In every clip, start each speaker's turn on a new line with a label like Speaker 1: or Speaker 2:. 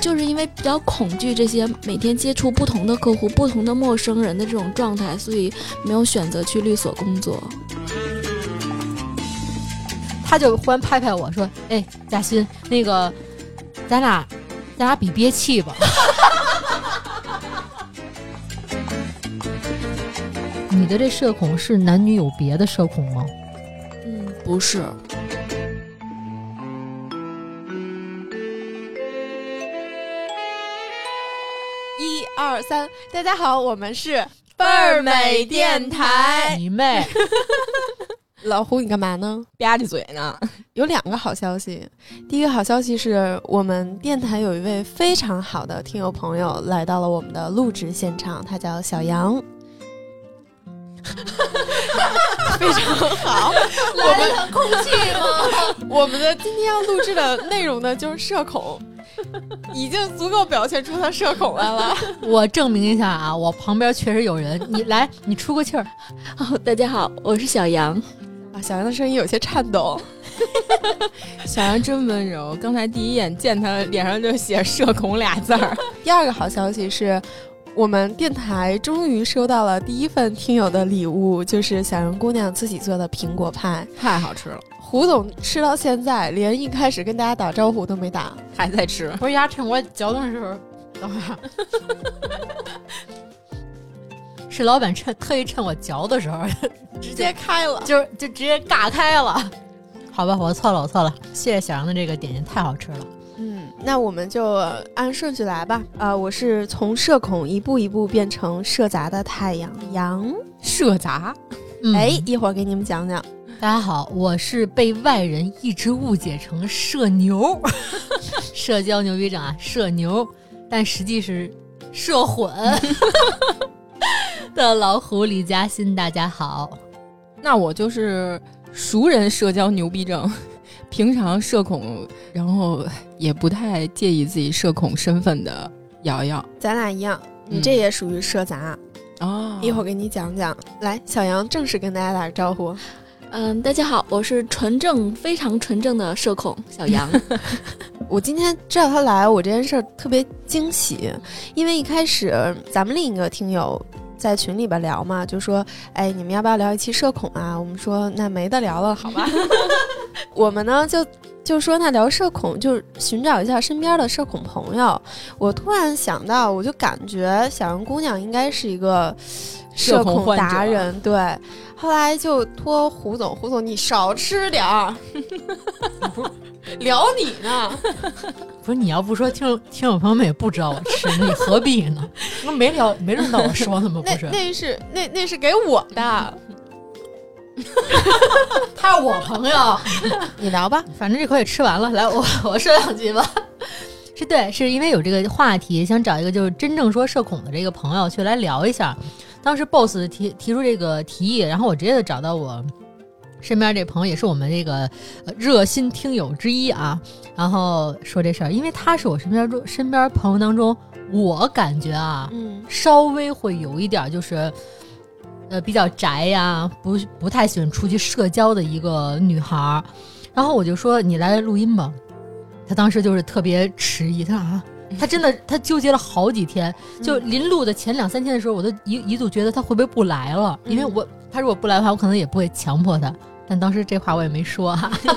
Speaker 1: 就是因为比较恐惧这些每天接触不同的客户、不同的陌生人的这种状态，所以没有选择去律所工作。
Speaker 2: 他就忽然拍拍我说：“哎，嘉欣，那个，咱俩，咱俩比憋气吧。”你的这社恐是男女有别的社恐吗？
Speaker 1: 嗯，不是。
Speaker 3: 一二三，大家好，我们是
Speaker 4: 倍儿美电台。
Speaker 2: 你 妹！
Speaker 3: 老胡，你干嘛呢？
Speaker 4: 吧唧嘴呢。
Speaker 3: 有两个好消息，第一个好消息是我们电台有一位非常好的听友朋友来到了我们的录制现场，他叫小杨。非常好，
Speaker 4: 来了空气吗？
Speaker 3: 我们的今天要录制的内容呢，就是社恐，已经足够表现出他社恐来了。
Speaker 2: 我证明一下啊，我旁边确实有人。你来，你出个气儿。
Speaker 1: 哦， 大家好，我是小杨。
Speaker 3: 啊，小杨的声音有些颤抖。
Speaker 4: 小杨真温柔，刚才第一眼见他脸上就写“社恐”俩字儿。
Speaker 3: 第二个好消息是。我们电台终于收到了第一份听友的礼物，就是小杨姑娘自己做的苹果派，
Speaker 4: 太好吃了。
Speaker 3: 胡总吃到现在，连一开始跟大家打招呼都没打，
Speaker 4: 还在吃。
Speaker 2: 不是呀，趁我嚼的时候，等会儿， 是老板趁特意趁我嚼的时候，
Speaker 3: 直接开了，
Speaker 2: 就是就直接尬开了。好吧，我错了，我错了。谢谢小杨的这个点心，太好吃了。
Speaker 3: 嗯，那我们就按顺序来吧。呃，我是从社恐一步一步变成社杂的太阳杨
Speaker 4: 社杂。
Speaker 2: 嗯、
Speaker 3: 哎，一会儿给你们讲讲。
Speaker 2: 大家好，我是被外人一直误解成社 牛，社交牛逼症啊，社牛，但实际是社 混的老狐狸嘉欣。大家好，
Speaker 4: 那我就是熟人社交牛逼症。 平常社恐，然后也不太介意自己社恐身份的瑶瑶，
Speaker 3: 咱俩一样，
Speaker 4: 嗯
Speaker 3: 你这也属于社杂
Speaker 4: 哦。
Speaker 3: 一会儿给你讲讲。来，小杨正式跟大家打个招呼。
Speaker 1: 嗯，大家好，我是纯正、非常纯正的社恐小 杨。
Speaker 3: 我今天知道他来，我这件事儿特别惊喜，因为一开始咱们另一个听友。在群里边聊嘛，就说，哎，你们要不要聊一期社恐啊？我们说那没得聊了，好 吧？我们呢就就说那聊社恐，就寻找一下身边的社恐朋友。我突然想到，我就感觉小杨姑娘应该是一个社恐达人，对。后来就托胡总，胡总你少吃点 儿，聊你呢。
Speaker 2: 不是你要不说，听众听众朋友们也不知道我吃，你何必呢？ 那没聊，没轮到我说呢吗？不是，
Speaker 3: 那是嗯那那是给我的，
Speaker 2: 他是我朋友，
Speaker 3: 你聊吧。
Speaker 2: 反正这口也吃完了，来我 我说两句吧。是对，是因为有这个话题，想找一个就是真正说社恐的这个朋友去来聊一下。当时 boss 提提出这个提议，然后我直接就找到我。身边这朋友也是我们这个呃热心听友之一啊，然后说这事儿，因为他是我身边中身边朋友当中，我感觉啊，
Speaker 3: 嗯，
Speaker 2: 稍微会有一点就是，呃，比较宅呀、啊，不不太喜欢出去社交的一个女孩儿。然后我就说你来录音吧，他当时就是特别迟疑，他说啊，他真的他纠结了好几天，就
Speaker 3: 嗯
Speaker 2: 临录的前两三天的时候，我都一一度觉得他会不会不来了，因为我他如果不来的话，我可能也不会强迫他。但当时这话我也没说哈、啊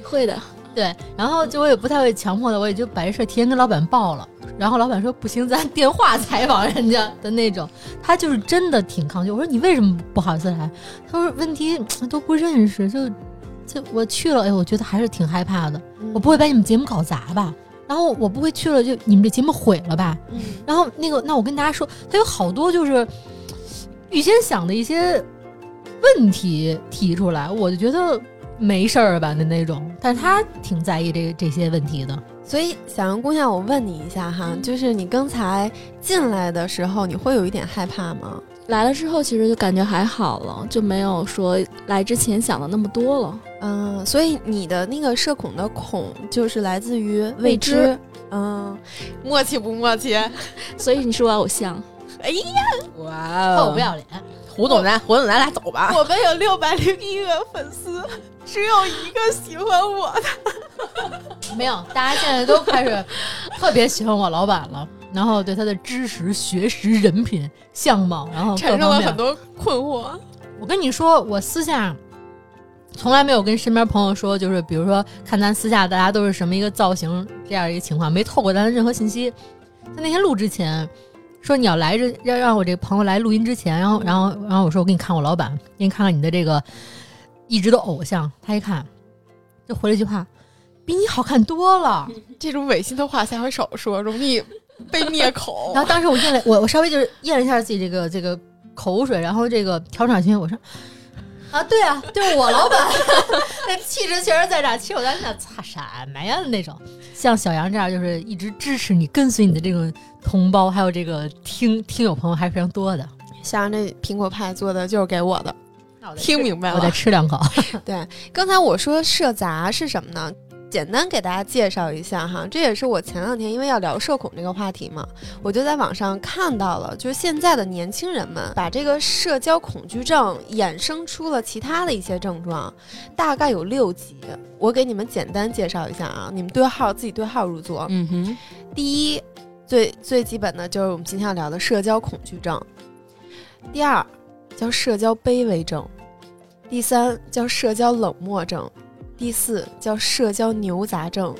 Speaker 1: 会的，
Speaker 2: 对，然后就我也不太会强迫的，我也就把这事提前跟老板报了，然后老板说不行，咱电话采访人家的那种，他就是真的挺抗拒。我说你为什么不好意思来？他说问题都不认识，就就我去了，哎，我觉得还是挺害怕的，
Speaker 3: 嗯
Speaker 2: 我不会把你们节目搞砸吧？然后我不会去了就你们这节目毁了吧？
Speaker 3: 嗯
Speaker 2: 然后那个，那我跟大家说，他有好多就是预先想的一些。问题提出来，我就觉得没事儿吧的那种，但是他挺在意这这些问题的。
Speaker 3: 所以小杨姑娘，我问你一下哈，就是你刚才进来的时候，你会有一点害怕吗？
Speaker 1: 来了之后，其实就感觉还好了，就没有说来之前想的那么多了。
Speaker 3: 嗯，所以你的那个社恐的恐，就是来自于
Speaker 1: 未知。
Speaker 3: 未知嗯，默契不默契？
Speaker 1: 所以你是我偶像。
Speaker 3: 哎呀，
Speaker 4: 哇
Speaker 5: 呃
Speaker 2: 哦，不要脸。
Speaker 5: 胡总咱胡总咱俩走吧。
Speaker 3: 我们有六百零一个粉丝，只有一个喜欢我的。
Speaker 2: 没有，大家现在都开始特别喜欢我老板了，然后对他的知识、学识、人品、相貌，然
Speaker 4: 哦
Speaker 2: 后各
Speaker 5: 产生
Speaker 2: 方
Speaker 5: 了
Speaker 2: 面
Speaker 5: 很多困惑，
Speaker 2: 我跟你说，我私下从来没有跟身边朋友说，就是比如说看咱私下大家都是什么一个造型这样一个情况，没透过咱任何信息。他那天录之前说你要来这，要让我这个朋友来录音之前，然后然后然后我说我给你看我老板，给你看看你的这个一直的偶像。他一看，就回了一句话：“比你好看多了。”
Speaker 5: 这种违心的话下回少说，容易被灭口
Speaker 2: 然。后当时我咽了，我我稍微就是咽了一下自己这个这个口水，然后这个调整情绪，我说啊，对啊，就是我老板， 那气质确实在这儿。其实我当时想，擦什么呀那种，像小杨这样就是一直支持你、跟随你的这种同胞，还有这个听听友朋友还是非常多的。
Speaker 3: 像这苹果派做的就是给我的。
Speaker 5: 听明白
Speaker 2: 我再
Speaker 5: 了，
Speaker 2: 吃两口，
Speaker 3: 对，刚才我说社杂是什么呢？简单给大家介绍一下哈，这也是我前两天因为要聊社恐这个话题嘛，我就在网上看到了，就是现在的年轻人们把这个社交恐惧症衍生出了其他的一些症状，大概有六级，我给你们简单介绍一下啊，你们对号自己对号入座。
Speaker 4: 嗯哼，
Speaker 3: 第一，最最基本的就是我们今天要聊的社交恐惧症；第二，叫社交卑微症；第三，叫社交冷漠症；第四，叫社交牛杂 症；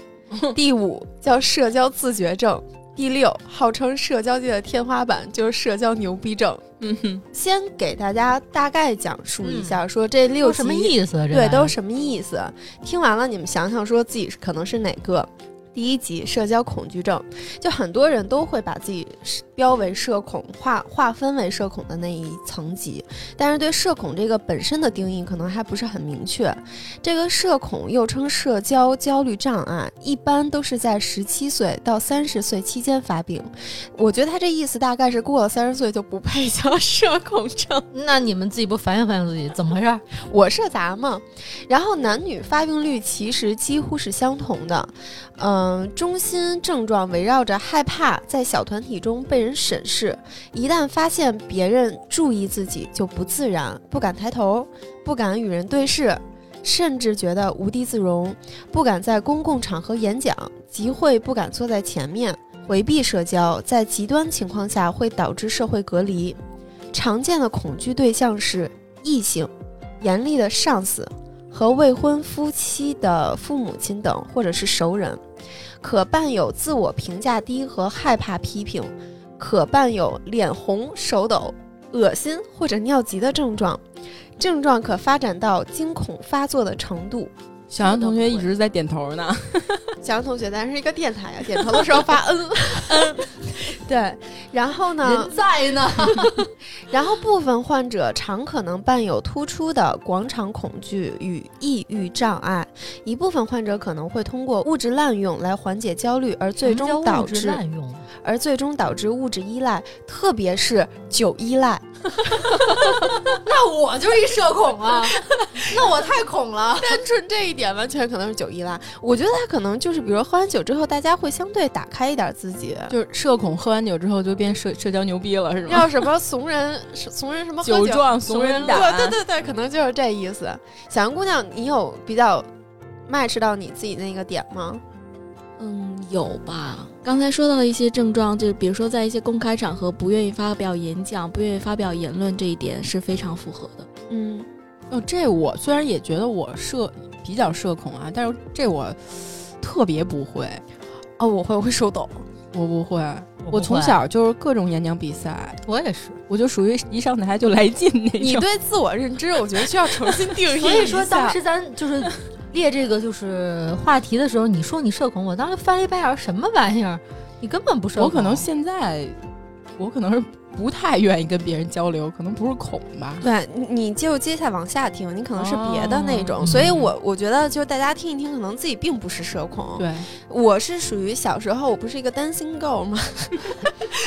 Speaker 3: 第五，叫社交自觉症；第六，号称社交界的天花板，就是社交牛逼症。
Speaker 4: 嗯哼，
Speaker 3: 先给大家大概讲述一下，说这六
Speaker 2: 嗯有什么
Speaker 3: 级
Speaker 2: 意思啊？这
Speaker 3: 对，都
Speaker 2: 是
Speaker 3: 是什么意思？听完了，你们想想说自己可能是哪个？第一级社交恐惧症，就很多人都会把自己是标为社恐，划划分为社恐的那一层级，但是对社恐这个本身的定义可能还不是很明确。这个社恐又称社交焦虑障碍，一般都是在十七岁到三十岁期间发病。我觉得他这意思大概是过了三十岁就不配叫社恐症。
Speaker 2: 那你们自己不反省反省自己怎么回事儿？
Speaker 3: 我社杂嘛，然后男女发病率其实几乎是相同的，嗯、中心症状围绕着害怕在小团体中被人审视，一旦发现别人注意自己就不自然，不敢抬头，不敢与人对视，甚至觉得无地自容，不敢在公共场合演讲，集会不敢坐在前面，回避社交，在极端情况下会导致社会隔离。常见的恐惧对象是异性。严厉的上司和未婚夫妻的父母亲等，或者是熟人，可伴有自我评价低和害怕批评，可伴有脸红、手抖、恶心或者尿急的症状，症状可发展到惊恐发作的程度。
Speaker 4: 小杨同学一直在点头呢。
Speaker 3: 小杨同学，咱是一个电台啊，点头的时候发嗯嗯， 对，然后呢
Speaker 1: 啊
Speaker 2: 人，在 呢，
Speaker 3: 然后部分患者常可能伴有突出的广场恐惧与抑郁障碍，一部分患者可能会通过物质滥用来缓解焦虑，而最
Speaker 2: 什
Speaker 3: 终
Speaker 2: 么叫
Speaker 3: 导
Speaker 2: 物质
Speaker 3: 致
Speaker 2: 滥用啊。
Speaker 3: 而最终导致物质依赖，特别是酒依赖。
Speaker 2: 那我就是一社 恐啊，那我太恐了。
Speaker 3: 单纯 这一点完全可能是酒依赖，我觉得他可能就是，比如喝完酒之后，大家会相对打开一点自己。
Speaker 4: 就是社恐，喝完酒之后就变社社交牛逼了，是吗？
Speaker 3: 要什么怂人，怂人什么喝
Speaker 4: 酒
Speaker 3: 酒
Speaker 4: 壮怂人胆，
Speaker 3: 对对对对，可能就是这意思。小杨姑娘，你有比较 match 到你自己那个点吗？
Speaker 1: 嗯，有吧？刚才说到的一些症状，就是比如说在一些公开场合不愿意发表演讲、不愿意发表言论这一点是非常符合的。
Speaker 3: 嗯，
Speaker 4: 哦，这我虽然也觉得我社比较社恐啊，但是这我特别不会，
Speaker 3: 哦，我会，我会手抖。
Speaker 4: 我不会。
Speaker 2: 我不
Speaker 4: 我从
Speaker 2: 会啊
Speaker 4: 小就是各种演讲比赛，
Speaker 2: 我也是，
Speaker 4: 我就属于一上台就来劲那种。
Speaker 3: 你对自我认知，我觉得需要重新定义一下。
Speaker 2: 所以说当时咱就是列这个就是话题的时候，你说你社恐，我当时翻了一白眼儿，什么玩意儿？你根本不社恐。
Speaker 4: 我可能现在，我可能是不太愿意跟别人交流，可能不是恐吧。
Speaker 3: 对，你你就接下往下听，你可能是别的那种，
Speaker 4: 哦
Speaker 3: 所以我我觉得就是大家听一听，可能自己并不是社恐。
Speaker 4: 对，
Speaker 3: 我是属于小时候，我不是一个 dancing girl 吗？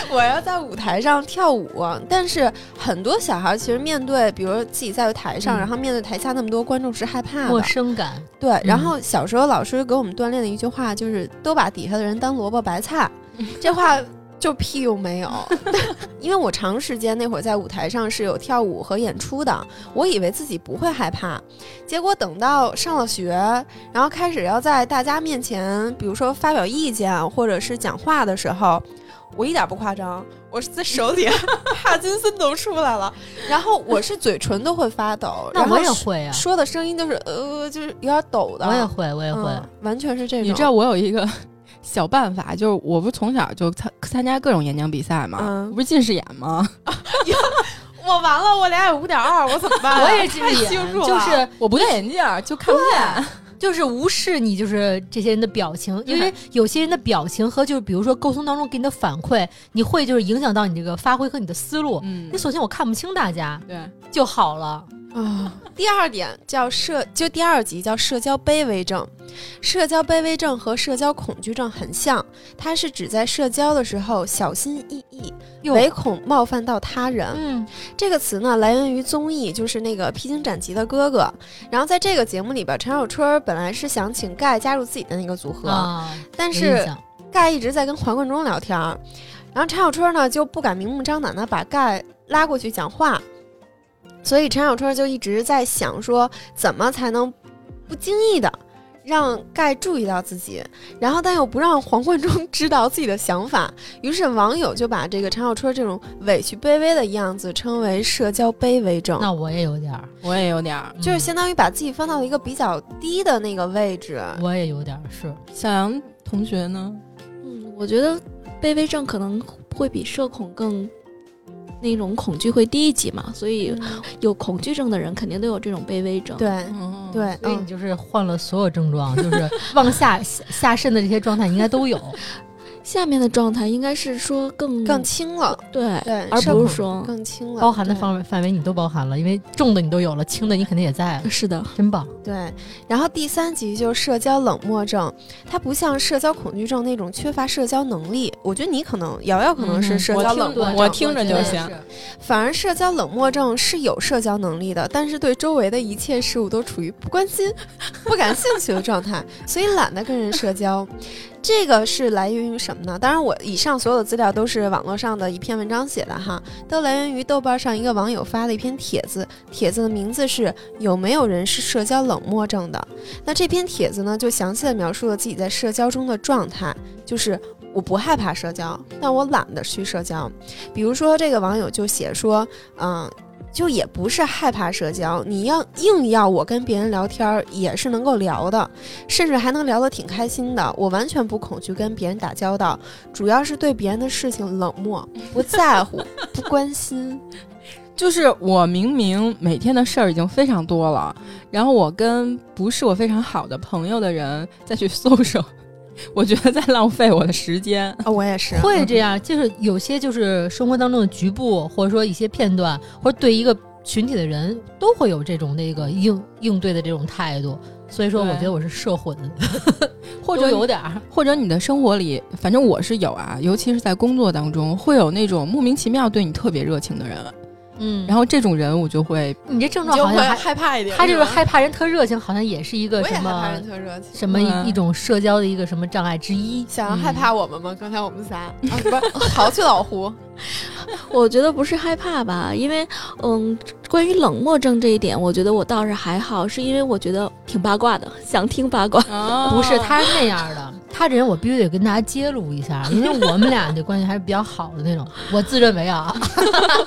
Speaker 3: 我要在舞台上跳舞，但是很多小孩其实面对，比如自己在台上，
Speaker 4: 嗯
Speaker 3: 然后面对台下那么多观众是害怕
Speaker 2: 陌
Speaker 3: 的。
Speaker 2: 生感，
Speaker 3: 对，然后小
Speaker 2: 嗯
Speaker 3: 时候老师给我们锻炼的一句话就是“都把底下的人当萝卜白菜”，这话就屁又没有， 因为我长时间那会儿在舞台上是有跳舞和演出的，我以为自己不会害怕，结果等到上了学，然后开始要在大家面前，比如说发表意见啊或者是讲话的时候，我一点不夸张，我是在手里 帕金森都出来了，然后我是嘴唇都会发抖，
Speaker 2: 那
Speaker 3: 然后
Speaker 2: 我也会啊，
Speaker 3: 说的声音就是呃，就是有点抖的，
Speaker 2: 我也会，我也会。
Speaker 3: 嗯完全是这种，
Speaker 4: 你知道我有一个 小办法，就是我不是从小就参参加各种演讲比赛嘛，
Speaker 3: 嗯
Speaker 4: 我不是近视眼吗？
Speaker 3: 我完了，我俩有五点二，啊我怎么办
Speaker 2: 我也是
Speaker 3: 太
Speaker 2: 也
Speaker 3: 清楚了，
Speaker 2: 就是
Speaker 4: 我不戴眼镜儿就看不见。
Speaker 2: 就是无视你，就是这些人的表情，
Speaker 4: 对
Speaker 2: 因为有些人的表情和就是比如说沟通当中给你的反馈，你会就是影响到你这个发挥和你的思路。
Speaker 4: 嗯
Speaker 2: 你，首先我看不清大家
Speaker 4: 对，
Speaker 2: 就好了，
Speaker 3: 啊， 第二点叫社，就第二集叫社交卑微症。社交卑微症和社交恐惧症很像，它是指在社交的时候小心翼翼，
Speaker 2: 哟
Speaker 3: 唯恐冒犯到他人。
Speaker 2: 嗯，
Speaker 3: 这个词呢，来源于综艺，就是那个《披荆斩棘的哥哥》。然后在这个节目里边，陈小春本来是想请盖加入自己的那个组合，
Speaker 2: 啊，
Speaker 3: 但
Speaker 2: 有印
Speaker 3: 是
Speaker 2: 象
Speaker 3: 盖一直在跟黄贯中聊天儿，然后陈小春呢就不敢明目张胆的把盖拉过去讲话，所以陈小春就一直在想说怎么才能不经意的让盖注意到自己，然后但又不让黄贯中知道自己的想法，于是网友就把这个陈小春这种委屈卑微的样子称为社交卑微症。
Speaker 2: 那我也有点儿，
Speaker 4: 我也有点儿。
Speaker 3: 就是
Speaker 2: 嗯
Speaker 3: 相当于把自己放到一个比较低的那个位置，
Speaker 2: 我也有点儿是，
Speaker 4: 小杨同学呢？
Speaker 1: 嗯，我觉得卑微症可能会比社恐更那种恐惧会低一级嘛，所以有恐惧症的人肯定都有这种卑微症。，
Speaker 3: 嗯对
Speaker 4: 嗯，
Speaker 3: 对，
Speaker 2: 所以
Speaker 3: 嗯
Speaker 2: 你，就是患了所有症 状，就是往下下下渗的这些状态，应该都有。
Speaker 1: 下面的状态应该是说更
Speaker 3: 更轻了，
Speaker 1: 对，
Speaker 3: 对，
Speaker 1: 而
Speaker 3: 社
Speaker 1: 不
Speaker 3: 恐
Speaker 1: 是说
Speaker 3: 更轻了，
Speaker 2: 包含的
Speaker 3: 对
Speaker 2: 范围范围你都包含了，因为重的你都有了，轻的你肯定也在，
Speaker 4: 嗯
Speaker 1: 是的，
Speaker 2: 真棒。
Speaker 3: 对。然后第三级就是社交冷漠症，它不像社交恐惧症那种缺乏社交能力。我觉得你可能瑶瑶可能是
Speaker 4: 嗯
Speaker 3: 社
Speaker 4: 我
Speaker 3: 交
Speaker 4: 听
Speaker 3: 冷漠症，
Speaker 4: 我听着就
Speaker 2: 对
Speaker 4: 行。
Speaker 3: 反而社交冷漠症是有社交能力的，但是对周围的一切事物都处于不关心、 不感兴趣的状态，所以懒得跟人社交。这个是来源于什么呢？当然，我以上所有的资料都是网络上的一篇文章写的哈，都来源于豆瓣上一个网友发的一篇帖子，帖子的名字是“有没有人是社交冷漠症的”。那这篇帖子呢，就详细的描述了自己在社交中的状态，就是我不害怕社交，但我懒得去社交。比如说，这个网友就写说，嗯、就也不是害怕社交，你要硬要我跟别人聊天儿也是能够聊的，甚至还能聊得挺开心的。我完全不恐惧跟别人打交道，主要是对别人的事情冷漠，不 在乎，不关心。
Speaker 4: 就是我明明每天的事儿已经非常多了，然后我跟不是我非常好的朋友的人再去搜搜， 我觉得在浪费我的时间。
Speaker 3: 啊、我也是，
Speaker 2: 会这样，就是有些就是生活当中的局部，或者说一些片段，或者对一个群体的人，都会有这种那个应应对的这种态度。所以说，
Speaker 4: 对
Speaker 2: 我觉得我是社混，
Speaker 4: 或
Speaker 2: 都
Speaker 4: 者
Speaker 2: 有点儿。
Speaker 4: 或者你的生活里，反正我是有啊，尤其是在工作当中，会有那种莫名其妙对你特别热情的人，
Speaker 2: 嗯，
Speaker 4: 然后这种人我就会，
Speaker 2: 你这症
Speaker 5: 你
Speaker 2: 状
Speaker 5: 就
Speaker 2: 好
Speaker 5: 会
Speaker 2: 像还，
Speaker 5: 害怕一点。
Speaker 2: 他就是
Speaker 5: 吧
Speaker 2: 害怕人特热情，好像也是一个
Speaker 5: 我也
Speaker 2: 什
Speaker 5: 害怕
Speaker 2: 么
Speaker 5: 人特热情。
Speaker 2: 什么
Speaker 4: 嗯
Speaker 2: 一一种社交的一个什么障碍之一。嗯
Speaker 5: 想要害怕我们吗？刚才我们 仨啊，不是淘气老胡，
Speaker 1: 我觉得不是害怕吧，因为嗯，关于冷漠症这一点，我觉得我倒是还好，是因为我觉得挺八卦的，想听八卦。
Speaker 2: 不
Speaker 4: 不
Speaker 2: 是，他是那样的，他这人我必须得跟大家揭露一下，因为我们俩这关系还是比较好的那种，我自认为啊，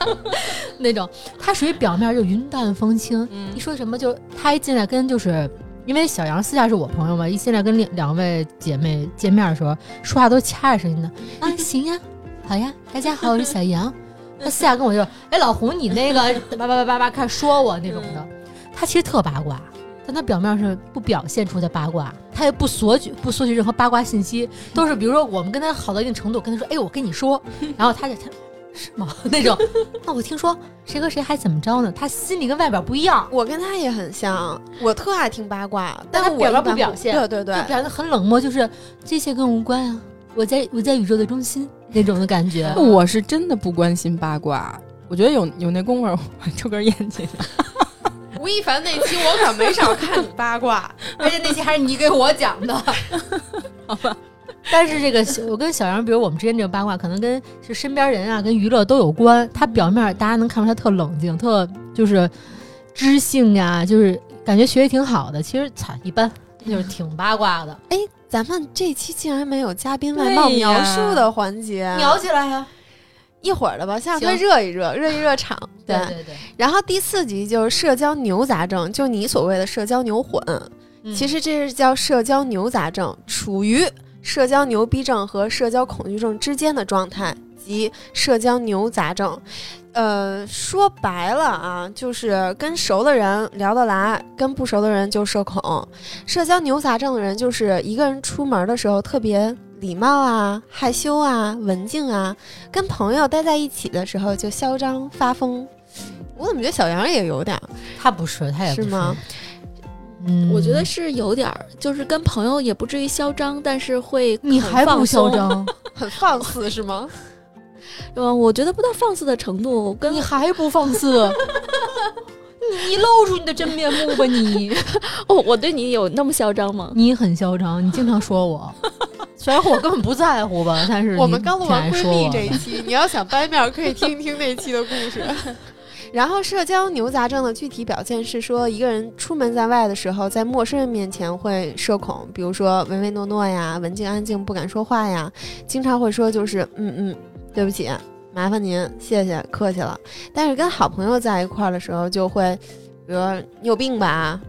Speaker 2: 那种他属于表面就云淡风轻，
Speaker 4: 嗯。
Speaker 2: 一说什么就他一进来跟就是。因为小杨私下是我朋友嘛，一进来跟两两位姐妹见面的时候，说话都掐着声音的啊，行呀，好呀，大家好，我是小杨。他私下跟我就，哎，老胡，你那个叭叭叭叭叭开始说我那种的，他其实特八卦，但他表面上不表现出他八卦，他也不索取不索取任何八卦信息，都是比如说我们跟他好到一定程度，跟他说，哎，我跟你说，然后他就他是吗那种，那我听说谁和谁还怎么着呢？他心里跟外边不一样，
Speaker 3: 我跟他也很像，我特爱听八卦，
Speaker 2: 但
Speaker 3: 但
Speaker 2: 他
Speaker 3: 我
Speaker 2: 表
Speaker 3: 一
Speaker 2: 面不
Speaker 3: 般
Speaker 2: 表现
Speaker 3: 对对
Speaker 2: 就
Speaker 3: 对，
Speaker 2: 表现得很冷漠，就是这些跟我无关啊，我在我在宇宙的中心那种的感觉
Speaker 4: 呃我是真的不关心八卦，我觉得有有那功夫，我抽根烟 去。
Speaker 5: 吴亦凡那期我可没少看你八卦，
Speaker 2: 而且那些还是你给我讲的，好吧？但是这个小我跟小杨，比如我们之间这个八卦，可能跟是身边人啊，跟娱乐都有关。他表面大家能看出他特冷静，特就是知性呀、就是感觉学习挺好的。其实操一般，就是挺八卦的。
Speaker 3: 哎， 咱们这期竟然没有嘉宾外貌描述的环节，
Speaker 2: 聊起来呀，
Speaker 3: 一会儿了吧，下回
Speaker 2: 行
Speaker 3: 热一热，热一热场。
Speaker 2: 对对对，
Speaker 3: 然后第四集就是社交牛杂症，就你所谓的社交牛混，
Speaker 2: 嗯
Speaker 3: 其实这是叫社交牛杂症，处于社交牛逼症和社交恐惧症之间的状态，即社交牛杂症。呃，说白了啊，就是跟熟的人聊得来，跟不熟的人就社恐。社交牛杂症的人，就是一个人出门的时候特别礼貌啊、害羞啊、文静啊，跟朋友待在一起的时候就嚣张发疯。我怎么觉得小杨也有点儿？
Speaker 2: 嗯他不是，他也不
Speaker 3: 是吗？
Speaker 2: 嗯，
Speaker 1: 我觉得是有点儿，就是跟朋友也不至于嚣张，但是会
Speaker 2: 你
Speaker 1: 很
Speaker 2: 还不
Speaker 1: 放
Speaker 2: 嚣
Speaker 1: 松，
Speaker 2: 张，
Speaker 3: 很放肆是吗？
Speaker 1: 嗯，我觉得不到放肆的程度，跟
Speaker 2: 你还不放肆，你露出你的真面目吧你！
Speaker 1: 哦，我对你有那么嚣张吗？
Speaker 2: 你很嚣张，你经常说我，虽然我根本不在乎吧，但是
Speaker 5: 我
Speaker 2: 你
Speaker 5: 们刚录
Speaker 2: 挺爱
Speaker 5: 完闺
Speaker 2: 说
Speaker 5: 蜜
Speaker 2: 我
Speaker 5: 这一
Speaker 2: 的
Speaker 5: 期，你要想掰面儿，可以听一听那期的故事。
Speaker 3: 然后，社交牛杂症的具体表现是说，一个人出门在外的时候，在陌生人面前会社恐，比如说唯唯诺诺呀、文静安静、不敢说话呀，经常会说就是嗯嗯，对不起，麻烦您，谢谢，客气了。但是跟好朋友在一块儿的时候，就会，比如说你有病吧，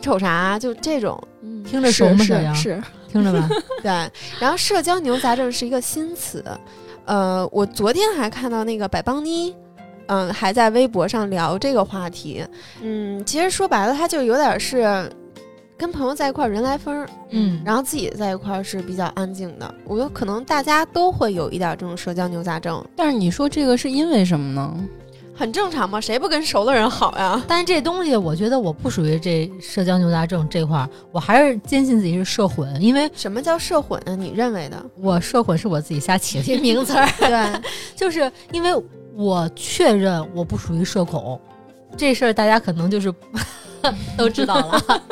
Speaker 3: 瞅啥，就这种。
Speaker 1: 嗯，
Speaker 2: 听着熟吗？小
Speaker 1: 是
Speaker 2: 杨，
Speaker 1: 是，
Speaker 2: 啊听着吧，
Speaker 3: 对，然后社交牛杂症是一个新词，呃，我昨天还看到那个百邦妮，嗯、还在微博上聊这个话题，嗯，其实说白了，它就有点是跟朋友在一块儿人来疯儿，
Speaker 2: 嗯，
Speaker 3: 然后自己在一块儿是比较安静的。我觉得可能大家都会有一点这种社交牛杂症，
Speaker 4: 但是你说这个是因为什么呢？
Speaker 3: 很正常嘛，谁不跟熟的人好 呀？
Speaker 2: 但是这东西，我觉得我不属于这社交牛杂症这块儿，我还是坚信自己是社混，因为
Speaker 3: 什么叫社混啊？你 认为的？
Speaker 2: 我社混是我自己瞎起的这名词儿，
Speaker 3: 对，
Speaker 2: 就是因为我确认我不属于社恐，这事儿大家可能就是 都知道了。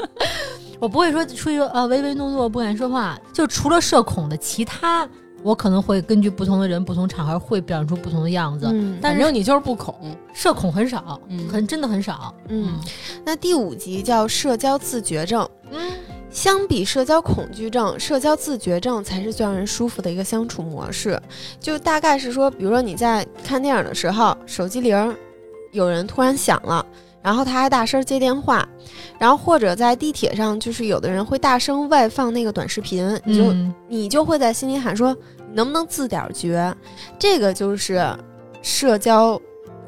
Speaker 2: 我不会说出去呃唯唯诺诺不敢说话，就除了社恐的其他，我可能会根据不同的人、不同场合会表现出不同的样子。
Speaker 3: 嗯
Speaker 2: 但
Speaker 4: 反
Speaker 2: 是
Speaker 4: 正你就是不恐，
Speaker 2: 社恐很少，
Speaker 4: 嗯
Speaker 2: 很真的很少。
Speaker 3: 嗯，那第五集叫社交自觉症。
Speaker 2: 嗯，
Speaker 3: 相比社交恐惧症，社交自觉症才是最让人舒服的一个相处模式。就大概是说，比如说你在看电影的时候，手机铃儿有人突然响了，然后他还大声接电话，然后或者在地铁上，就是有的人会大声外放那个短视频，你就、
Speaker 2: 嗯
Speaker 3: 你就会在心里喊说，你能不能自点儿觉？这个就是社交。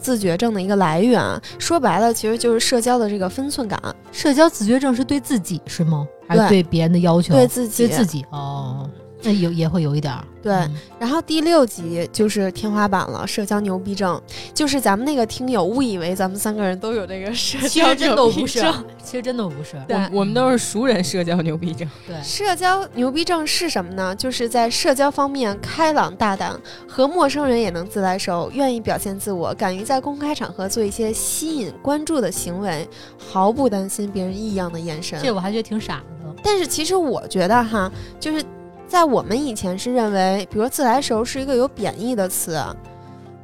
Speaker 3: 自觉症的一个来源，啊说白了其实就是社交的这个分寸感，
Speaker 2: 社交自觉症是对自己是吗？还是对别人的要求？
Speaker 3: 对自己，
Speaker 2: 对自己哦，那有也会有一点儿。
Speaker 3: 对
Speaker 2: 嗯
Speaker 3: 然后第六集就是天花板了，社交牛逼症，就是咱们那个听友误以为咱们三个人都有这个社
Speaker 2: 其
Speaker 3: 交
Speaker 2: 实真的
Speaker 3: 牛
Speaker 2: 不
Speaker 3: 逼
Speaker 2: 是
Speaker 3: 症。，
Speaker 2: 其实真的不是。
Speaker 3: 对
Speaker 4: 我我们都是熟人社交牛逼症。
Speaker 2: 对，
Speaker 3: 社交牛逼症是什么呢？就是在社交方面开朗大胆，和陌生人也能自来熟，愿意表现自我，敢于在公开场合做一些吸引关注的行为，毫不担心别人异样的眼神。
Speaker 2: 这我还觉得挺傻的。
Speaker 3: 但是其实我觉得哈，就是在我们以前是认为，比如自来熟是一个有贬义的词，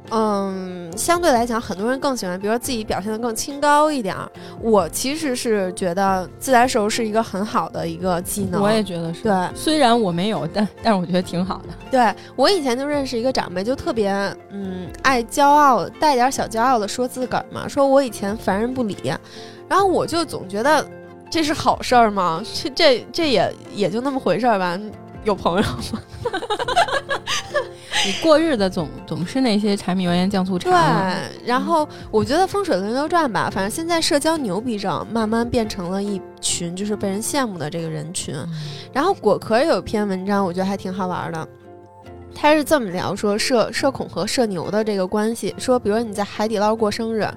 Speaker 3: 嗯，相对来讲，很多人更喜欢，比如说自己表现得更清高一点儿。我其实是觉得自来熟是一个很好的一个技能。
Speaker 4: 我也觉得是。
Speaker 3: 对
Speaker 4: 虽然我没有，但但是我觉得挺好的。
Speaker 3: 对，我以前就认识一个长辈，就特别嗯爱骄傲，带点小骄傲的说自个儿嘛，说我以前烦人不理，然后我就总觉得这是好事儿吗？这这这也也就那么回事儿吧，有朋友。
Speaker 4: 你过日子总总是那些柴米油盐酱醋茶
Speaker 3: 对
Speaker 4: 嘛。，
Speaker 3: 然后我觉得风水轮流转吧，反正现在社交牛逼症慢慢变成了一群就是被人羡慕的这个人群。
Speaker 2: 嗯
Speaker 3: 然后果壳有一篇文章，我觉得还挺好玩的。他是这么聊说社社恐和社牛的这个关系，说比如你在海底捞过生日，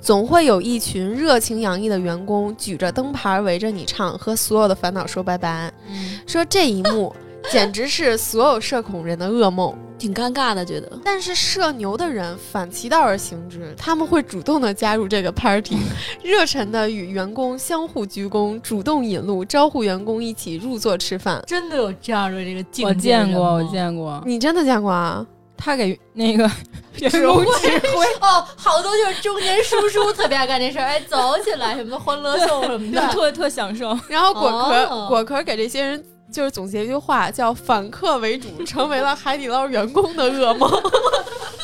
Speaker 3: 总会有一群热情洋溢的员工举着灯牌围着你唱，和所有的烦恼说拜拜。
Speaker 4: 嗯
Speaker 3: 说这一幕简直是所有社恐人的噩梦。
Speaker 1: 挺尴尬的，觉得。
Speaker 3: 但是社牛的人反其道而行之，他们会主动的加入这个 party，热 忱的与员工相互鞠躬，主动引路，招呼员工一起入座吃饭。
Speaker 2: 真的有这样的这个境
Speaker 4: 我
Speaker 2: 界人
Speaker 4: 见过，我
Speaker 2: 吗
Speaker 4: 见过，
Speaker 3: 你真的见过啊？
Speaker 4: 他给那个员工指挥，
Speaker 2: 哦，好多就是中年叔叔特别爱干这事儿，哎，走起来什么欢乐颂 什么的，
Speaker 4: 特特享受。
Speaker 3: 然后果壳、
Speaker 2: 哦
Speaker 3: 果壳给这些人就是总结一句话，叫“反客为主”，成为了海底捞员工的噩梦。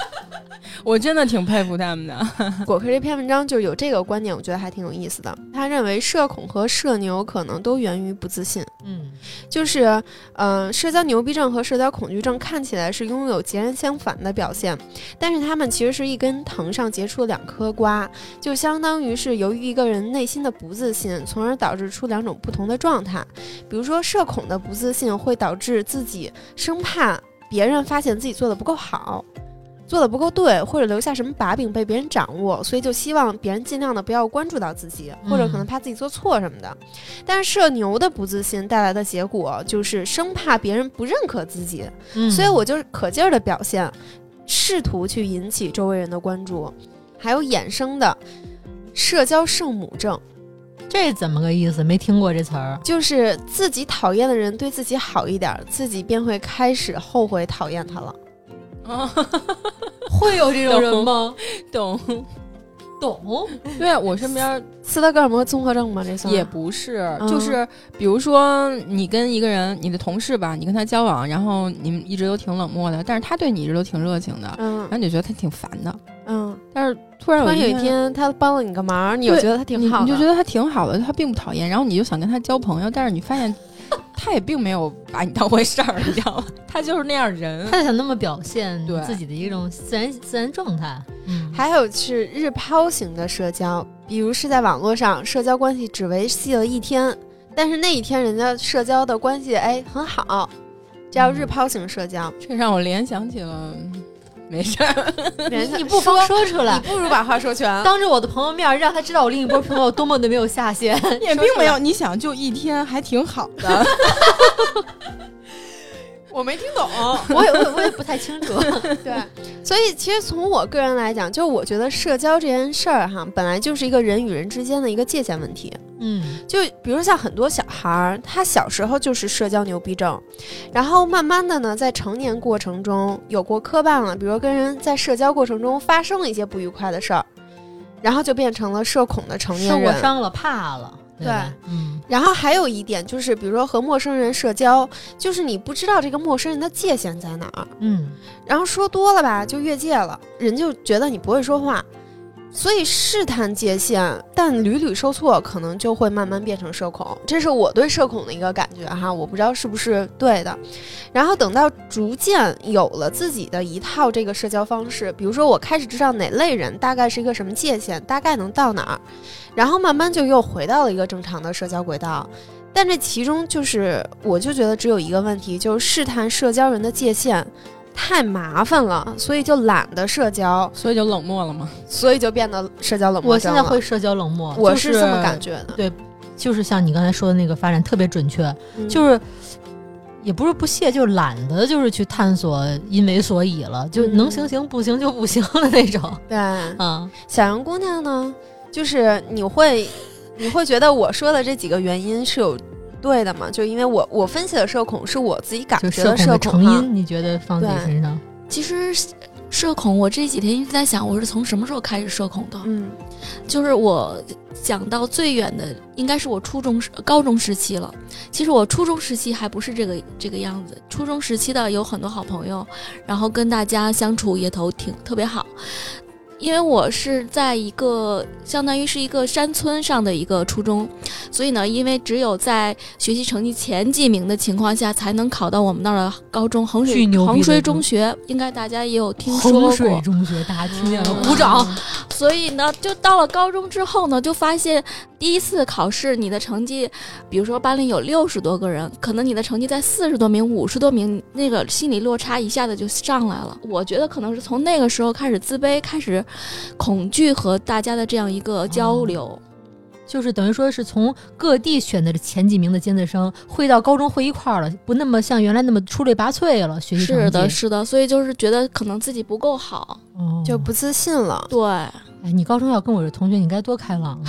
Speaker 4: 我真的挺佩服他们 的。
Speaker 3: 果壳这篇文章就有这个观点，我觉得还挺有意思的。他认为社恐和社牛可能都源于不自信。
Speaker 2: 嗯，
Speaker 3: 就是，嗯、社交牛逼症和社交恐惧症看起来是拥有截然相反的表现，但是他们其实是一根藤上结出两颗瓜，就相当于是由于一个人内心的不自信，从而导致出两种不同的状态。比如说，社恐的不自信会导致自己生怕别人发现自己做的不够好。做的不够对，或者留下什么把柄被别人掌握，所以就希望别人尽量的不要关注到自己，或者可能
Speaker 2: 嗯
Speaker 3: 怕自己做错什么的。但是社牛的不自信带来的结果就是生怕别人不认可自己，
Speaker 2: 嗯
Speaker 3: 所以我就是可劲儿的表现，试图去引起周围人的关注，还有衍生的社交圣母症，
Speaker 2: 这怎么个意思？没听过这词儿。
Speaker 3: 就是自己讨厌的人对自己好一点儿，自己便会开始后悔讨厌他了。
Speaker 2: 会有这
Speaker 4: 种人
Speaker 2: 吗？
Speaker 4: 哦 懂，
Speaker 2: 懂，
Speaker 4: 对啊我身边
Speaker 3: 斯德哥尔摩综合症吗？这算
Speaker 4: 也不是，
Speaker 3: 嗯
Speaker 4: 就是比如说你跟一个人，你的同事吧，你跟他交往，然后你们一直都挺冷漠的，但是他对你一直都挺热情的，
Speaker 3: 嗯
Speaker 4: 然后你就觉得他挺烦的，
Speaker 3: 嗯，
Speaker 4: 但是突然
Speaker 3: 突然有
Speaker 4: 有
Speaker 3: 一天他帮了你个忙，你又
Speaker 4: 对
Speaker 3: 觉得他挺好的，
Speaker 4: 你，你就觉得他挺好的，他并不讨厌，然后你就想跟他交朋友，但是你发 现他也并没有把你当回事儿，你知 道吗？他就是那样人
Speaker 2: 他。就想那么表现
Speaker 4: 对
Speaker 2: 自己的一种自然自然状态。嗯，
Speaker 3: 还有是日抛型的社交，比如是在网络上，社交关系只维系了一天，但是那一天人家社交的关系哎很好，这叫日抛型社交。
Speaker 4: 这让我联想起了，没事儿，
Speaker 3: 人 家
Speaker 2: 哎你不妨说出来
Speaker 3: 你，不如把话说全。
Speaker 2: 当着我的朋友面让他知道我另一波朋友多么的没有下限。
Speaker 4: 也并没有。你想，就一天还挺好的，
Speaker 3: 我没听懂，
Speaker 2: 我也我也我也不太清楚。
Speaker 3: 对，所以其实从我个人来讲，就我觉得社交这件事儿哈，本来就是一个人与人之间的一个界限问题。
Speaker 2: 嗯，
Speaker 3: 就比如像很多小孩儿，他小时候就是社交牛逼症，然后慢慢的呢，在成年过程中有过磕绊了，比如跟人在社交过程中发生了一些不愉快的事儿，然后就变成了社恐的成
Speaker 2: 受
Speaker 3: 年
Speaker 2: 过
Speaker 3: 人。
Speaker 2: 伤了，怕了，对吧？嗯，
Speaker 3: 然后还有一点就是，比如说和陌生人社交，就是你不知道这个陌生人的界限在哪儿，
Speaker 2: 嗯，
Speaker 3: 然后说多了吧就越界了，人就觉得你不会说话，所以试探界限，但屡屡受挫，可能就会慢慢变成社恐。这是我对社恐的一个感觉哈，我不知道是不是对的。然后等到逐渐有了自己的一套这个社交方式，比如说我开始知道哪类人大概是一个什么界限，大概能到哪儿，然后慢慢就又回到了一个正常的社交轨道。但这其中就是，我就觉得只有一个问题，就是试探社交人的界限太麻烦了，所以就懒得社交，
Speaker 4: 所以就冷漠了嘛。
Speaker 3: 所以就变得社交冷漠
Speaker 2: 我
Speaker 3: 症
Speaker 2: 现
Speaker 3: 了。
Speaker 2: 在会社交冷漠，
Speaker 3: 我
Speaker 2: 就是
Speaker 3: 这么感觉的，
Speaker 2: 就是像你刚才说的那个发展特别准确，
Speaker 3: 嗯
Speaker 2: 就是也不是不屑，就懒得就是去探索因为所以了，就能行行不行就不行的那种
Speaker 3: 对
Speaker 2: 啊。
Speaker 3: 小杨姑娘呢，就是你会你会觉得我说的这几个原因是有对的吗？就因为我我分析的社恐是我自己感
Speaker 2: 就
Speaker 3: 觉
Speaker 2: 社恐
Speaker 3: 社
Speaker 2: 的
Speaker 3: 恐
Speaker 2: 成
Speaker 3: 哈，
Speaker 2: 因，你觉得放自己
Speaker 3: 对
Speaker 2: 身上？
Speaker 1: 其实社恐，我这几天一直在想，我是从什么时候开始社恐的？
Speaker 3: 嗯
Speaker 1: 就是我想到最远的，应该是我初中时、高中时期了。其实我初中时期还不是这个这个样子，初中时期的有很多好朋友，然后跟大家相处也都挺特别好。因为我是在一个相当于是一个山村上的一个初中，所以呢，因为只有在学习成绩前几名的情况下，才能考到我们那儿的高中衡
Speaker 2: 巨
Speaker 1: 水
Speaker 2: 牛逼的
Speaker 1: 衡水
Speaker 2: 一种
Speaker 1: 中学，应该大家也有听说过。
Speaker 2: 衡水中学，大家听见了，
Speaker 1: 嗯
Speaker 2: 鼓掌。
Speaker 1: 所以呢，就到了高中之后呢，就发现第一次考试你的成绩，比如说班里有六十多个人，可能你的成绩在四十多名、五十多名，那个心理落差一下子就上来了。我觉得可能是从那个时候开始自卑，开始恐惧和大家的这样一个交流。
Speaker 2: 就是等于说是从各地选的前几名的尖子生汇到高中汇一块儿了，不那么像原来那么出类拔萃了，学习成绩
Speaker 1: 是的，是的，所以就是觉得可能自己不够好，
Speaker 2: 哦
Speaker 3: 就不自信了。
Speaker 1: 对，
Speaker 2: 哎，你高中要跟我是同学，你该多开朗啊！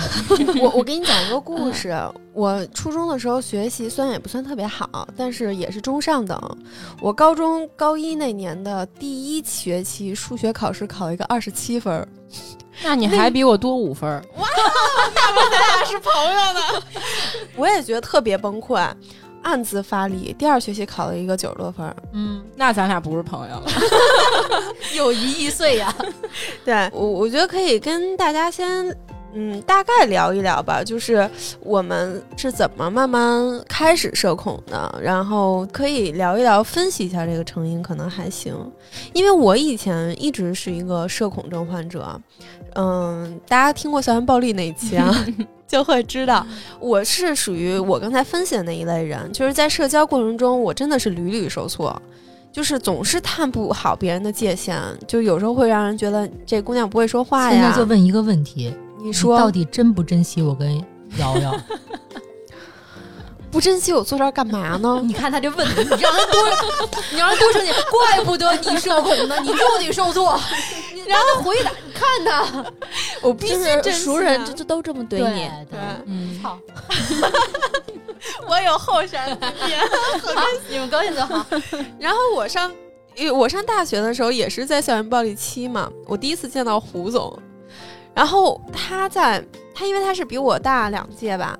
Speaker 3: 我我给你讲一个故事。我初中的时候学习虽然也不算特别好，但是也是中上等。我高中高一那年的第一学期数学考试考了一个二十七分儿，
Speaker 4: 那你还比我多五分儿，
Speaker 3: 我也觉得特别崩溃，暗自发力。第二学期考了一个九十多分儿。
Speaker 2: 嗯，
Speaker 4: 那咱俩不是朋友了。
Speaker 2: 友谊易碎 呀。
Speaker 3: 对我，我觉得可以跟大家先。嗯，大概聊一聊吧，就是我们是怎么慢慢开始社恐的，然后可以聊一聊，分析一下这个成因，可能还行。因为我以前一直是一个社恐症患者，嗯，大家听过校园暴力那一 期啊，就会知道我是属于我刚才分析的那一类人，就是在社交过程中，我真的是屡屡受挫。就是总是探不好别人的界限，就有时候会让人觉得这姑娘不会说话
Speaker 2: 现
Speaker 3: 呀。
Speaker 2: 在就问一个问题：
Speaker 3: 你
Speaker 2: 你
Speaker 3: 说
Speaker 2: 到底珍不珍惜我跟瑶瑶？
Speaker 3: 不珍惜我坐这儿干嘛呢？
Speaker 2: 你看他这问题，你让他多， 你让他多生气，怪不得你社恐呢，你就得受挫。你让他回答，你看他，
Speaker 3: 我必
Speaker 1: 就是熟人就就都这么对你，
Speaker 2: 对，
Speaker 4: 嗯，
Speaker 2: 操，
Speaker 3: 我有后山。
Speaker 2: 你们高兴就 好。
Speaker 3: 然后我上，因为我上大学的时候也是在校园暴力期嘛，我第一次见到胡总，然后他在他因为他是比我大两届吧，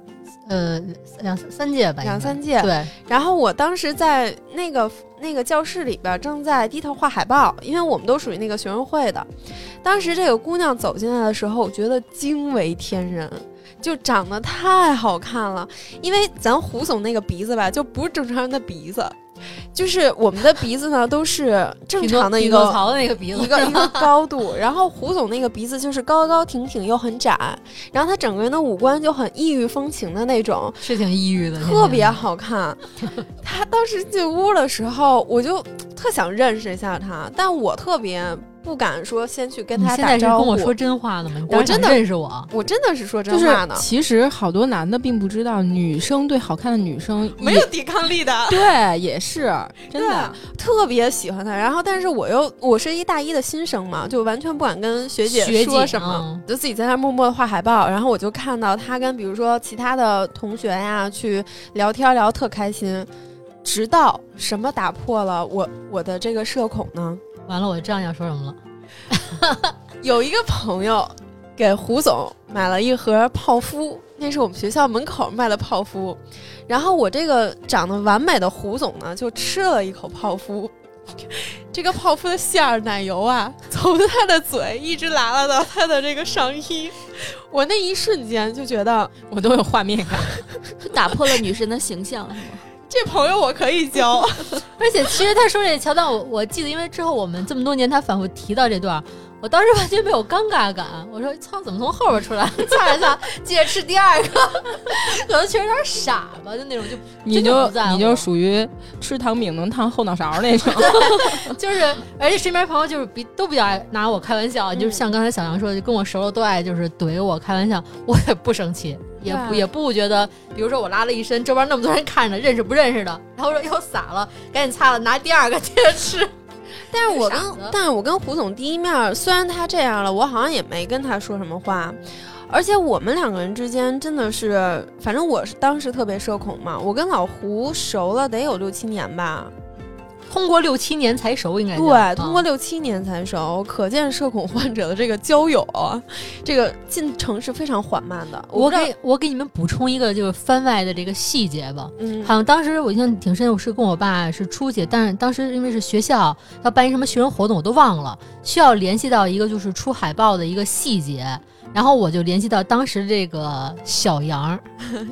Speaker 2: 呃，两三三届吧，
Speaker 3: 两三
Speaker 2: 应
Speaker 3: 届
Speaker 2: 该。对，
Speaker 3: 然后我当时在那个那个教室里边正在低头画海报，因为我们都属于那个学生会的。当时这个姑娘走进来的时候，我觉得惊为天人。就长得太好看了，因为咱胡总那个鼻子吧，就不是正常人的鼻子，就是我们的鼻子呢都是正常的一
Speaker 2: 匹诺
Speaker 3: 个
Speaker 2: 曹的那个鼻
Speaker 3: 一
Speaker 2: 子，
Speaker 3: 个一个高度，然后胡总那个鼻子就是高高挺挺又很窄，然后他整个人的五官就很异域风情的那种，
Speaker 2: 是挺抑郁的，
Speaker 3: 特别。好看。他当时进屋的时候，我就特想认识一下他，但我特别不敢说先去跟
Speaker 2: 你
Speaker 3: 他
Speaker 2: 现
Speaker 3: 打
Speaker 2: 在是跟
Speaker 3: 招呼。
Speaker 2: 我说真话呢吗？你当
Speaker 3: 我
Speaker 2: 时想
Speaker 3: 真的
Speaker 2: 认识我，
Speaker 3: 我真的是说
Speaker 4: 就
Speaker 3: 真
Speaker 4: 是
Speaker 3: 话呢，
Speaker 4: 其实好多男的并不知道，女生对好看的女生也
Speaker 3: 没有抵抗力的。
Speaker 4: 对，也是真的。
Speaker 3: 对，特别喜欢他。然后，但是我又我是一大一的新生嘛，就完全不敢跟学姐
Speaker 2: 学姐
Speaker 3: 说什么，
Speaker 2: 嗯
Speaker 3: 就自己在那儿默默的画海报。然后我就看到他跟比如说其他的同学呀去聊天聊得特开心，直到什么打破了我我的这个社恐呢？
Speaker 2: 完了，我知道你要说什么了。
Speaker 3: 有一个朋友给胡总买了一盒泡芙，那是我们学校门口卖的泡芙。然后我这个长得完美的胡总呢，就吃了一口泡芙。 这个泡芙的馅儿奶油啊， 从他的嘴一直拉拉到他的这个上衣，我那一瞬间就觉得
Speaker 4: 我都有画面感。
Speaker 1: 就打破了女神的形象，是吗？
Speaker 3: 这朋友我可以交。
Speaker 2: 而且其实他说这桥段，我我记得，因为之后我们这么多年，他反复提到这段儿，我当时完全没有尴尬感。我说操，怎么从后边出来？擦一擦，接着吃第二个， 可能确实有点傻吧，就那种就
Speaker 4: 你
Speaker 2: 真的
Speaker 4: 就
Speaker 2: 不在乎
Speaker 4: 你就属于吃糖饼能烫后脑勺那 种，
Speaker 2: 就是，而且身边朋友就是比都比较爱拿我开玩笑，就是像刚才小杨说的，就跟我熟了都爱就是怼我开玩笑，我也不生气，也不
Speaker 3: 对
Speaker 2: 也不觉得，比如说我拉了一身，周边那么多人看着，认识不认识的，然后说又洒了，赶紧擦了，拿第二个 接着吃。
Speaker 3: 但是我跟
Speaker 2: 傻子
Speaker 3: 但是我跟胡总第一面，虽然他这样了，我好像也没跟他说什么话。而且我们两个人之间真的是，反正我是当时特别社恐嘛。我跟老胡熟了得有六七年吧，
Speaker 2: 通过六七年才熟，应该叫
Speaker 3: 对，通过
Speaker 2: 啊
Speaker 3: 六七年才熟，可见社恐患者的这个交友啊，这个进程是非常缓慢的。
Speaker 2: 我
Speaker 3: 不知道
Speaker 2: 给我给你们补充一个就是番外的这个细节吧。
Speaker 3: 嗯
Speaker 2: 好像当时我印象挺深，我是跟我爸是出去，但是当时因为是学校要办一什么学生活动，我都忘了，需要联系到一个就是出海报的一个细节，然后我就联系到当时这个小杨儿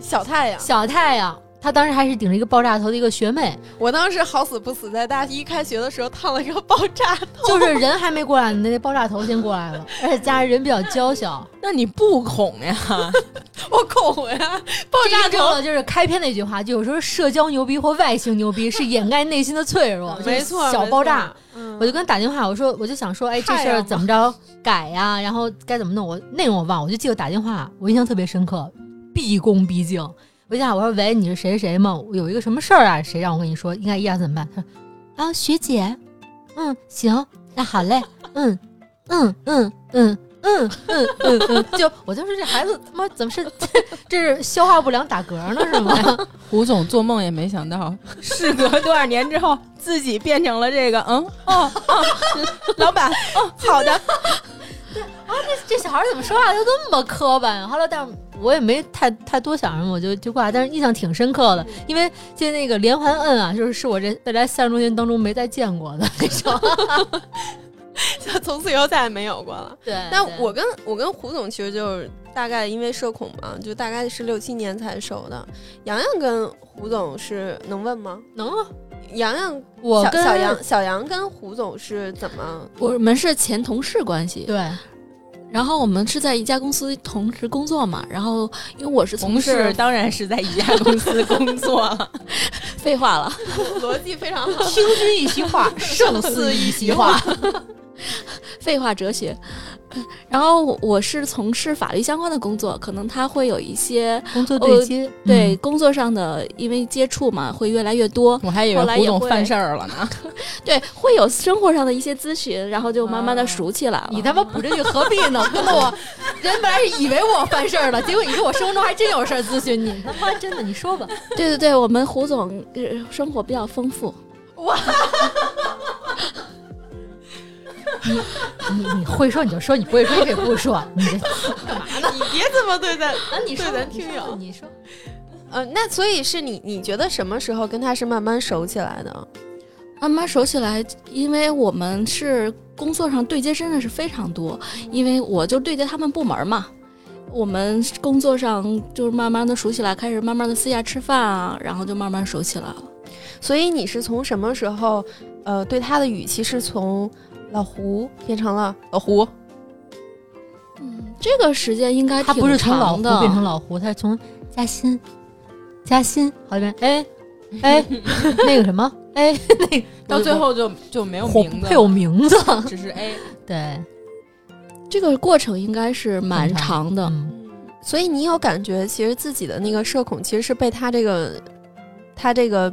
Speaker 3: 小太阳，
Speaker 2: 小太阳，他当时还是顶着一个爆炸头的一个学妹，
Speaker 3: 我当时好死不死在大一开学的时候烫了一个爆炸头，
Speaker 2: 就是人还没过来呢，那爆炸头先过来了，而且加上人比较娇小，
Speaker 4: 那你不恐呀？
Speaker 3: 我恐呀，爆炸
Speaker 2: 印证
Speaker 3: 头
Speaker 2: 了就是开篇那句话，就有时候社交牛逼或外形牛逼是掩盖内心的脆弱，就是
Speaker 3: 没错，
Speaker 2: 小
Speaker 3: 没
Speaker 2: 爆
Speaker 3: 错
Speaker 2: 炸。，
Speaker 3: 嗯
Speaker 2: 我就跟他打电话，我说我就想说，哎，这
Speaker 3: 太
Speaker 2: 事儿
Speaker 3: 阳
Speaker 2: 怎么着改呀、然后该怎么弄？我内容我忘了，我就记得打电话，我印象特别深刻。毕恭毕敬。我就想，我说喂，你是谁谁吗？我有一个什么事儿啊？谁让我跟你说应该一二怎么办？他说啊，学姐，嗯，行，那好嘞，嗯，嗯嗯嗯嗯嗯嗯嗯，就我就说这孩子他妈怎么是这这是消化不良打嗝呢是吗？
Speaker 4: 胡总做梦也没想到，事隔多少年之后，自己变成了这个，嗯，哦， 哦，老板，哦，好的，
Speaker 2: 这小孩儿怎么说话就这么磕巴呀？后来，但是我也没太太多想什么，我就就挂了。但是印象挺深刻的，因为就那个连环摁啊，就是是我这未来三十多年当中没再见过的那种。
Speaker 5: 就 从此以后再也没有过了。
Speaker 2: 对，
Speaker 5: 但我跟我跟胡总其实就是大概因为社恐嘛，就大概是六七年才熟的。洋洋跟胡总是能问吗？
Speaker 2: 能啊，
Speaker 5: 洋洋，
Speaker 2: 我
Speaker 5: 小
Speaker 2: 跟
Speaker 5: 小杨小杨跟胡总是怎么？
Speaker 1: 我们是前同事关系，
Speaker 2: 对
Speaker 1: 然后我们是在一家公司同时工作嘛，然后因为我是从
Speaker 4: 同事
Speaker 1: 事，
Speaker 4: 当然是在一家公司工作 了。
Speaker 1: 废话了，
Speaker 5: 逻辑非常好。
Speaker 2: 听君一席话，胜似一席话。
Speaker 1: 废话哲学。然后我我是从事法律相关的工作，可能他会有一些
Speaker 2: 工作
Speaker 1: 对
Speaker 2: 接，
Speaker 1: 对工作上的，因为接触嘛，会越来越多，
Speaker 4: 我还以为
Speaker 1: 后来
Speaker 4: 胡
Speaker 1: 也
Speaker 4: 总
Speaker 1: 会
Speaker 4: 犯事儿了 呢。
Speaker 1: 对，会有生活上的一些咨询，然后就慢慢
Speaker 4: 啊
Speaker 1: 的熟起来了。
Speaker 2: 你他妈补这句何必呢？弄得我人本来是以为我犯事儿了，结果你说我生活中还真有事儿咨询你，他妈真的，你说吧。
Speaker 1: 对对对，我们胡总、呃生活比较丰富，
Speaker 2: 你你会说你就说，你不会说你可以不说。你这
Speaker 5: 你别这么对待。
Speaker 2: 啊，你说
Speaker 5: 对咱
Speaker 2: 你说
Speaker 5: 听友
Speaker 2: 你说
Speaker 5: 呃，那所以是你你觉得什么时候跟他是慢慢熟起来的？
Speaker 1: 慢慢熟起来，因为我们是工作上对接真的是非常多，因为我就对接他们部门嘛。我们工作上就是慢慢的熟起来，开始慢慢的私下吃饭啊，然后就慢慢熟起来了。
Speaker 5: 所以你是从什么时候，呃，对他的语气是从老胡变成了老胡？
Speaker 1: 嗯，这个时间应该
Speaker 2: 他不是从老胡
Speaker 1: 挺长的
Speaker 2: 变成老胡，他是从嘉欣，嘉欣好这边哎哎那个什么哎那个
Speaker 4: 到最后就就没有
Speaker 2: 火
Speaker 4: 名字，
Speaker 2: 配有名字，
Speaker 4: 只是 A。
Speaker 2: 对，
Speaker 1: 这个过程应该是蛮
Speaker 2: 很长
Speaker 1: 长的。
Speaker 2: 嗯，
Speaker 5: 所以你有感觉，其实自己的那个社恐其实是被他这个，他这个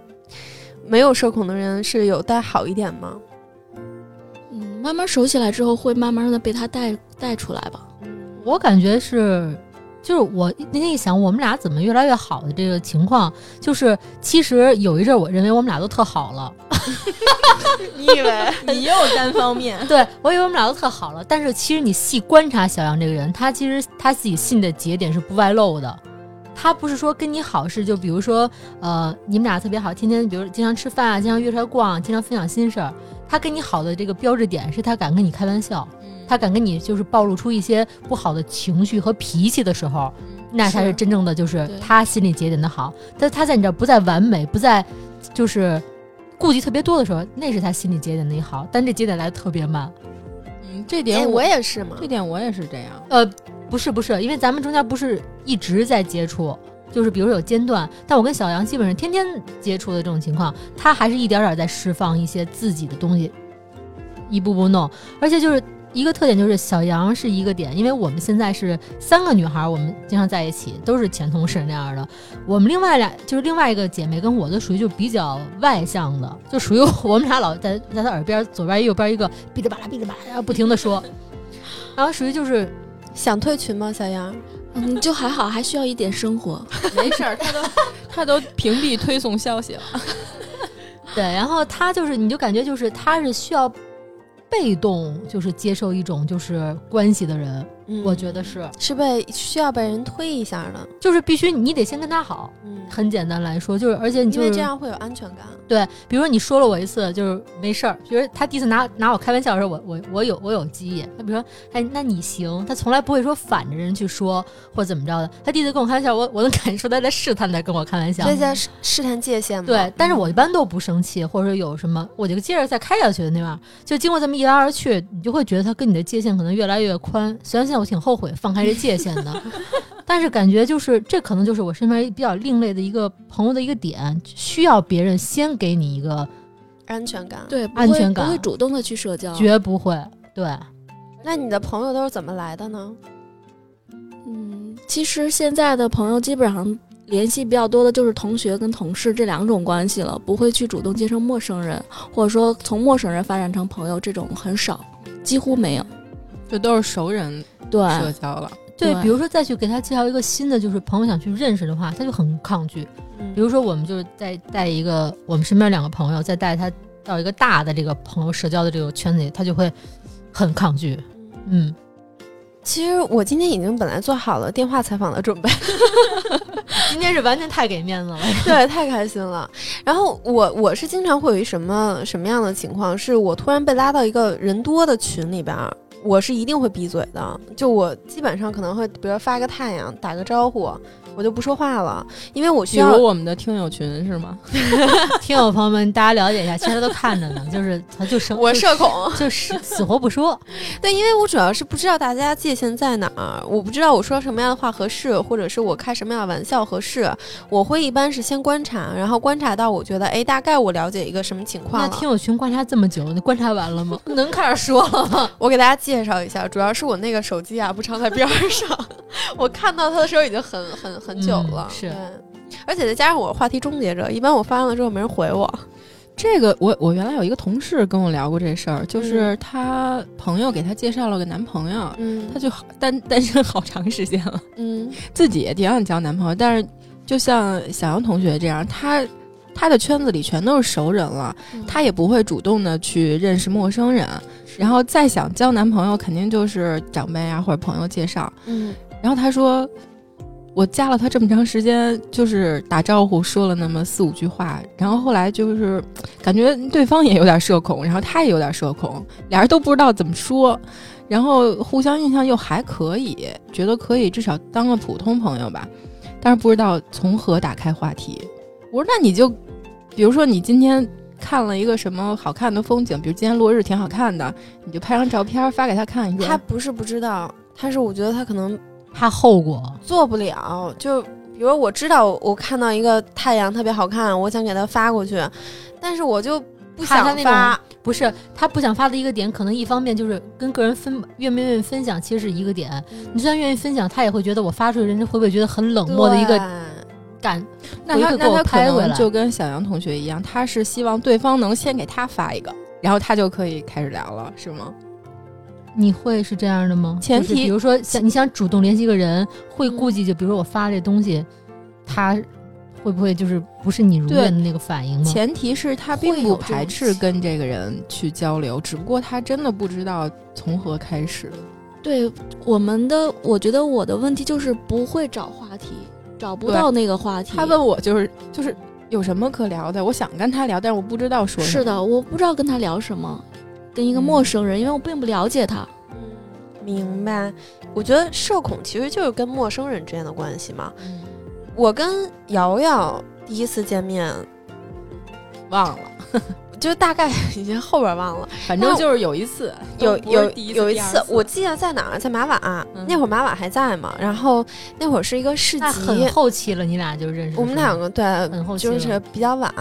Speaker 5: 没有社恐的人是有带好一点吗？
Speaker 1: 嗯，慢慢熟起来之后，会慢慢的被他带带出来吧。
Speaker 2: 我感觉是。就是我那天一想，我们俩怎么越来越好的这个情况，就是其实有一阵儿，我认为我们俩都特好了，
Speaker 4: 你以为你又单方面？
Speaker 2: 对我以为我们俩都特好了，但是其实你细观察小杨这个人，他其实他自己信的节点是不外露的。他不是说跟你好是就比如说，呃，你们俩特别好，天天比如经常吃饭啊，经常约出来逛，经常分享心事儿。他跟你好的这个标志点是他敢跟你开玩笑，他敢跟你就是暴露出一些不好的情绪和脾气的时候，
Speaker 5: 嗯
Speaker 2: 那才是
Speaker 1: 是
Speaker 2: 真正的就是
Speaker 1: 对
Speaker 2: 他心里节点的好。但他在你这儿不再完美，不再就是顾及特别多的时候，那是他心理节点的一好，但这节点来的特别慢。
Speaker 4: 嗯，这
Speaker 5: 哎，
Speaker 4: 点
Speaker 5: 我也是嘛
Speaker 4: 这。点我也是这样。
Speaker 2: 呃，不是不是，因为咱们中间不是一直在接触，就是比如说有间断，但我跟小杨基本上天天接触的这种情况，他还是一点点在释放一些自己的东西，一步步弄，而且就是。一个特点就是小杨是一个点，因为我们现在是三个女孩，我们经常在一起，都是前同事那样的。我们另外俩就是另外一个姐妹跟我都属于就比较外向的，就属于我们俩老在在她耳边左边一右边一个哔哩吧啦哔哩吧啦不停的说，然后属于就是
Speaker 5: 想退群吗，小杨？
Speaker 1: 嗯，就还好，还需要一点生活。
Speaker 4: 没事儿，他 都他都屏蔽推送消息了。
Speaker 2: 对，然后他就是，你就感觉就是他是需要被动，就是接受一种就是关系的人，
Speaker 5: 嗯
Speaker 2: 我觉得是，
Speaker 5: 是被需要被人推一下的。
Speaker 2: 就是必须你得先跟他好。
Speaker 5: 嗯，
Speaker 2: 很简单来说，就是而且你
Speaker 5: 因
Speaker 2: 就是
Speaker 5: 为这样会有安全感。
Speaker 2: 对，比如说你说了我一次，就是没事儿。比如他第一次拿拿我开玩笑的时候，我我我有我有记忆。他比如说，哎，那你行，他从来不会说反着人去说或怎么着的。他第一次跟我开玩笑，我我能感受到他在试探，在跟我开玩笑。
Speaker 5: 这在试试探界
Speaker 3: 嗯
Speaker 5: 限嘛？
Speaker 2: 对，但是我一般都不生气，或者说有什么，我就接着再开下去的那样。就经过这么一来二去，你就会觉得他跟你的界限可能越来越宽。虽然现在我挺后悔放开这界限的，但是感觉就是这可能就是我身边比较另类的一个朋友的一个点，需要别人先给你一个，
Speaker 5: 安全感。，
Speaker 1: 对，不
Speaker 2: 安
Speaker 1: 会
Speaker 2: 全感
Speaker 1: 不会主动的去社交。
Speaker 2: 绝不会对。
Speaker 5: 那你的朋友都是怎么来的呢？
Speaker 1: 嗯，其实现在的朋友基本上联系比较多的就是同学跟同事这两种关系了，不会去主动接触陌生人，或者说从陌生人发展成朋友这种很少，几乎没有。
Speaker 4: 这都是熟人
Speaker 1: 对，
Speaker 4: 社交了。
Speaker 2: 对，
Speaker 1: 对
Speaker 2: 比如说再去给他介绍一个新的，就是朋友想去认识的话，他就很抗拒。
Speaker 5: 嗯
Speaker 2: 比如说，我们就是带带一个我们身边两个朋友，再带他到一个大的这个朋友社交的这个圈子里，他就会很抗拒。嗯，
Speaker 3: 其实我今天已经本来做好了电话采访的准备。
Speaker 2: 今天是完全太给面子了。
Speaker 3: 对，太开心了。然后我我是经常会有一什么什么样的情况，是我突然被拉到一个人多的群里边儿，我是一定会闭嘴的。就我基本上可能会，比如发个太阳，打个招呼，我就不说话了，因为我需
Speaker 4: 比
Speaker 3: 要
Speaker 4: 如我们的听友群是吗？
Speaker 2: 听友朋友们，大家了解一下，其实他都看着 呢，就是他就 生
Speaker 3: 我
Speaker 2: 就
Speaker 3: 社恐。
Speaker 2: 就是死活不说。
Speaker 3: 对，因为我主要是不知道大家界限在哪儿，我不知道我说什么样的话合适，或者是我开什么样的玩笑合适。我会一般是先观察，然后观察到我觉得，哎，大概我了解一个什么情况
Speaker 2: 那
Speaker 3: 了。
Speaker 2: 听友群观察这么久，你观察完了吗？ 能开始说了吗？
Speaker 3: 我给大家介绍一下，主要是我那个手机啊不常在边 儿上，我看到它的时候已经很很很久了，
Speaker 2: 嗯是
Speaker 3: 对，而且再加上我话题终结者，一般我发完了之后没人回我，
Speaker 4: 这个我我原来有一个同事跟我聊过这事儿，就是她朋友给她介绍了个男朋友，
Speaker 3: 嗯
Speaker 4: 她就好单单身好长时间了，
Speaker 3: 嗯
Speaker 4: 自己也挺想交男朋友，但是就像小杨同学这样，她她的圈子里全都是熟人了，她也不会主动的去认识陌生人，然后再想交男朋友，肯定就是长辈啊或者朋友介绍。
Speaker 3: 嗯，
Speaker 4: 然后她说。我加了他这么长时间，就是打招呼说了那么四五句话，然后后来就是感觉对方也有点社恐，然后他也有点社恐，俩人都不知道怎么说，然后互相印象又还可以，觉得可以至少当个普通朋友吧，但是不知道从何打开话题。我说那你就，比如说你今天看了一个什么好看的风景，比如今天落日挺好看的，你就拍张照片发给他看一下。
Speaker 3: 他不是不知道，他是我觉得他可能
Speaker 2: 怕后果，
Speaker 3: 做不了，就比如我知道我看到一个太阳特别好看，我想给他发过去，但是我就不
Speaker 2: 怕他
Speaker 3: 想
Speaker 2: 那种
Speaker 3: 发，
Speaker 2: 不是他不想发的一个点，可能一方面就是跟个人分愿不愿意分享，其实是一个点。你就算愿意分享，他也会觉得我发出去，人家会不会觉得很冷漠的一个
Speaker 3: 对
Speaker 2: 感？
Speaker 4: 那他
Speaker 2: 回头给
Speaker 4: 那
Speaker 2: 我
Speaker 4: 他可
Speaker 2: 拍回
Speaker 4: 能
Speaker 2: 来
Speaker 4: 就跟小杨同学一样，他是希望对方能先给他发一个，然后他就可以开始聊了，是吗？
Speaker 2: 你会是这样的吗？
Speaker 4: 前
Speaker 2: 就是
Speaker 4: 提
Speaker 2: 比如说想你想主动联系一个人，会顾忌就比如说我发这东西，他会不会就是不是你如愿的那个反应吗？
Speaker 4: 前提是他并
Speaker 3: 嗯会
Speaker 4: 不
Speaker 3: 有这种
Speaker 4: 排斥跟这个人去交流，只不过他真的不知道从何开始。
Speaker 1: 对我们的，我觉得我的问题就是不会找话题，找不
Speaker 4: 对
Speaker 1: 到那个话题。
Speaker 4: 他问我就是就是有什么可聊的，我想跟他聊，但是我不知道说什么
Speaker 1: 是的，我不知道跟他聊什么，跟一个
Speaker 4: 嗯
Speaker 1: 陌生人，因为我并不了解他。
Speaker 3: 明白，我觉得社恐其实就是跟陌生人之间的关系嘛。
Speaker 4: 嗯
Speaker 3: 我跟瑶瑶第一次见面，
Speaker 4: 忘了，
Speaker 3: 就大概 已经后边忘了，
Speaker 4: 反正就是有一次，
Speaker 3: 有
Speaker 4: 都不是
Speaker 3: 有
Speaker 4: 第
Speaker 3: 有一
Speaker 4: 一第二
Speaker 3: 次，我记得在哪儿，在马瓦、
Speaker 4: 嗯
Speaker 3: 那会儿马瓦还在嘛，然后那会儿是一个市
Speaker 2: 那很
Speaker 3: 集，
Speaker 2: 后期了，你俩就认识。
Speaker 3: 我们两
Speaker 2: 个
Speaker 3: 个对。
Speaker 2: 很后期
Speaker 3: 就
Speaker 2: 了，
Speaker 3: 是比较晚，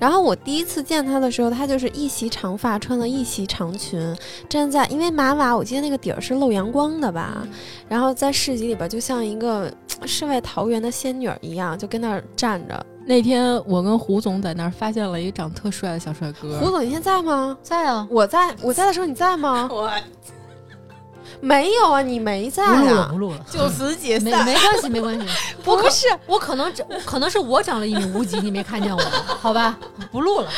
Speaker 3: 然后我第一次见她的时候，她就是一袭长发，穿了一袭长裙，站在因为马瓦，我记得那个底儿是漏阳光的吧，然后在市集里边就像一个嘖世外桃源的仙女儿一样，就跟那儿站着。
Speaker 4: 那天我跟胡总在那儿发现了一个长得特帅的小帅哥，
Speaker 3: 胡总，你现在吗？
Speaker 2: 在啊，
Speaker 3: 我在我在的时候你在吗？
Speaker 4: 我
Speaker 3: 没有啊，你没在
Speaker 2: 不录了，
Speaker 3: 啊
Speaker 2: 不。录了。
Speaker 4: 就此解
Speaker 2: 没没关系，没关系。
Speaker 3: 不是，
Speaker 2: 我可能长，可能是我长了一米五几，你没看见我， 好吧？不录了。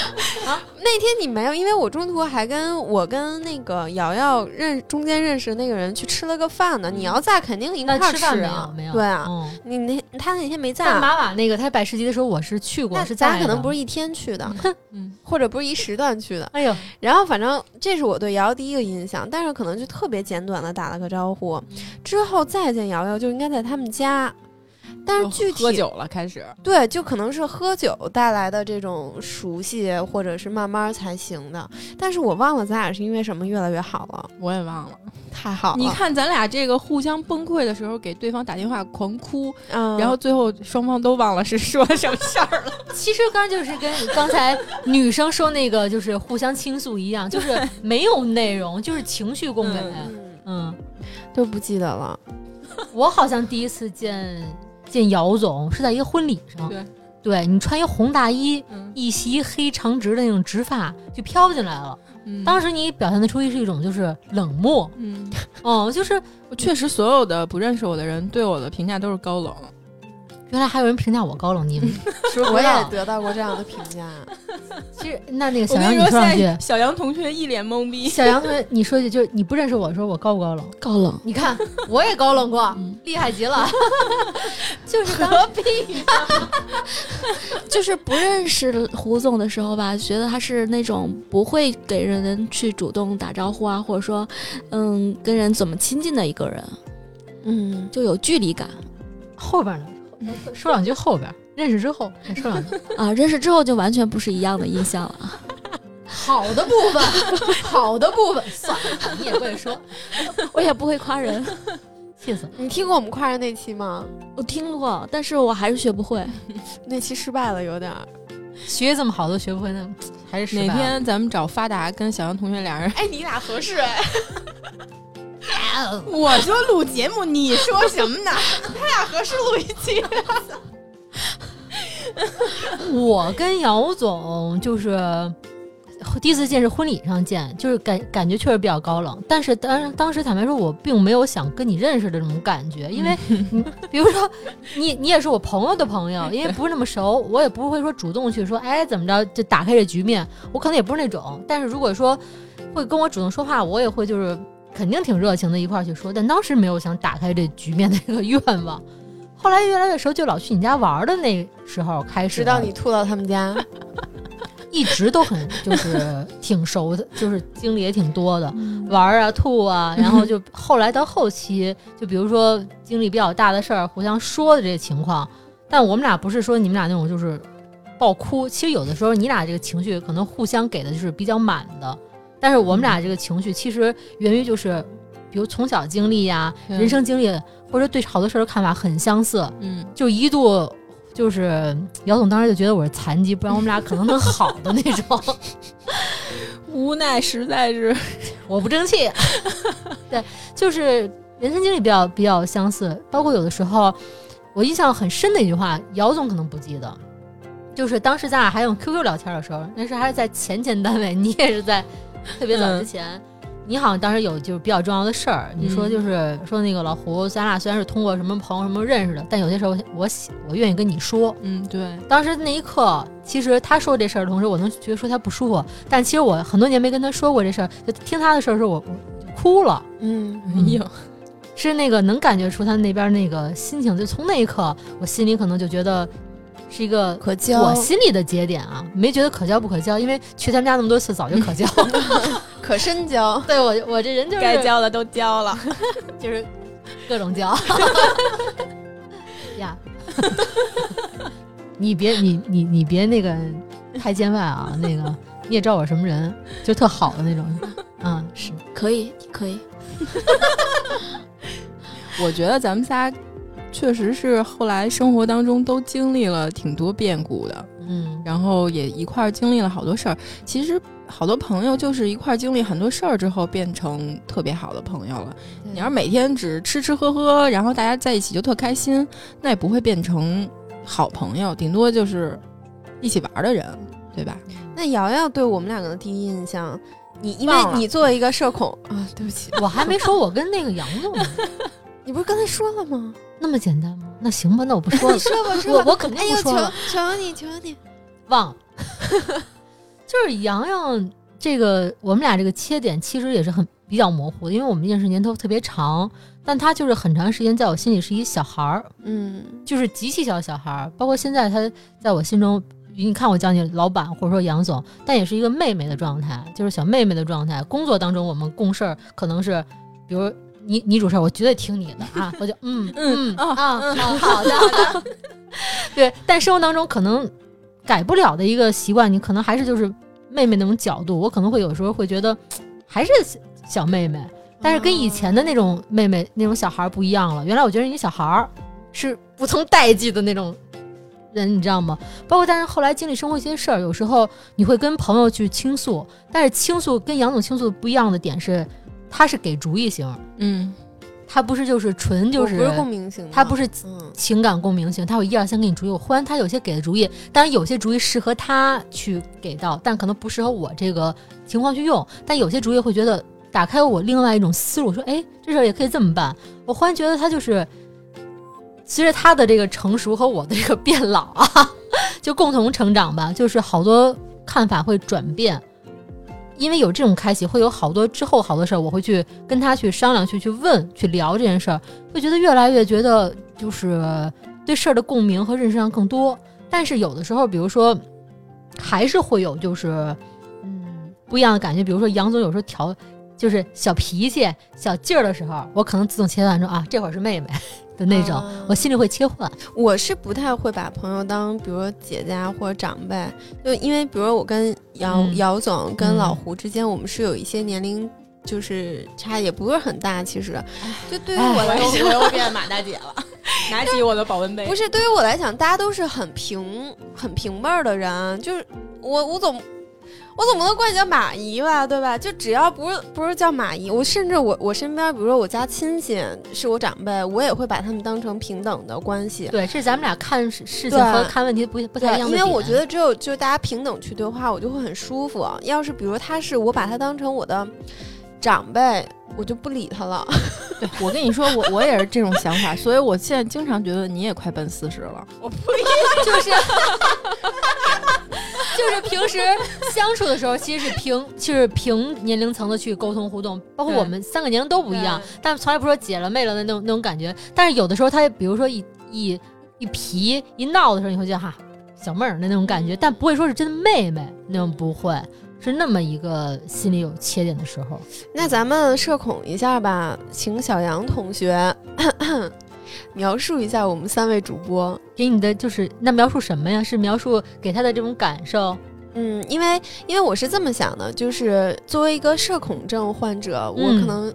Speaker 3: 那天你没有，因为我中途还跟我跟那个瑶瑶认中间认识的那个人去吃了个饭呢。你要在，肯定一块
Speaker 2: 嗯那
Speaker 3: 儿
Speaker 2: 吃饭没
Speaker 3: 啊
Speaker 2: 有？没有。
Speaker 3: 对啊，
Speaker 2: 嗯。
Speaker 3: 你那他那天没在
Speaker 2: 在
Speaker 3: 啊，
Speaker 2: 马瓦那个他摆市集的时候，我是去过，
Speaker 3: 那
Speaker 2: 是
Speaker 3: 咱
Speaker 2: 在
Speaker 3: 俩可能不
Speaker 2: 是。
Speaker 3: 是一天去的，
Speaker 4: 嗯，
Speaker 3: 或者不是一时段去的。
Speaker 2: 哎呦，
Speaker 3: 然后反正这是我对瑶瑶第一个印象，但是可能就特别简短的打了个招呼，
Speaker 2: 嗯
Speaker 3: 之后再见瑶瑶就应该在他们家，但
Speaker 2: 哦
Speaker 3: 是具体
Speaker 4: 喝酒了开始，
Speaker 3: 对，就可能是喝酒带来的这种熟悉，或者是慢慢才行的。但是我忘了咱俩是因为什么越来越好了，
Speaker 4: 我也忘了。
Speaker 3: 太好了。
Speaker 4: 你，看咱俩这个互相崩溃的时候，给对方打电话狂哭，
Speaker 3: 嗯，
Speaker 4: 然后最后双方都忘了是说什么事儿 了。
Speaker 2: 其实刚就是跟刚才女生说那个就是互相倾诉一样，就是没有内容，就是情绪共给。
Speaker 4: 嗯
Speaker 3: 嗯，
Speaker 2: 嗯，
Speaker 3: 就不记得了。
Speaker 2: 我好像第一次见见姚总是在一个婚礼上，
Speaker 4: 对
Speaker 2: 对你穿一红大衣，
Speaker 4: 嗯
Speaker 2: 一袭黑长直的那种直发就飘进来了。
Speaker 4: 嗯
Speaker 2: 当时你表现的出是一种就是冷漠，
Speaker 4: 嗯，
Speaker 2: 哦、就是
Speaker 4: 我确实所有的不认识我的人对我的评价都是高冷，
Speaker 2: 原来还有人评价我高冷，你 们 说
Speaker 3: 我也得到过这样的评价。
Speaker 2: 其实那
Speaker 5: 哎
Speaker 2: 那个
Speaker 4: 我
Speaker 2: 小
Speaker 4: 跟
Speaker 2: 杨
Speaker 4: 你
Speaker 2: 你
Speaker 4: 说，
Speaker 2: 说两
Speaker 4: 现
Speaker 2: 句
Speaker 4: 在，小杨同学一脸懵逼。
Speaker 2: 小杨同学你说一句，就是你不认识我说我高不高冷？
Speaker 1: 高冷。
Speaker 2: 你看我也高冷过，
Speaker 1: 嗯
Speaker 2: 厉害极 了，就是当
Speaker 4: 何必？
Speaker 1: 就是不认识胡总的时候吧， 觉得他是那种不会给人去主动打招呼啊，或者说，嗯，跟人怎么亲近的一个人，
Speaker 3: 嗯，
Speaker 1: 就有距离感
Speaker 2: 后边呢，说两句后边，认识之后 再说两句
Speaker 1: 啊。认识之后就完全不是一样的印象 了。
Speaker 2: 好的部 分，好的部分，算了，你也不会说，
Speaker 1: 我也不会夸人，
Speaker 2: 气死了。
Speaker 3: 你听过我们夸人那期吗？
Speaker 1: 我听过，但是我还是学不会。
Speaker 3: 那期失败了，有点儿。
Speaker 2: 学这么好都学不会，那还是失败
Speaker 4: 哪
Speaker 2: 了
Speaker 4: 天咱们找发达跟小杨同学俩人？
Speaker 5: 哎，你俩合适哎。
Speaker 2: 啊
Speaker 5: 我说录节目，你说什么呢？ 他俩合适录一期。
Speaker 2: 我跟姚总就是呃第一次见是婚礼上见，就是感感觉确实比较高冷，但是当当时坦白说，我并没有想跟你认识的这种感觉，因为 你比如说你你也是我朋友的朋友，因为不是那么熟，我也不会说主动去说哎怎么着就打开这局面，我可能也不是那种，但是如果说会跟我主动说话，我也会就是肯定挺热情的一块儿去说，但当时没有想打开这局面的这个愿望。后来越来越熟，就老去你家玩儿的那时候开始啊
Speaker 3: 直
Speaker 2: 了，
Speaker 3: 到你吐到他 们家，
Speaker 2: 一直都很 就是挺熟的，就是经历也挺多的，玩儿啊、吐啊，然后就后来到后期，就比如说经历比较大的事儿，互相说的这些情况，但我们俩不是说你们俩那种就是爆哭，其实有的时候你俩这个情绪可能互相给的就是比较满的，但是我们俩这个情绪其实源于就是比如从小经历呀、
Speaker 4: 对
Speaker 2: 人生经历，或者对好多事儿的看法很相似，
Speaker 4: 嗯，
Speaker 2: 就一度就是姚总当时就觉得我是残疾，不然我们俩可能能好的那种。
Speaker 4: 无奈实在是
Speaker 2: 我不争气， 对，就是人生经历比较比较相似，包括有的时候我印象很深的一句话，姚总可能不记得。就是当时咱俩还用 QQ 聊天的时候，那时候还是在前前单位， 你也是在特别早之前，你好像当时有就是比较重要的事儿，你说就是、说那个老胡，咱俩虽然是通过什么朋友什么认识的，但有些时候我我喜我愿意跟你说，
Speaker 4: 嗯，对，
Speaker 2: 当时那一刻，其实他说这事儿的同时，我能觉得说他不舒服，但其实我很多年没跟他说过这事儿，就听他的事儿的时候，我我就哭了，
Speaker 3: 嗯，
Speaker 4: 哎 呦，
Speaker 2: 是那个能感觉出他那边那个心情，就从那一刻，我心里可能就觉得是一个
Speaker 3: 可交
Speaker 2: 我心里的节点啊，没觉得可交不可交，因为去他们家那么多次，早就可交。
Speaker 3: 可 深交。
Speaker 2: 对我我这人就是
Speaker 5: 该交的都交了，
Speaker 2: 就是各种交 呀。你别你你你别那个太见外啊，那个你也知道我什么人，就特好的那种，嗯是。
Speaker 1: 可以，可以，
Speaker 4: 我觉得咱们仨确实是后来生活当中都经历了挺多变故的，
Speaker 2: 嗯，
Speaker 4: 然后也一块儿经历了好多事儿。其实好多朋友就是一块儿经历很多事儿之后变成特别好的朋友了。你要是每天只吃吃喝喝，然后大家在一起就特开心，那也不会变成好朋友，顶多就是一起玩儿的人，对吧？
Speaker 3: 那瑶瑶对我们两个的第一印象，你因为
Speaker 2: 忘了
Speaker 3: 你作为一个社恐啊，对不起，
Speaker 2: 我还没说我跟那个杨总呢
Speaker 3: 你不是刚才说了吗？，
Speaker 2: 那么简单吗？那行吧，那我不说了
Speaker 3: 说吧，说
Speaker 2: 我
Speaker 3: 吧。
Speaker 2: 我肯定
Speaker 3: 哎呦
Speaker 2: 不，说
Speaker 3: 求
Speaker 2: 了。
Speaker 3: 求你，求你！
Speaker 2: 忘了。 就是洋洋这个，我们俩这个切点其实也是很比较模糊的，因为我们认识年头特别长，但他就是很长时间在我心里是一小孩儿，
Speaker 3: 嗯，
Speaker 2: 就是极其小的小孩儿。包括现在他在我心中，你看我叫你老板或者说杨总，但也是一个妹妹的状态，就是小妹妹的状态。工作当中我们共事儿可能是，比如你你主事儿，我绝对听你的啊，我就嗯嗯
Speaker 4: 哦
Speaker 2: 啊嗯好的好的，对。但生活当中可能改不了的一个习惯，你可能还是就是妹妹那种角度，我可能会有时候会觉得还是小小妹妹。但是跟以前的那种妹妹、那种小孩儿不一样了。原来我觉得人家小孩儿是不曾代际的那种人，你知道吗？包括但是后来经历生活一些事儿，有时候你会跟朋友去倾诉，但是倾诉跟杨总倾诉不一样的点是，他是给主意型，
Speaker 4: 嗯，
Speaker 2: 他不是就是纯就
Speaker 3: 我
Speaker 2: 是
Speaker 3: 不是共鸣型的，
Speaker 2: 他不是
Speaker 3: 嗯
Speaker 2: 情感共鸣型，他有一二三给你主意，我欢他有些给的主意，当然有些主意适合他去给到，但可能不适合我这个情况去用。但有些主意会觉得打开我另外一种思路，说哎，这事儿也可以这么办。我忽然觉得他就是随着他的这个成熟和我的这个变老啊，就共同成长吧，就是好多看法会转变。因为有这种开启，会有好多之后好多事儿，我会去跟他去商量，去去问，去聊这件事儿，会觉得越来越觉得就是对事儿的共鸣和认识上更多。但是有的时候，比如说，还是会有就是嗯不一样的感觉。比如说杨总有时候调就是小脾气、小劲儿的时候，我可能自动切断说啊，这会儿是妹 妹的那种，
Speaker 3: 啊
Speaker 2: 我心里会切换。
Speaker 3: 我是不太会把朋友当，比如说姐姐啊或者长辈，就因为比如我跟姚、
Speaker 2: 嗯
Speaker 3: 姚总跟
Speaker 2: 嗯
Speaker 3: 老胡之间，我们是有一些年龄就是差，也不是很大。其实，就对于我来
Speaker 4: 我
Speaker 3: 说，
Speaker 4: 又变马大姐了， 拿起我的保温杯
Speaker 3: 不是对于我来讲，大家都是很平很平辈儿的人，啊就是我我总。我总不能管你叫马姨吧，对吧？就只要不是不是叫马姨，我甚至我我身边，比如说我家亲戚是我长辈，我也会把他们当成平等的关系。
Speaker 2: 对，这是咱们俩看事事情和
Speaker 3: 对
Speaker 2: 看问题不不太
Speaker 3: 对，
Speaker 2: 一样
Speaker 3: 因
Speaker 2: 的
Speaker 3: 为我
Speaker 2: 点
Speaker 3: 觉得只有就是大家平等去对话，我就会很舒服。啊要是比如他是我把他当成我的长辈，我就不理他了。
Speaker 4: 对，我 跟你说，我我也是这种想法，所以我现在经常觉得你也快奔四十了。
Speaker 2: 就是。就是平时相处的时候，其实是平，就是平年龄层的去沟通互动，包括
Speaker 4: 对
Speaker 2: 我们三个年龄都不一样，但从来不说姐了妹了的那种那种感觉。但是有的时候，他也比如说一一一皮一闹的时候，你会觉得哈小妹儿的那种
Speaker 3: 嗯
Speaker 2: 感觉，但不会说是真的妹妹那种，不会是那么一个心里有切点的时候。
Speaker 3: 那咱们社恐一下吧，请小杨同学 描述一下我们三位主播。
Speaker 2: 给你的就是那描述什么呀？是描述给他的这种感受，
Speaker 3: 嗯，因为因为我是这么想的，就是作为一个社恐症患者，我
Speaker 2: 嗯
Speaker 3: 可能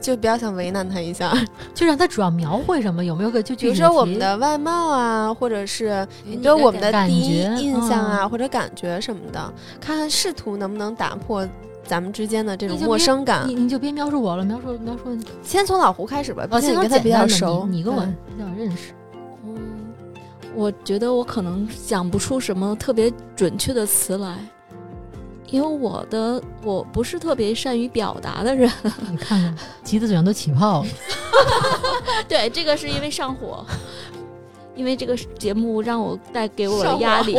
Speaker 3: 就比较想为难他一下，
Speaker 2: 就让他主要描绘什么？有没有个就
Speaker 3: 比如说我们的外貌啊，或者是
Speaker 4: 你
Speaker 3: 对我们的
Speaker 2: 感
Speaker 3: 第一
Speaker 2: 觉嗯
Speaker 3: 印象啊，或者感觉什么的，看看试图能不能打破咱们之间的这种
Speaker 2: 你就
Speaker 3: 陌
Speaker 2: 别
Speaker 3: 生感
Speaker 2: 你。你就别描述我了，描述描述你。
Speaker 3: 先从老胡开始吧，毕
Speaker 2: 哦，先
Speaker 3: 竟你
Speaker 2: 从
Speaker 3: 跟他
Speaker 2: 简
Speaker 3: 比较
Speaker 2: 单的
Speaker 3: 熟，
Speaker 2: 你你跟我
Speaker 3: 对
Speaker 2: 比较认识。
Speaker 1: 嗯，我觉得我可能想不出什么特别准确的词来，因为我的我不是特别善于表达的人。
Speaker 2: 你看看，急得嘴上都起泡了。
Speaker 1: 对，这个是因为上火，因为这个节目让我带给我的
Speaker 4: 上
Speaker 1: 压
Speaker 4: 火
Speaker 1: 力。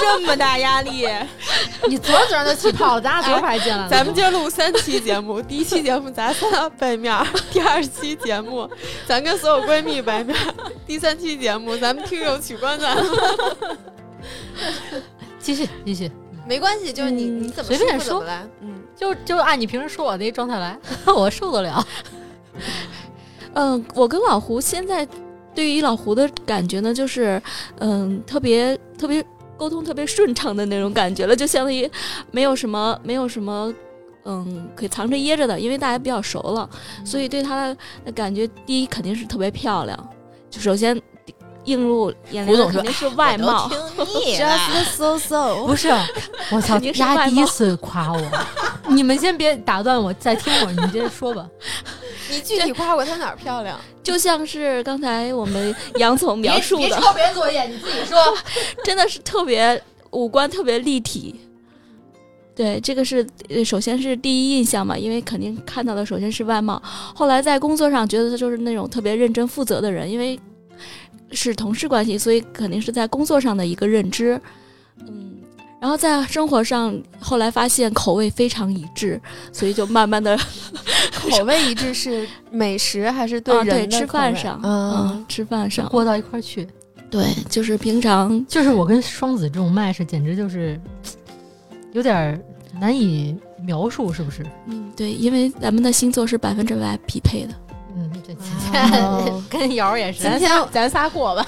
Speaker 4: 这么大压力，
Speaker 2: 你昨儿嘴上都起泡了，咱俩昨儿不还见了呢？
Speaker 4: 咱们就录三期节目，第一期节目咱仨背面儿，第二期节目 咱跟所有闺蜜背面儿， 第三期节目咱们听友取关咱们。
Speaker 2: 继续继续，
Speaker 3: 没关系，就是你你怎
Speaker 2: 嗯
Speaker 3: 么
Speaker 2: 随便
Speaker 3: 舒服怎
Speaker 2: 说
Speaker 3: 么来，嗯，
Speaker 2: 就就按你平时说我那状态来， 我受得了。
Speaker 1: 嗯，我跟老胡现在对于老胡的感觉呢，就是嗯，特别特别沟通特别顺畅的那种感觉了，就相当于没有什么没有什么。嗯，可以藏着掖着的，因为大家比较熟了，
Speaker 4: 嗯
Speaker 1: 所以对她的嗯感觉，第一肯定是特别漂亮。就首先映入眼帘
Speaker 4: 胡
Speaker 1: 的
Speaker 4: 总
Speaker 1: 肯
Speaker 4: 说
Speaker 1: 定是 外貌，
Speaker 3: just so so，
Speaker 2: 不是，我操，
Speaker 1: 肯定是外貌
Speaker 2: 丫第一 次夸我。你们先别打断我，再听我，你接着说吧。
Speaker 3: 你具体夸过她哪儿漂 亮？
Speaker 1: 就像是刚才我们杨总描述的，
Speaker 2: 别人左眼，你自己 说。
Speaker 1: 真的是特别五官特别立体。对，这个是呃首先是第一印象嘛，因为肯定看到的首先是外貌，后来在工作上觉得他就是那种特别认真负责的人，因为是同事关系，所以肯定是在工作上的一个认知。嗯，然后在生活上后来发现口味非常一致，所以就慢慢 的
Speaker 3: 口味一致是美食还是
Speaker 1: 啊对
Speaker 3: 人的
Speaker 1: 吃
Speaker 3: 口
Speaker 1: 饭
Speaker 3: 味
Speaker 1: 上，
Speaker 3: 嗯，
Speaker 1: 吃饭上，
Speaker 2: 过到一块儿去，
Speaker 1: 对，就是平常
Speaker 2: 就是我跟双子这种 match，简直就是有点儿难以描述，是不是？
Speaker 1: 嗯对，因为咱们的星座是百分之百匹配的。
Speaker 2: 嗯，这今
Speaker 3: 哦
Speaker 2: 天跟瑶儿也是
Speaker 3: 今天
Speaker 4: 咱仨过吧。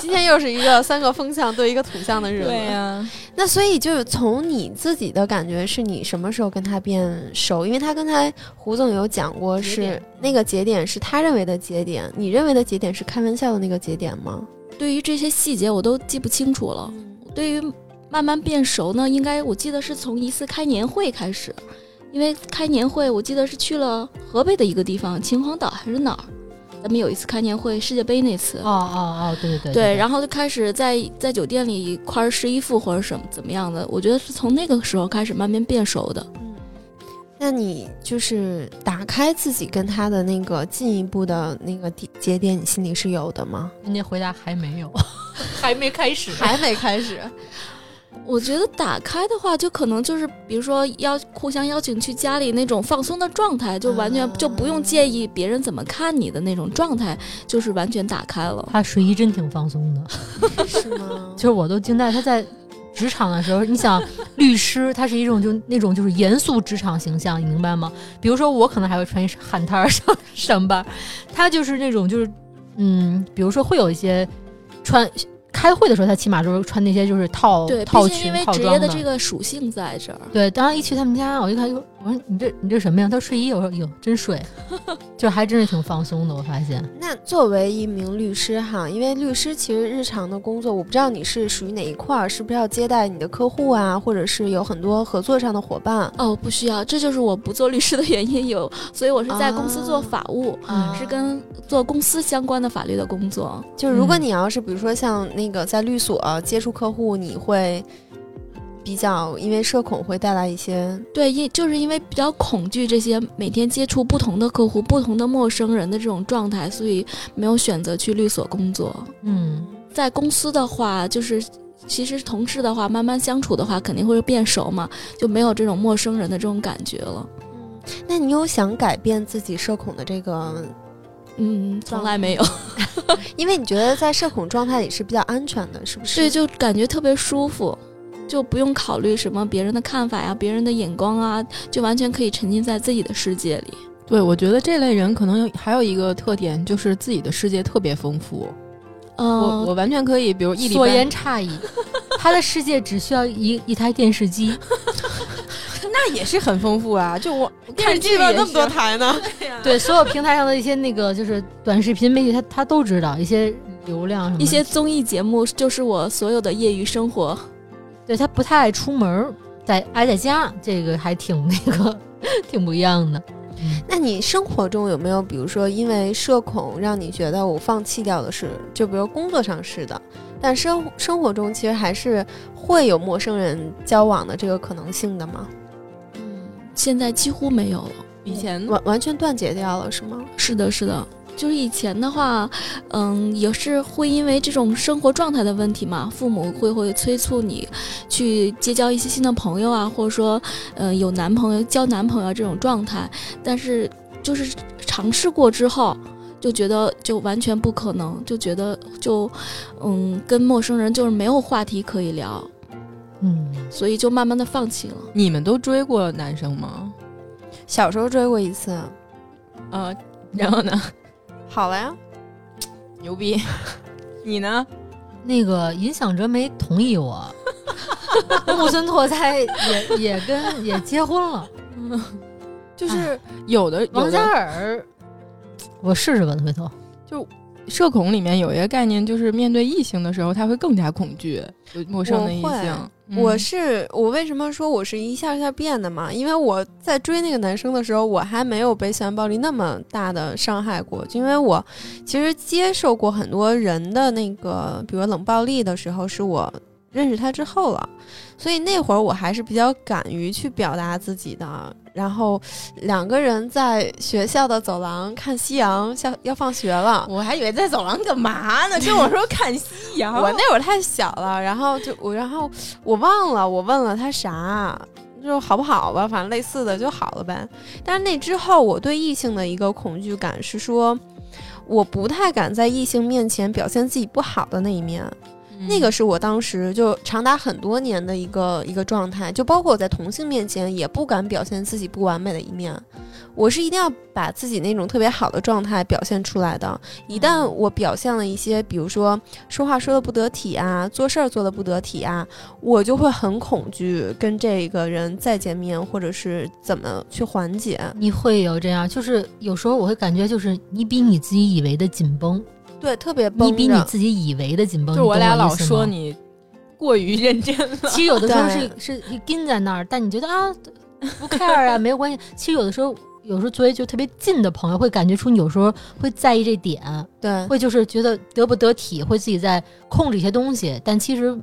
Speaker 3: 今天又是一个三个风向对一个土象的日子，
Speaker 4: 呀、
Speaker 3: 那所以就是从你自己的感觉，是你什么时候跟他变熟？因为他刚才胡总有讲过
Speaker 2: 节
Speaker 3: 是
Speaker 2: 点
Speaker 3: 那个节点是他认为的节点，你认为的节点是开玩笑的那个节点吗？
Speaker 1: 对于这些细节我都记不清楚了。
Speaker 2: 嗯
Speaker 1: 对于慢慢变熟呢，应该我记得是从一次开年会开始，因为开年会，我记得是去了河北的一个地方，秦皇岛还是哪儿？咱们有一次开年会，世界杯那次，
Speaker 2: 哦哦哦，对对对
Speaker 1: 对，然后就开始在在酒店里一块儿试衣服或者什么怎么样的，我觉得是从那个时候开始慢慢变熟的。
Speaker 3: 那你就是打开自己跟他的那个进一步的那个地节点，你心里是有的吗？
Speaker 2: 人家回答还没有，还没开始，
Speaker 3: 还没开始，
Speaker 1: 我觉得打开的话，就可能就是比如说邀互相邀请去家里那种放松的状态，就完全
Speaker 3: 啊
Speaker 1: 就不用介意别人怎么看你的那种状态，就是完全打开了。
Speaker 2: 他睡衣真挺放松的，
Speaker 3: 是吗
Speaker 2: 就？是我都惊呆。他在职场的时候，你想律师，他是一种就那种就是严肃职场形象，你明白吗？比如说我可能还会穿一身汗衫儿 上上班，他就是那种就是嗯，比如说会有一些穿开会的时候，他起码就是穿那些就是套
Speaker 1: 对，毕
Speaker 2: 套
Speaker 1: 竟因
Speaker 2: 裙
Speaker 1: 为
Speaker 2: 套
Speaker 1: 职
Speaker 2: 装
Speaker 1: 业的这个属性在这儿，
Speaker 2: 对，当时一去他们家，我一看，哟，我说你这你这什么呀？他说睡衣，我说哟，真睡，就还真是挺放松的。我发现
Speaker 3: 那作为一名律师哈，因为律师其实日常的工作，我不知道你是属于哪一块儿，是不是要接待你的客户啊，或者是有很多合作上的伙伴？
Speaker 1: 哦，不需要，这就是我不做律师的原因有，所以我是在公司做
Speaker 3: 啊
Speaker 1: 法务，
Speaker 2: 哦
Speaker 3: 啊
Speaker 1: 嗯是跟做公司相关的法律的工作。
Speaker 3: 就是如果
Speaker 2: 嗯
Speaker 3: 你要是比如说像那个在律所啊接触客户，你会比较因为社恐会带来一些
Speaker 1: 对，因就是因为比较恐惧这些每天接触不同的客户、不同的陌生人的这种状态，所以没有选择去律所工作。
Speaker 2: 嗯，
Speaker 1: 在公司的话，就是其实同事的话，慢慢相处的话，肯定会变熟嘛，就没有这种陌生人的这种感觉了。
Speaker 3: 嗯，那你有想改变自己社恐的这个？
Speaker 1: 嗯，从来 没有，
Speaker 3: 因为你觉得在社恐状态里是比较安全的，是不是？
Speaker 1: 对，就感觉特别舒服，就不用考虑什么别人的看法呀、别人的眼光啊，就完全可以沉浸在自己的世界里。
Speaker 4: 对，我觉得这类人可能有还有一个特点，就是自己的世界特别丰富。我
Speaker 1: 嗯，
Speaker 4: 我完全可以，比如一礼
Speaker 2: 所
Speaker 4: 拜
Speaker 2: 言差异，他的世界只需要一一台电视机，
Speaker 4: 那也是很丰富啊。就 我
Speaker 5: 电视剧了那么多台呢，
Speaker 2: 对所有平台上的一些那个就是短视频媒体，他他都知道一些流量什么的，
Speaker 1: 一些综艺节目就是我所有的业余生活。
Speaker 2: 对他不太爱出门儿，在挨在家，这个还挺那个 挺不一样的。
Speaker 3: 那你生活中有没有，比如说因为社恐让你觉得我放弃掉的事，就比如工作上是的，但生生活中其实还是会有陌生人交往的这个可能性的吗？
Speaker 1: 现在几乎没有了。
Speaker 4: 以前
Speaker 3: 完完全断绝掉了是吗？
Speaker 1: 是的，是的，就是以前的话，嗯，也是会因为这种生活状态的问题嘛，父母会会催促你去结交一些新的朋友啊，或者说，呃，有男朋友交男朋友啊这种状态，但是就是尝试过之后。就觉得就完全不可能，就觉得就，嗯，跟陌生人就是没有话题可以聊，
Speaker 2: 嗯，
Speaker 1: 所以就慢慢的放弃了。
Speaker 4: 你们都追过男生吗？
Speaker 3: 小时候追过一次，
Speaker 4: 呃，然后呢？
Speaker 3: 好了呀，
Speaker 4: 牛逼， 你呢？
Speaker 2: 那个尹想哲没同意我， 木村拓哉也也跟也结婚了。
Speaker 4: 就是有的有
Speaker 2: 王嘉
Speaker 4: 的
Speaker 2: 尔，我试试吧，回头。
Speaker 4: 社恐里面有一个概念，就是面对异性的时候，他会更加恐惧有陌生的异
Speaker 3: 我会
Speaker 4: 性。嗯
Speaker 5: 我是我为什么说我是一下下变的嘛？因为我在追那个男生的时候，我还没有被校园暴力那么大的伤害过，就因为我其实接受过很多人的那个，比如冷暴力的时候，是我认识他之后了，所以那会儿我还是比较敢于去表达自己的。然后两个人在学校的走廊看夕阳，下要放学了，
Speaker 4: 我还以为在走廊干嘛呢，跟我说看夕阳
Speaker 5: 我那会儿太小了，然后就我，然后我忘了我问了他啥，就好不好吧，反正类似的就好了呗。但是那之后，我对异性的一个恐惧感是说，我不太敢在异性面前表现自己不好的那一面。
Speaker 2: 嗯
Speaker 5: 那个是我当时就长达很多年的一个一个状态，就包括我在同性面前也不敢表现自己不完美的一面，我是一定要把自己那种特别好的状态表现出来的。一旦我表现了一些，比如说说话说的不得体啊，做事儿做的不得体啊，我就会很恐惧跟这个人再见面，或者是怎么去缓解。
Speaker 2: 你会有这样，就是有时候我会感觉，就是你比你自己以为的紧绷，
Speaker 3: 对，特别绷
Speaker 2: 你比你
Speaker 3: 着
Speaker 2: 自己以为的紧绷。
Speaker 4: 就我俩老说
Speaker 2: 你
Speaker 4: 你过于认真
Speaker 2: 懂我意思吗，
Speaker 4: 了。
Speaker 2: 其实有的时候
Speaker 3: 对
Speaker 2: 是是是盯在那儿，但你觉得啊，不 care 啊，没有关系。 其实有的时候，有时候作为就特别近的朋友，会感觉出你有时候会在意这点，
Speaker 3: 对，
Speaker 2: 会就是觉得得不得体，会自己在控制一些东西，但其实你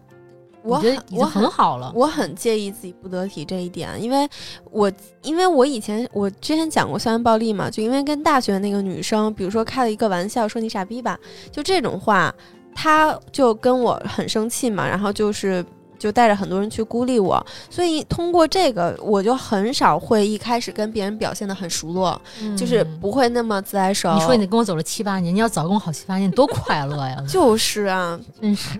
Speaker 5: 我
Speaker 2: 觉得
Speaker 5: 很
Speaker 2: 已
Speaker 5: 我
Speaker 2: 经很好了。
Speaker 5: 我很介意自己不得体这一点，因为我因为我以前我之前讲过校园暴力嘛，就因为跟大学那个女生，比如说开了一个玩笑说你傻逼吧，就这种话，她就跟我很生气嘛，然后就是就带着很多人去孤立我，所以通过这个，我就很少会一开始跟别人表现的很熟络，就是
Speaker 2: 嗯
Speaker 5: 不会那么自来熟。
Speaker 2: 你说你跟我走了七八年，你要早跟我好七八年，多快乐呀！
Speaker 5: 就是啊，
Speaker 2: 真是，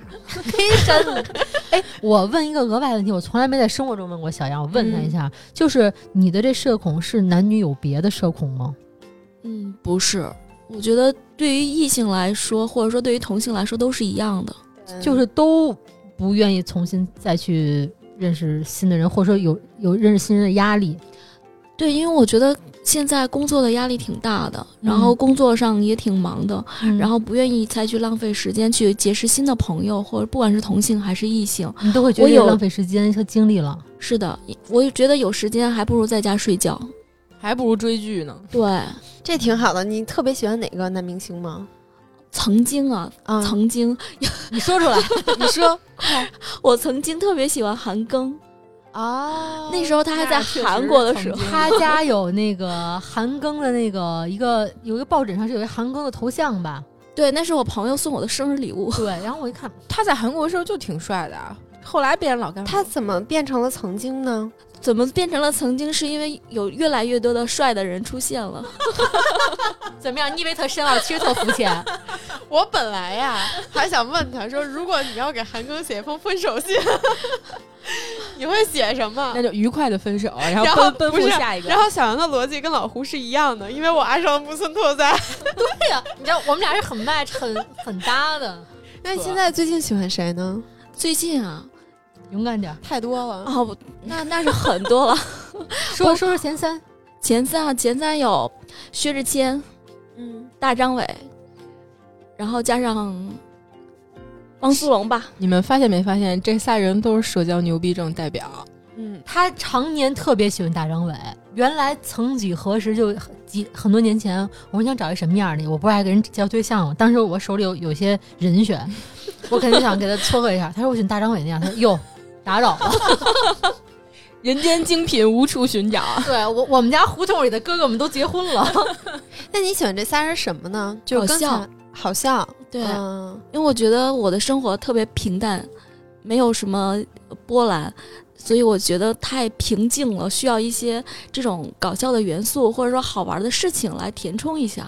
Speaker 2: 真的。哎，我问一个额外的问题，我从来没在生活中问过小杨，我问他一下，
Speaker 5: 嗯
Speaker 2: 就是你的这社恐是男女有别的社恐吗？
Speaker 1: 嗯，不是，我觉得对于异性来说，或者说对于同性来说，都是一样的。
Speaker 2: 就是都不愿意重新再去认识新的人，或者说有有认识新人的压力。
Speaker 1: 对，因为我觉得现在工作的压力挺大的，然后
Speaker 2: 嗯
Speaker 1: 工作上也挺忙的，然
Speaker 2: 后
Speaker 1: 后不愿意再去浪费时间去结识新的朋友，或者不管是同性还是异性，
Speaker 2: 你都会觉得
Speaker 1: 我有
Speaker 2: 浪费时间和精力了。
Speaker 1: 是的，我也觉得有时间还不如在家睡觉。
Speaker 4: 还不如追剧呢。
Speaker 1: 对，
Speaker 5: 这挺好的。你特别喜欢哪个男明星吗？
Speaker 1: 曾经啊，
Speaker 3: 嗯
Speaker 5: 啊、
Speaker 1: 曾经
Speaker 2: 你说出 来，
Speaker 5: 你说
Speaker 1: 我曾经特别喜欢韩庚，
Speaker 4: 哦
Speaker 5: 啊，
Speaker 1: 那时候他还在韩国的时候，
Speaker 2: 他家有那个韩庚的那个一个有一个抱枕上是有一个韩庚的头像吧？
Speaker 1: 对，那是我朋友送我的生日礼物。
Speaker 2: 对，然后我一看，
Speaker 4: 他在韩国的时候就挺帅的啊，后来变老干嘛？
Speaker 5: 他怎么变成了曾经呢？
Speaker 1: 怎么变成了曾经？是因为有越来越多的帅的人出现了。
Speaker 2: 怎么样？你以为特深啊奥，其实特肤浅。 哎
Speaker 3: 我本来呀 还想问他说，如果你要给韩庚写一封分 手信，你会写什么
Speaker 4: 那？就愉快的分手，啊 然
Speaker 3: 然
Speaker 4: 后
Speaker 3: 后
Speaker 4: 奔
Speaker 3: 不
Speaker 4: 奔赴
Speaker 3: 是
Speaker 4: 下一个
Speaker 3: 然。后小杨的逻辑跟老胡是一样的，因为我爱上了木村拓哉。
Speaker 2: 对呀，你知道我们俩是很 match、很很搭的。
Speaker 5: 那你现在最近喜欢谁呢？
Speaker 1: 最近啊，
Speaker 2: 勇敢点，
Speaker 5: 太多了，
Speaker 1: 哦，不那那是很多了。
Speaker 2: 说说说前三，
Speaker 1: 前三啊，前三有薛之谦、
Speaker 5: 嗯，
Speaker 1: 大张伟，然后加上汪苏泷吧。
Speaker 4: 你们发现没发现，这仨人都是社交牛逼症代表？
Speaker 5: 嗯，
Speaker 2: 他常年特别喜欢大张伟。原来曾几何时就几很多年前，我想找一什么样的，我不是还给人介对象吗？当时我手里有有些人选，我肯定想给他撮合一下。他说我喜欢大张伟那样，他说哟。打扰了，
Speaker 4: 人间精品无处寻找。
Speaker 2: 对我我们家胡同里的哥哥们都结婚了，
Speaker 5: 那你喜欢这仨人什么呢？就
Speaker 1: 好
Speaker 5: 刚才
Speaker 1: 笑，
Speaker 5: 好笑，
Speaker 1: 对，
Speaker 5: 嗯
Speaker 1: 因为我觉得我的生活特别平淡，没有什么波澜，所以我觉得太平静了，需要一些这种搞笑的元素或者说好玩的事情来填充一下。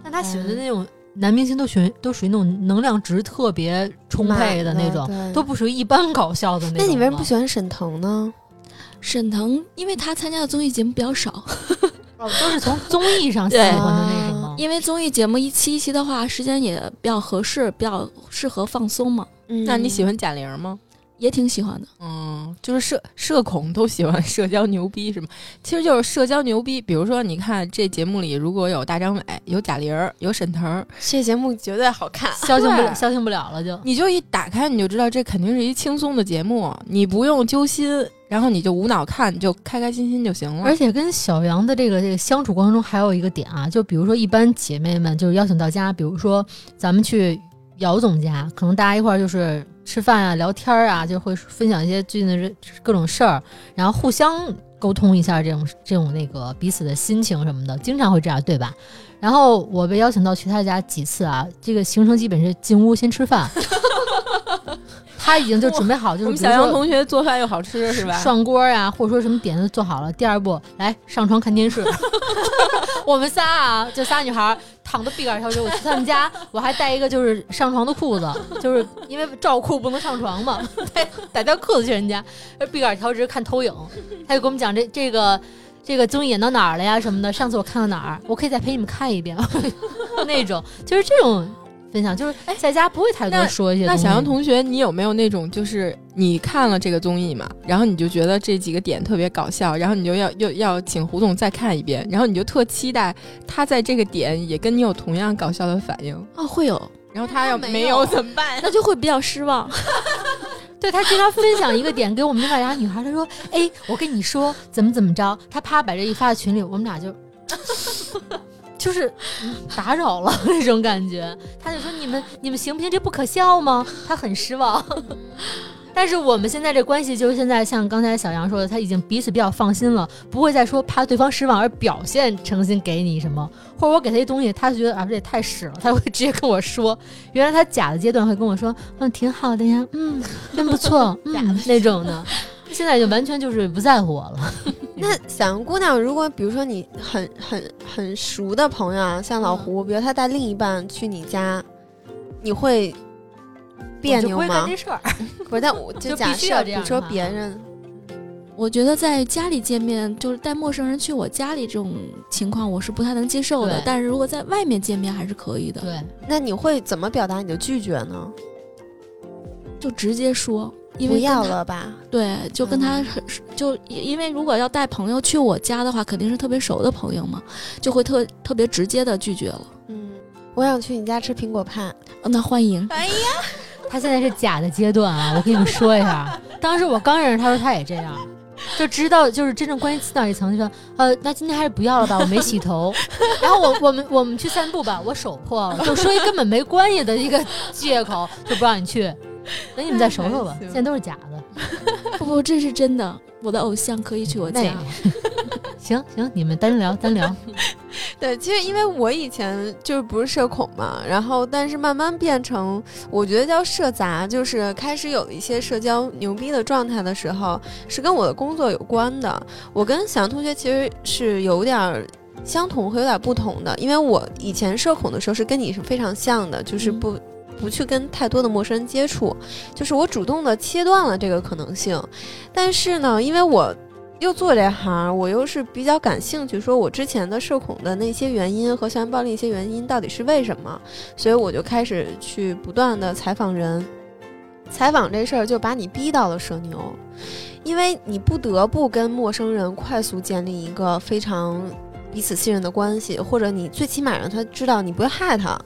Speaker 2: 但他喜欢的 那种男明星都属于都属于那种能量值特别充沛的那种，
Speaker 5: 对
Speaker 2: 都不属于一般搞笑的那
Speaker 5: 那
Speaker 2: 种。
Speaker 5: 你为什么不喜欢沈腾呢？
Speaker 1: 沈腾，因为他参加的综艺节目比较少，
Speaker 2: 都是从综艺上喜欢的那种 吗？
Speaker 1: 因为综艺节目一期一期的话，时间也比较合适，比较适合放松嘛，
Speaker 5: 嗯
Speaker 4: 那你喜欢贾玲吗？
Speaker 1: 也挺喜欢的。
Speaker 4: 嗯，就是社社恐都喜欢社交牛逼什么，其实就是社交牛逼。比如说，你看这节目里如果有大张伟、有贾玲儿、有沈腾儿，
Speaker 5: 这节目绝对好看，
Speaker 2: 消停不了
Speaker 4: 对
Speaker 2: 消停不了了就。
Speaker 4: 你就一打开你就知道这肯定是一轻松的节目，你不用揪心，然后你就无脑看，你就开开心心就行了
Speaker 2: 而。且跟小杨的这个这个相处过程中，还有一个点啊，就比如说一般姐妹们就是邀请到家，比如说咱们去姚总家，可能大家一块儿就是吃饭啊、聊天儿啊，就会分享一些最近的这各种事儿，然后互相沟通一下这种这种那个彼此的心情什么的，经常会这样，对吧？然后我被邀请到去他家几次啊，这个行程基本是进屋先吃饭， 他已经就准备好，就是
Speaker 4: 我们
Speaker 2: 比如
Speaker 4: 小杨
Speaker 2: 说
Speaker 4: 同学做饭又好吃，是吧？
Speaker 2: 涮锅呀、或者说什么点子做好了，第二步来上床看电视。 我们仨啊，就仨女孩儿躺的闭杆跳着。我去他们家，我还带一个就是上床的裤子，就是因为照裤不能上床嘛，带带条裤子去人家，闭杆调直看投影。他就给我们讲这这个这个综艺演到哪儿了呀什么的，上次我看到哪儿，我可以再陪你们看一遍 那种，就是这种分享，就是在家不会太多
Speaker 4: 哎那
Speaker 2: 说一些东
Speaker 4: 那
Speaker 2: 西。
Speaker 4: 小杨同学，你有没有那种就是你看了这个综艺嘛，然后你就觉得这几个点特别搞笑，然后你就要又要请胡总再看一遍，然后你就特期待他在这个点也跟你有同样搞笑的反应，
Speaker 1: 啊，会有，
Speaker 4: 然后他要
Speaker 5: 那
Speaker 4: 没
Speaker 5: 没有
Speaker 4: 怎么办？
Speaker 1: 那就会比较失望。
Speaker 2: 对他经常分享一个点给我们另外俩女孩，他说：“哎，我跟你说怎么怎么着。”他啪把这一发到群里，我们俩就 就是嗯打扰了那种感觉。他就说：“你们你们行不行？这不可笑吗？”他很失望。 但是我们现在这关系，就是现在像刚才小杨说的，他已经彼此比较放心了，不会再说怕对方失望而表现诚心给你什么，或者我给他一东西，他觉得啊这也太屎了，他会直接跟我说。原来他假的阶段会跟我说，嗯，挺好的呀，嗯，真不 错，嗯，那种的。现在就完全就是不在乎我了，
Speaker 3: 那小杨姑娘，如果比如说你很很很熟的朋友啊，像老
Speaker 2: 嗯
Speaker 3: 胡，比如他带另一半去你家，你会别
Speaker 2: 我就
Speaker 3: 扭
Speaker 2: 不会干
Speaker 3: 吗？
Speaker 2: 这事儿。
Speaker 3: 不是，但我就
Speaker 2: 就
Speaker 3: 假
Speaker 2: 必须要这
Speaker 3: 设，
Speaker 2: 样
Speaker 3: 比如说
Speaker 2: 的话
Speaker 3: 别人，
Speaker 1: 我觉得在家里见面，就是带陌生人去我家里这种情况，我是不太能接受的
Speaker 2: 对。
Speaker 1: 但是如果在外面见面还是可以的，
Speaker 2: 对，
Speaker 3: 那你会怎么表达你的拒绝呢？
Speaker 1: 就直接说，因
Speaker 3: 不
Speaker 1: 为跟
Speaker 3: 要
Speaker 1: 他
Speaker 3: 了吧？
Speaker 1: 对，就跟他很、就因为如果要带朋友去我家的话，肯定是特别熟的朋友嘛，就会特特别直接的拒绝了。
Speaker 3: 嗯，我想去你家吃苹果派。
Speaker 1: 呃那欢迎，
Speaker 3: 哎呀，
Speaker 2: 他现在是假的阶段 啊，我跟你们说一下，当时我刚认识他的时候，他也这样。就知道，就是真正关系刺到一层，就说，呃，那今天还是不要 了吧，我没洗头。然后我我们我们去散步吧，我手破 了，就说一根本没关系的一个借口，就不让你去。等你们再熟熟吧，现在都是假的。
Speaker 1: 不不，这是真的，我的偶像可以去我
Speaker 2: 那也
Speaker 1: 家。
Speaker 2: 行行，你们单聊单聊，
Speaker 3: 对，其实因为我以前就是不是社恐嘛，然后但是慢慢变成，我觉得叫社杂，就是开始有一些社交牛逼的状态的时候，是跟我的工作有关的。我跟小杨同学其实是有点儿相同和有点儿不同的，因为我以前社恐的时候是跟你是非常像的，就是
Speaker 1: 嗯
Speaker 3: 不。不去跟太多的陌生人接触，就是我主动的切断了这个可能性。但是呢，因为我又做这行，我又是比较感兴趣，说我之前的社恐的那些原因和校园暴力一些原因到底是为什么，所以我就开始去不断的采访人。采访这事儿就把你逼到了社牛，因为你不得不跟陌生人快速建立一个非常彼此信任的关系，或者你最起码让他知道你不会害他，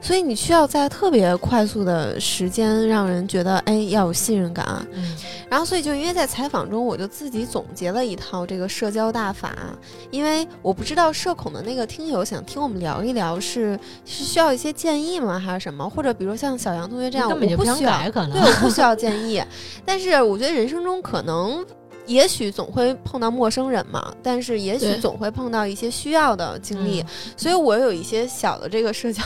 Speaker 3: 所以你需要在特别快速的时间让人觉得，哎，要有信任感。
Speaker 2: 嗯，
Speaker 3: 然后，所以就因为在采访中，我就自己总结了一套这个社交大法，因为我不知道社恐的那个听友想听我们聊一聊是，是需要一些建议吗，还是什么？或者比如像小杨同学这样，
Speaker 2: 根本就
Speaker 3: 我不
Speaker 2: 想
Speaker 3: 需要，
Speaker 2: 改，可
Speaker 3: 对，
Speaker 2: 能
Speaker 3: 我不需要建议。但是我觉得人生中可能，也许总会碰到陌生人嘛，但是也许
Speaker 1: 对
Speaker 3: 总会碰到一些需要的经历，
Speaker 2: 嗯
Speaker 3: 所以我有一些小的这个社交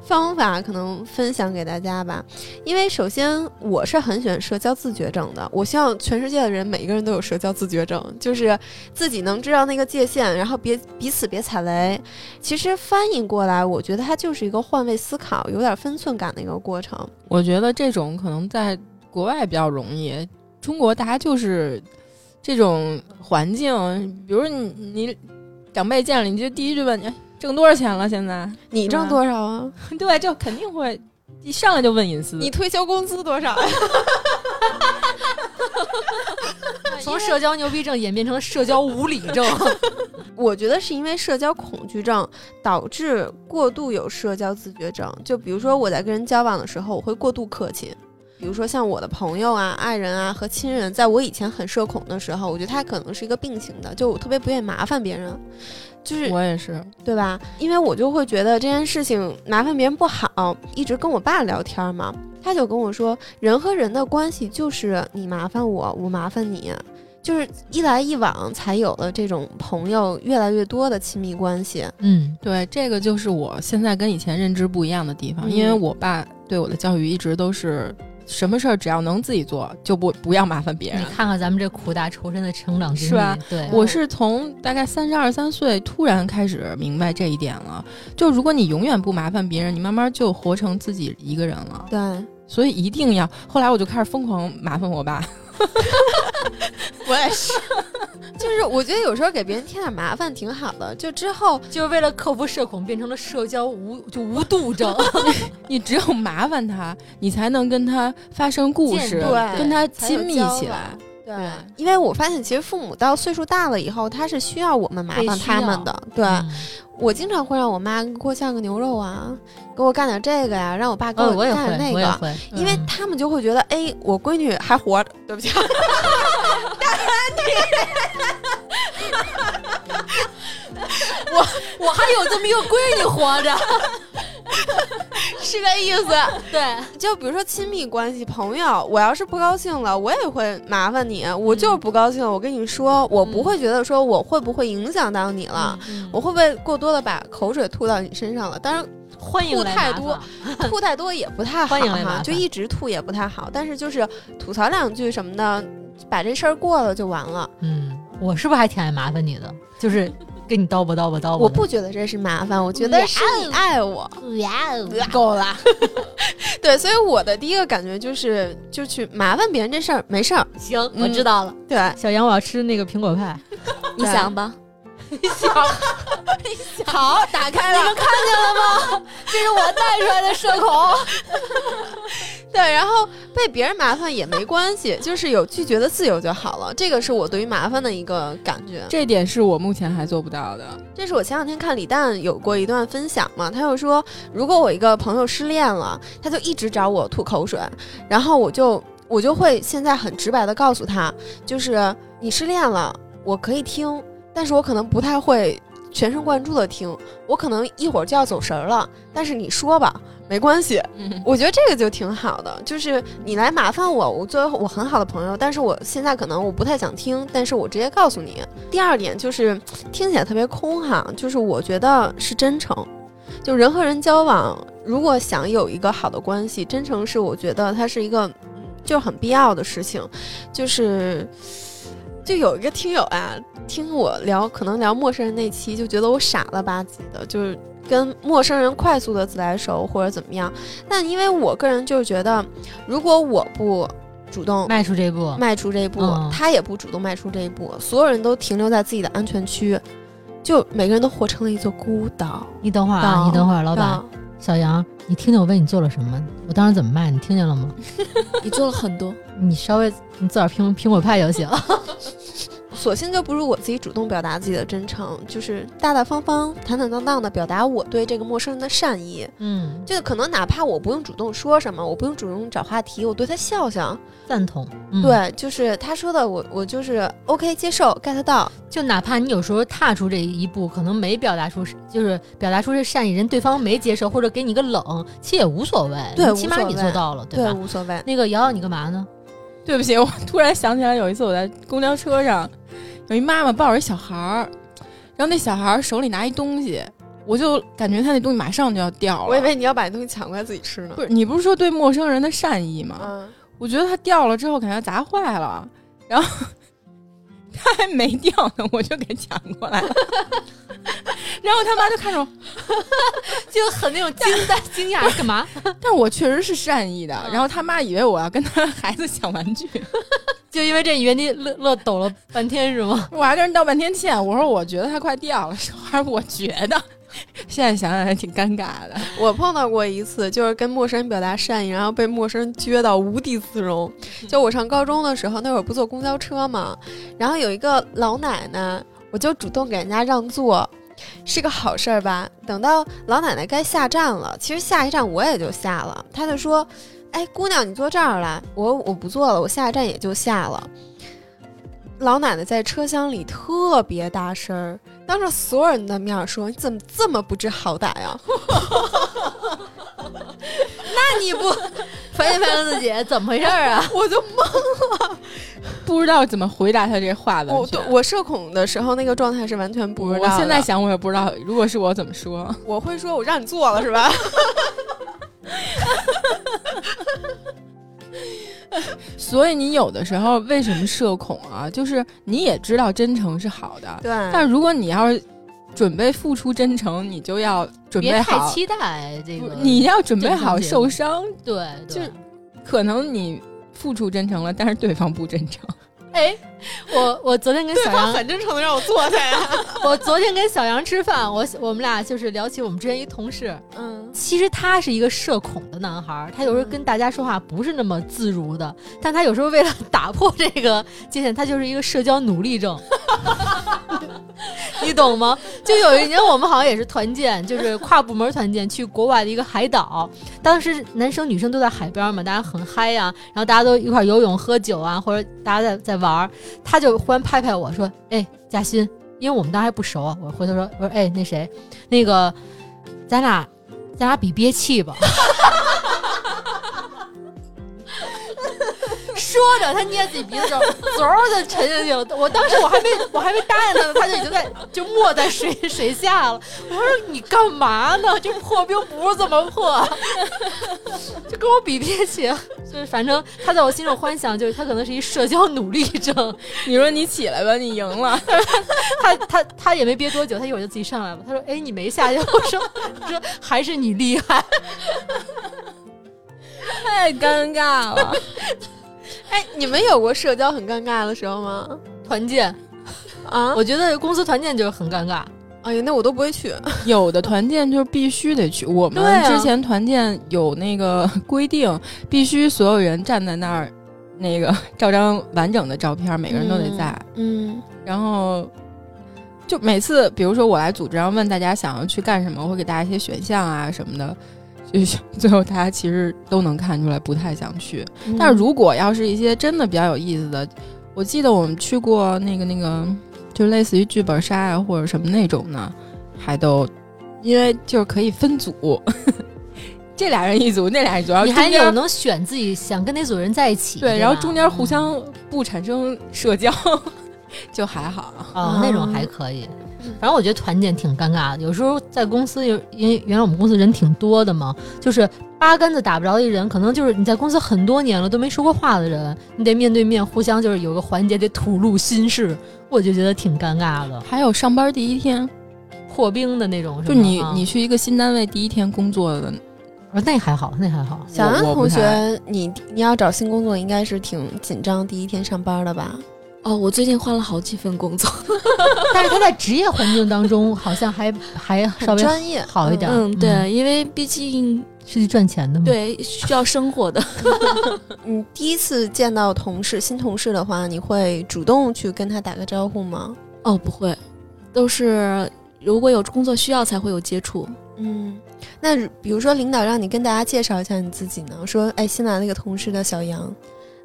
Speaker 3: 方法，可能分享给大家吧。因为首先我是很喜欢社交自觉症的，我希望全世界的人每一个人都有社交自觉症，就是自己能知道那个界限，然后别彼此别踩雷。其实翻译过来，我觉得它就是一个换位思考，有点分寸感的一个过程。
Speaker 4: 我觉得这种可能在国外比较容易，中国大家就是这种环境，比如你你长辈见了你就第一句问你哎挣多少钱了，现在
Speaker 3: 你挣多少 啊？
Speaker 4: 对，就肯定会一上来就问隐私。
Speaker 3: 你退休工资多少呀？
Speaker 2: 从社交牛逼症演变成了社交无理症。
Speaker 3: 我觉得是因为社交恐惧症导致过度有社交自觉症。就比如说我在跟人交往的时候，我会过度客气。比如说像我的朋友啊、爱人啊和亲人，在我以前很社恐的时候，我觉得他可能是一个病情的，就我特别不愿意麻烦别人，就是
Speaker 4: 我也是，
Speaker 3: 对吧？因为我就会觉得这件事情麻烦别人不好，一直跟我爸聊天嘛，他就跟我说，人和人的关系就是你麻烦我，我麻烦你，就是一来一往才有了这种朋友越来越多的亲密关系。
Speaker 2: 嗯，
Speaker 4: 对，这个就是我现在跟以前认知不一样的地方，
Speaker 3: 嗯
Speaker 4: 因为我爸对我的教育一直都是。什么事儿只要能自己做，就不不要麻烦别人
Speaker 2: 你。看看咱们这苦大仇深的成长经历，
Speaker 4: 是吧
Speaker 2: 对，
Speaker 4: 我是从大概三十二三岁突然开始明白这一点了。就如果你永远不麻烦别人，你慢慢就活成自己一个人了。
Speaker 3: 对，
Speaker 4: 所以一定要。后来我就开始疯狂麻烦我爸。
Speaker 3: 我也是，就是我觉得有时候给别人添点麻烦挺好的。就之后
Speaker 2: 就是为了克服社恐，变成了社交无就无度症，
Speaker 4: 你只有麻烦他，你才能跟他发生故
Speaker 2: 见
Speaker 4: 事，
Speaker 3: 对
Speaker 4: 跟他
Speaker 3: 才有
Speaker 4: 亲密
Speaker 3: 交
Speaker 4: 起
Speaker 3: 往
Speaker 4: 来。
Speaker 3: 对，因为我发现其实父母到岁数大了以后，他是需要我们麻
Speaker 2: 被
Speaker 3: 烦
Speaker 2: 需
Speaker 3: 他
Speaker 2: 要
Speaker 3: 们的。对，
Speaker 2: 嗯
Speaker 3: 我经常会让我妈给我下个牛肉啊，给我干点这个呀、让我爸给
Speaker 2: 哦，我也
Speaker 3: 干
Speaker 2: 会
Speaker 3: 嗯点，那
Speaker 2: 我也
Speaker 3: 个，
Speaker 2: 会，
Speaker 3: 因为
Speaker 2: 嗯
Speaker 3: 他们就会觉得，哎，我闺女还活着， 对不起，
Speaker 1: 我还有这么一个闺女活着，
Speaker 3: 是 这意思。
Speaker 1: 对，
Speaker 3: 就比如说亲密关系、朋友，我要是不高兴了，我也会麻烦你。我就是不高兴，我跟你
Speaker 2: 嗯
Speaker 3: 说，我不会觉得说我会不会影响到你了，
Speaker 2: 嗯
Speaker 3: 我会不会过多的把口水吐到你身上了。当然，
Speaker 2: 欢迎
Speaker 3: 吐
Speaker 2: 来
Speaker 3: 太
Speaker 2: 麻
Speaker 3: 多
Speaker 2: 烦
Speaker 3: 吐太多也不太好
Speaker 2: 欢迎来麻
Speaker 3: 哈，
Speaker 2: 烦
Speaker 3: 就一直吐也不太好。但是就是吐槽两句什么的，把这事儿过了就完了。
Speaker 2: 嗯，我是不是还挺爱麻烦你的？就是跟你叨吧叨吧叨吧。
Speaker 3: 我不觉得这是麻烦，我觉得是哦你爱我，
Speaker 1: 哦
Speaker 3: 够了。对，所以我的第一个感觉就是，就去麻烦别人这事儿没事儿。
Speaker 1: 行，
Speaker 3: 嗯
Speaker 1: 我知道了，
Speaker 3: 对，
Speaker 2: 小杨，我要吃那个苹果派。
Speaker 1: 你
Speaker 3: 对
Speaker 1: 想吧。
Speaker 3: 好，打开了，你们看 见 了吗？这是我带出来的社恐。对，然后被别人麻烦也没关系，就是有拒绝的自由就好了。这个是我对于麻烦的一个感觉。
Speaker 4: 这点是我目前还做不到的。
Speaker 3: 这是我前两天看李诞有过一段分享嘛，他就说，如果我一个朋友失恋了，他就一直找我吐口水，然后我就我就会现在很直白的告诉他，就是你失恋了，我可以听，但是我可能不太会全神贯注的听，我可能一会儿就要走神儿了，但是你说吧，没关系，
Speaker 4: 嗯，
Speaker 3: 我觉得这个就挺好的，就是你来麻烦我，我作为我很好的朋友，但是我现在可能我不太想听，但是我直接告诉你。第二点就是听起来特别空哈，就是我觉得是真诚，就人和人交往，如果想有一个好的关系，真诚是我觉得它是一个嗯就是很必要的事情，就是。就有一个听友啊，听我聊，可能聊陌生人那期，就觉得我傻了吧唧的，就是跟陌生人快速的自来熟或者怎么样。但因为我个人就是觉得，如果我不主动
Speaker 2: 迈出这一步，
Speaker 3: 迈出这一步，
Speaker 2: 嗯
Speaker 3: 他也不主动迈出这一步，所有人都停留在自己的安全区，就每个人都活成了一座孤岛。
Speaker 2: 你等会儿啊，
Speaker 3: 到
Speaker 2: 你等会儿，老板，
Speaker 3: 岛
Speaker 2: 小杨，你听见我问你做了什么？我当时怎么骂你听见了吗？
Speaker 1: 你做了很多，
Speaker 2: 你稍微你自个儿苹苹果派就行。
Speaker 3: 索性就不如我自己主动表达自己的真诚，就是大大方方、坦坦荡荡的表达我对这个陌生人的善意。
Speaker 2: 嗯，
Speaker 3: 就可能哪怕我不用主动说什么，我不用主动找话题，我对他笑笑，
Speaker 2: 赞同。嗯，
Speaker 3: 对，就是他说的我，我就是 OK 接受 get 到，
Speaker 2: 就哪怕你有时候踏出这一步，可能没表达出，就是表达出这善意，人对方没接受或者给你个冷，其实也无所谓，
Speaker 3: 对
Speaker 2: 起码
Speaker 3: 无所
Speaker 2: 你
Speaker 3: 谓
Speaker 2: 做到了，
Speaker 3: 对，
Speaker 2: 吧？
Speaker 3: 无所谓。
Speaker 2: 那个瑶瑶，你干嘛呢？
Speaker 4: 对不起，我 突然想起来，有一次我在公交车上，有一妈妈抱着一小孩儿，然后那小孩儿手里拿一东西，我就感觉他那东西马上就要掉了。
Speaker 3: 我以为你要把那东西抢过来自己吃呢
Speaker 4: 不。是你不是说对陌生人的善意吗？
Speaker 3: 嗯，
Speaker 4: 我觉得它掉了之后，感觉砸坏了，然后 它还没掉呢，我就给抢过来了。然后他妈就看着我，
Speaker 2: 就很那种惊呆、惊讶，干嘛？
Speaker 4: 但我确实是善意的。
Speaker 3: 嗯
Speaker 4: 然后他妈以为我要跟他孩子抢玩具，
Speaker 2: 就因为这原地乐乐抖了半天是 吗？
Speaker 4: 我还跟人道半天歉。我说我觉得它快掉了，小孩儿我觉得。 现在想想还挺尴尬的，
Speaker 3: 我碰到过一次，就是跟陌生人表达善意，然后被陌生人撅到无地自容。就我上高中的时候，那会儿不坐公交车嘛，然后有一个老奶奶，我就主动给人家让座，是个好事儿吧？等到老奶奶该下站了，其实下一站我也就下了，她就说：“哎，姑娘，你坐这儿来。”我说我不坐了，我下一站也就下了。老奶奶在车厢里特别大声儿，当着所有人的面儿说：“你怎么这么不知好歹啊？”
Speaker 1: 那你 不
Speaker 2: 反省反省自己，怎么回事 儿啊？
Speaker 3: 我就
Speaker 4: 不知道怎么回答他这话的。
Speaker 3: 我对我社恐的时候那个状态是完全不知道
Speaker 4: 我
Speaker 3: 的。
Speaker 4: 现在想，我也不知道，如果是我怎么说？
Speaker 3: 我会说，我让你做了是吧？
Speaker 4: 所以你有的时候为什么社恐啊？就是你也知道真诚是好的，
Speaker 3: 对，
Speaker 4: 但如果你要是准备付出真诚，你就要准备
Speaker 2: 别太
Speaker 4: 好，
Speaker 2: 期待这
Speaker 4: 不
Speaker 2: 个，
Speaker 4: 你要准备
Speaker 2: 正常
Speaker 4: 好
Speaker 2: 节
Speaker 4: 受
Speaker 2: 目
Speaker 4: 伤。
Speaker 2: 对，
Speaker 4: 就
Speaker 2: 对
Speaker 4: 可能你付出真诚了，但是对方不真诚。
Speaker 2: 哎，我我昨天跟小杨
Speaker 3: 真诚的让我坐下呀。
Speaker 2: 我昨天跟小杨吃饭，我我们俩就是聊起我们之前一同事，
Speaker 3: 嗯，
Speaker 2: 其实他是一个社恐的男孩儿，他有时候跟大家说话不是那么自如的，但他有时候为了打破这个界限，他就是一个社交努力症。 你懂吗？就有一年我们好像也是团建，就是跨部门团建去国外的一个海岛，当时男生女生都在海边嘛，大家很嗨呀、然后大家都一块游泳、喝酒啊，或者大家在在玩儿，他就忽然拍拍我说：“哎，嘉欣，因为我们当时还不熟啊。”我回头说：“我说哎，那谁，那个咱俩咱俩比憋气吧。”说着，他捏自己鼻子 就嗖儿就沉下去了。我当时我还没我还没答应他呢，他就已经在就没在水 水下了。我说你干嘛呢？就破冰不是这么破， 就跟我比憋气。就是反正他在我心中幻想，就是他可能是一社交努力症。
Speaker 4: 你说你起来吧，你赢了。
Speaker 2: 他他他也没憋多久，他一会儿就自己上来了。他说：“哎，你没下去。”我说：“ 我说还是你厉害。
Speaker 4: 太尴尬了。
Speaker 5: 哎，你们有过社交很尴尬的时候吗？”
Speaker 2: 团建，
Speaker 5: 啊，
Speaker 2: 我觉得公司团建就是很尴尬。
Speaker 5: 哎呀，那我都不会去。
Speaker 4: 有的团建就是必须得去，我们
Speaker 2: 对啊
Speaker 4: 之前团建有那个 规定，必须所有人站在那儿，那个 照张完整的照片，每个人都得在。
Speaker 5: 嗯，
Speaker 4: 然后就每次，比如说我来组织，然后问大家想要去干什么，我会给大家一些选项啊什么的。就是 最后大家其实都能看出来不太想去，
Speaker 5: 嗯
Speaker 4: 但是如果要是一些真的比较有意思的，我记得我们去过那个那个，就类似于剧本杀啊或者什么那种呢，还都因为就是可以分组， 这俩人一组，那俩人一组，然后
Speaker 2: 你还
Speaker 4: 中间
Speaker 2: 有能选自己想跟哪组人在一起，
Speaker 4: 对，
Speaker 2: 吧
Speaker 4: 然后中间互相不产生社交，就还好。
Speaker 2: 哦，那种还可以。反正我觉得团建挺尴尬的，有时候在公司有，因为原来我们公司人挺多的嘛，就是八竿子打不着的一人，可能就是你在公司很多年了都没说过话的人，你得面对面互相就是有个环节得吐露心事，我就觉得挺尴尬的，
Speaker 4: 还有上班第一天，
Speaker 2: 破冰的那种是
Speaker 4: 就
Speaker 2: 吗。
Speaker 4: 你
Speaker 2: 啊
Speaker 4: 你，去一个新单位第一天工作的，
Speaker 2: 我说那还好，那还好，
Speaker 5: 小安
Speaker 4: 我我不
Speaker 5: 同
Speaker 4: 太
Speaker 5: 学，你你要找新工作，应该是挺紧张，第一天上班的吧？
Speaker 1: 哦，我最近换了好几份工作，
Speaker 2: 但是他在职业环境当中好像还还稍
Speaker 5: 很
Speaker 2: 微
Speaker 5: 专业，
Speaker 2: 好一点
Speaker 1: 嗯，
Speaker 2: 嗯
Speaker 1: 对，因为毕竟
Speaker 2: 是去赚钱的嘛。
Speaker 1: 对需要生活的，
Speaker 5: 嗯。你第一次见到同事、新同事的话，你会主动去跟他打个招呼吗？
Speaker 1: 哦，不会，都是如果有工作需要才会有接触。
Speaker 5: 嗯，那如比如说领导让你跟大家介绍一下你自己呢，说哎，新来那个同事叫小杨，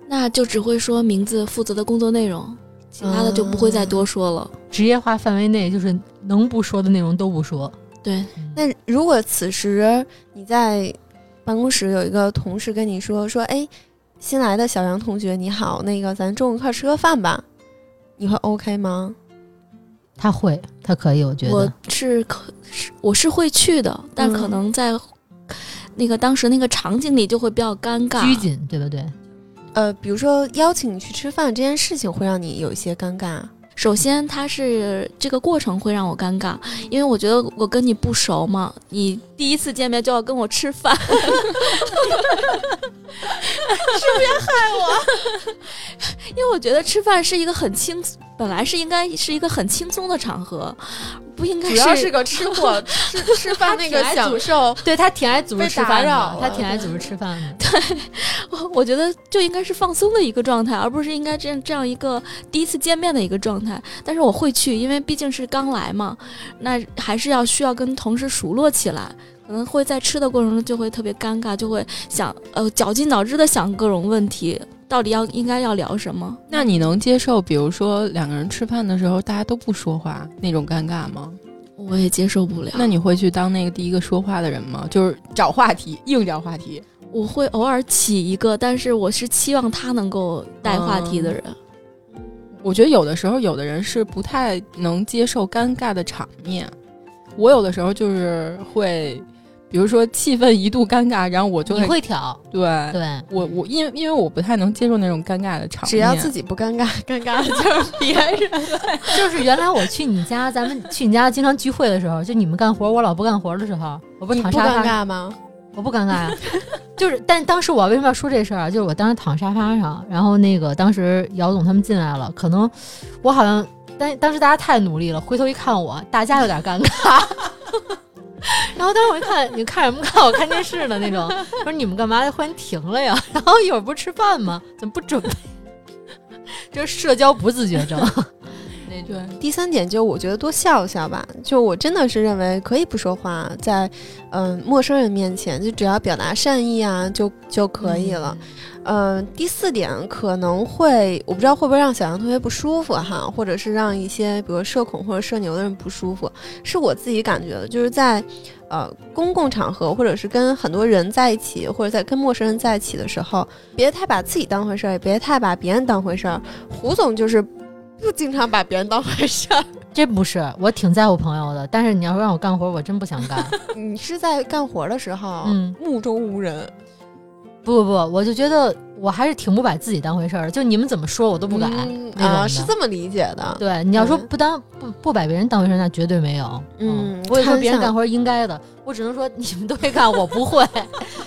Speaker 1: 那就只会说名字、负责的工作内容，其他的就不会再多说了。
Speaker 2: 职业化范围内，就是能不说的内容都不说。
Speaker 1: 对，
Speaker 5: 那如果此时你在办公室有一个同事跟你说说，哎，新来的小杨同学你好，那个咱中午一块儿吃个饭吧，你会 OK 吗？
Speaker 2: 他会，他可以，我觉
Speaker 1: 我
Speaker 2: 得。
Speaker 1: 是可是我是会去的，但
Speaker 5: 嗯
Speaker 1: 可能在那个当时那个场景里就会比较尴尬。
Speaker 2: 拘谨，对不对？
Speaker 5: 呃，比如说邀请你去吃饭这件事情会让你有一些尴尬，
Speaker 1: 首先，它是这个过程会让我尴尬，因为我觉得我跟你不熟嘛，你第一次见面就要跟我吃饭， 是不是要害我？ 因为我觉得吃饭是一个很轻，本来是应该是一个很轻松的场合，不应该
Speaker 5: 主要是个吃货，吃吃饭那个享受。
Speaker 2: 对他挺爱组织
Speaker 5: 被
Speaker 2: 吃
Speaker 5: 打
Speaker 2: 饭
Speaker 5: 扰
Speaker 2: 的
Speaker 5: 了，
Speaker 2: 他挺爱组织吃饭的。
Speaker 1: 我 我觉得就应该是放松的一个状态，而不是应该这样这样一个第一次见面的一个状态。但是我会去，因为毕竟是刚来嘛，那还是要需要跟同事熟络起来。可能会在吃的过程中就会特别尴尬，就会想呃绞尽脑汁的想各种问题，到底要应该要聊什么？
Speaker 4: 那你能接受，比如说两个人吃饭的时候大家都不说话那种尴尬吗？
Speaker 1: 我也接受不了。
Speaker 4: 那你会去当那个第一个说话的人吗？就是找话题，硬找话题。
Speaker 1: 我会偶尔起一个，但是我是期望他能够带话题
Speaker 4: 嗯
Speaker 1: 的人。
Speaker 4: 我觉得有的时候，有的人是不太能接受尴尬的场面。我有的时候就是会，比如说气氛一度尴尬，然后我就
Speaker 2: 你
Speaker 4: 会
Speaker 2: 会挑，
Speaker 4: 对
Speaker 5: 哎
Speaker 2: 对，
Speaker 4: 我我因为因为我不太能接受那种尴尬的场面，
Speaker 5: 只要自己不尴尬，尴尬的就是别人。
Speaker 2: 就是原来我去你家，咱们去你家经常聚会的时候，就你们干活，我老不干活的时候，我不
Speaker 5: 你
Speaker 2: 是
Speaker 5: 不
Speaker 2: 躺沙
Speaker 5: 尴
Speaker 2: 发，
Speaker 5: 尬吗？
Speaker 2: 我不尴尬呀。 就是，但当时我为什么要说这事儿啊？就是我当时躺沙发上，然后那个当时姚总他们进来了，可能我好像，但当时大家太努力了，回头一看我，大家有点尴尬。 然后当时我一看，你看什么看？我看电视呢那种。我说你们干嘛忽然停了呀？ 然后一会儿 不是吃饭吗？怎么不准备？这是社交不自觉症。那种
Speaker 1: 对，
Speaker 3: 第三点就我觉得多笑一笑吧，就我真的是认为可以不说话，在嗯、陌生人面前，就只要表达善意啊，就就可以了。嗯、第四点可能会我不知道会不会让小杨同学不舒服哈，或者是让一些比如社恐或者社牛的人不舒服，是我自己感觉的，就是在。呃，公共场合或者是跟很多人在一起，或者在跟陌生人在一起的时候，别太把自己当回事儿，也别太把别人当回事儿。胡总就是不经常把别人当回事儿。
Speaker 2: 这不是我挺在乎朋友的，但是你要让我干活，我真不想干。
Speaker 3: 你是在干活的时候，
Speaker 2: 嗯，
Speaker 3: 目中无人，
Speaker 2: 不不不，我就觉得我还是挺不把自己当回事儿的，就你们怎么说我都不敢。
Speaker 3: 嗯
Speaker 2: 那种
Speaker 3: 啊，
Speaker 2: 的
Speaker 3: 是这么理解的。
Speaker 2: 对你要说
Speaker 3: 嗯
Speaker 2: 不当不不把别人当回事儿，那绝对没有。
Speaker 3: 嗯
Speaker 2: 我也说别人
Speaker 3: 看一下
Speaker 2: 干活儿应该的，我只能说你们都会干，我不会。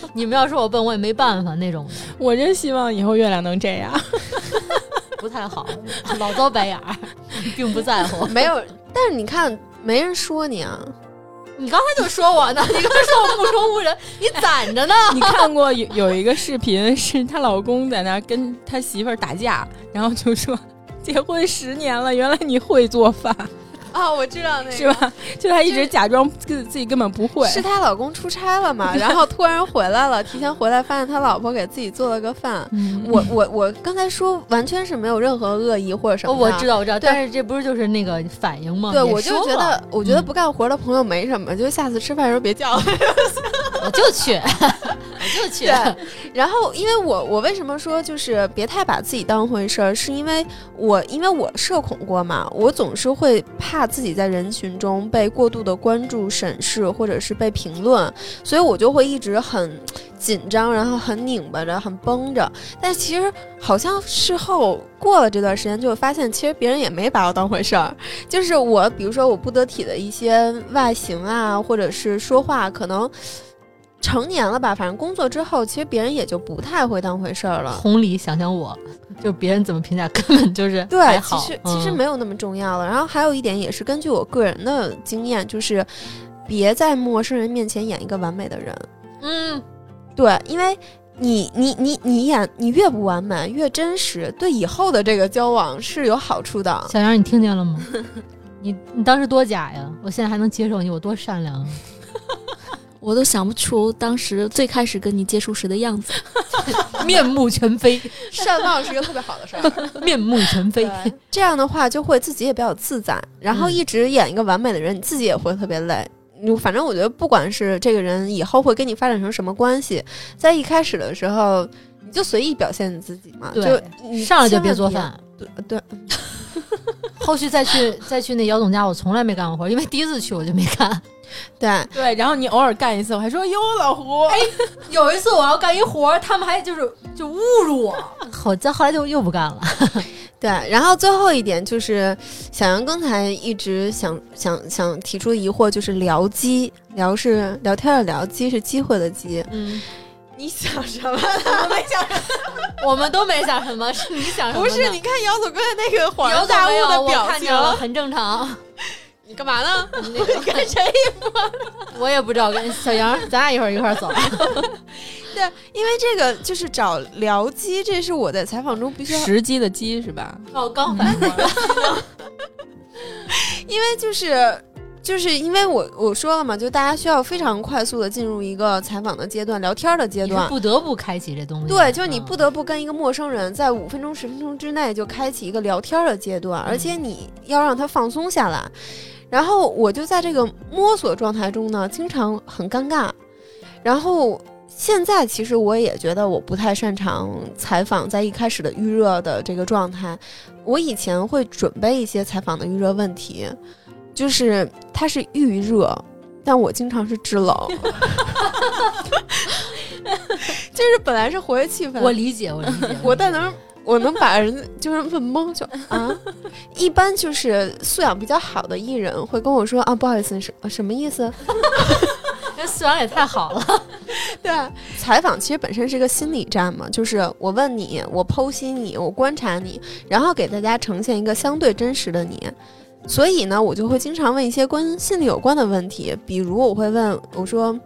Speaker 2: 你们要说我笨，我也没办法那种的，
Speaker 4: 我真希望以后月亮能这样。
Speaker 2: 不太好， 老遭白眼儿，并不在乎。
Speaker 3: 没有，但是你看，没人说你啊。
Speaker 2: 你刚才就说我呢，你刚才说我目中无人，你攒 着呢。
Speaker 4: 你看过有有一个视频，是她老公在那儿跟他媳妇儿打架，然后就说结婚十年了，原来你会做饭
Speaker 5: 啊，我知道那个
Speaker 4: 是？吧？就她一直假装自自己根本不会。
Speaker 3: 是她老公出差了嘛，然后突然回来了，提前回来发现他老婆给自己做了个饭。
Speaker 4: 嗯
Speaker 3: 我我我刚才说完全是没有任何恶意或者什
Speaker 2: 哦，
Speaker 3: 么的，
Speaker 2: 我知道，我知道，
Speaker 3: 对
Speaker 2: 但是这不是就是那个反应吗？
Speaker 3: 对，
Speaker 2: 也
Speaker 3: 我就
Speaker 2: 说
Speaker 3: 觉
Speaker 2: 了
Speaker 3: 得，我觉得
Speaker 2: 嗯
Speaker 3: 不干活的朋友没什么，就下次吃饭的时候别叫。
Speaker 2: 我就去， 我就去。
Speaker 3: 对，然后因为我我为什么说就是别太把自己当回事儿，是因为我因为我社恐过嘛，我总是会怕自己在人群中被过度的关注、审视或者是被评论，所以我就会一直很紧张，然后很拧巴着、很绷着。但其实好像事后过了这段时间，就会发现其实别人也没把我当回事儿，就是我比如说我不得体的一些外形啊，或者是说话可能。成年了吧，反正工作之后，其实别人也就不太会当回事儿了。
Speaker 2: 同理，想想我，就别人怎么评价，根本就是还
Speaker 3: 对，其
Speaker 2: 好
Speaker 3: 实其实
Speaker 2: 嗯
Speaker 3: 没有那么重要了。然后还有一点也是根据我个人的经验，就是别在陌生人面前演一个完美的人。
Speaker 2: 嗯，
Speaker 3: 对，因为你你你你演你越不完美越真实，对以后的这个交往是有好 处的。
Speaker 2: 小杨，你听见了吗？你你当时多假呀！我现在还能接受你，我多善良啊！
Speaker 1: 我都想不出当时最开始跟你接触时的样子。
Speaker 2: 面目全非，
Speaker 5: 善忘是一个特别好的事儿。
Speaker 2: 面目全非。
Speaker 3: 这样的话就会自己也比较自在，然后
Speaker 2: 嗯
Speaker 3: 一直演一个完美的人，你自己也会特别累。你反正我觉得，不管是这个人以后会跟你发展成什么关系，在一开始的时候，你就随意表现你自己嘛，
Speaker 2: 对
Speaker 3: 就你
Speaker 2: 上来就
Speaker 3: 千万
Speaker 2: 别做饭。
Speaker 3: 对对，
Speaker 2: 后续再 去再去那姚总家，我从来没干过活，因为第一次去我就没干。
Speaker 3: 对，
Speaker 4: 对，然后你偶尔干一次，我还说哟老胡，
Speaker 2: 有一次我要干一活，他们还就是就侮辱我，我再后来就又不干了。
Speaker 3: 对，然后最后一点就是，小杨刚才一直想想想提出的疑惑就是聊机，聊是聊天的聊，机是机会的机。
Speaker 2: 嗯，
Speaker 5: 你想什 么？我没想什么。
Speaker 2: 我们都没想什么，是你 想什么
Speaker 5: 不
Speaker 2: 呢？
Speaker 5: 是，你看姚总刚才那个恍
Speaker 2: 姚
Speaker 5: 然
Speaker 2: 总
Speaker 5: 大
Speaker 2: 没
Speaker 5: 悟
Speaker 2: 有，
Speaker 5: 的
Speaker 2: 我
Speaker 5: 表
Speaker 2: 看见了，
Speaker 5: 情，
Speaker 2: 很正 常。
Speaker 5: 你干嘛呢？
Speaker 2: 那个跟谁一我也不知道，跟小杨，咱俩一会儿一块儿走。
Speaker 3: 对，因为这个就是找聊机，这是我在采访中必须要
Speaker 4: 时机的机是吧？
Speaker 2: 我刚反应过来，
Speaker 3: 因为就是就是因为我我说了嘛，就大家需要非常快速的进入一个采访的阶段、聊天的阶
Speaker 2: 你是
Speaker 3: 段。
Speaker 2: 不得不开启这东西。
Speaker 3: 对，就是你
Speaker 2: 嗯
Speaker 3: 不得不跟一个陌生人在五分钟、十分钟之内就开启一个聊天的阶段，而且你要让他放松下来。然后我就在这个摸索状态中呢，经常很尴尬。然后现在其实我也觉得我不太擅长采访，在一开始的预热的这个状态，我以前会准备一些采访的预热问题，就是它是预热，但我经常是 制冷。就是本来是活跃气氛，。
Speaker 2: 嗯我理解，我理解
Speaker 3: 我但能我能把人就是问懵就啊，一般就是素养比较好的艺人会跟我说啊，不好意思，你什什么意思？
Speaker 2: 这素养也太好了，
Speaker 3: 对，啊采访其实本身是一个心理战嘛，就是我问你，我剖析你，我观察你，然后给大家呈现一个相对真实的你。所以呢，我就会经常问一些跟心理有关的问题，比如我会问我说：“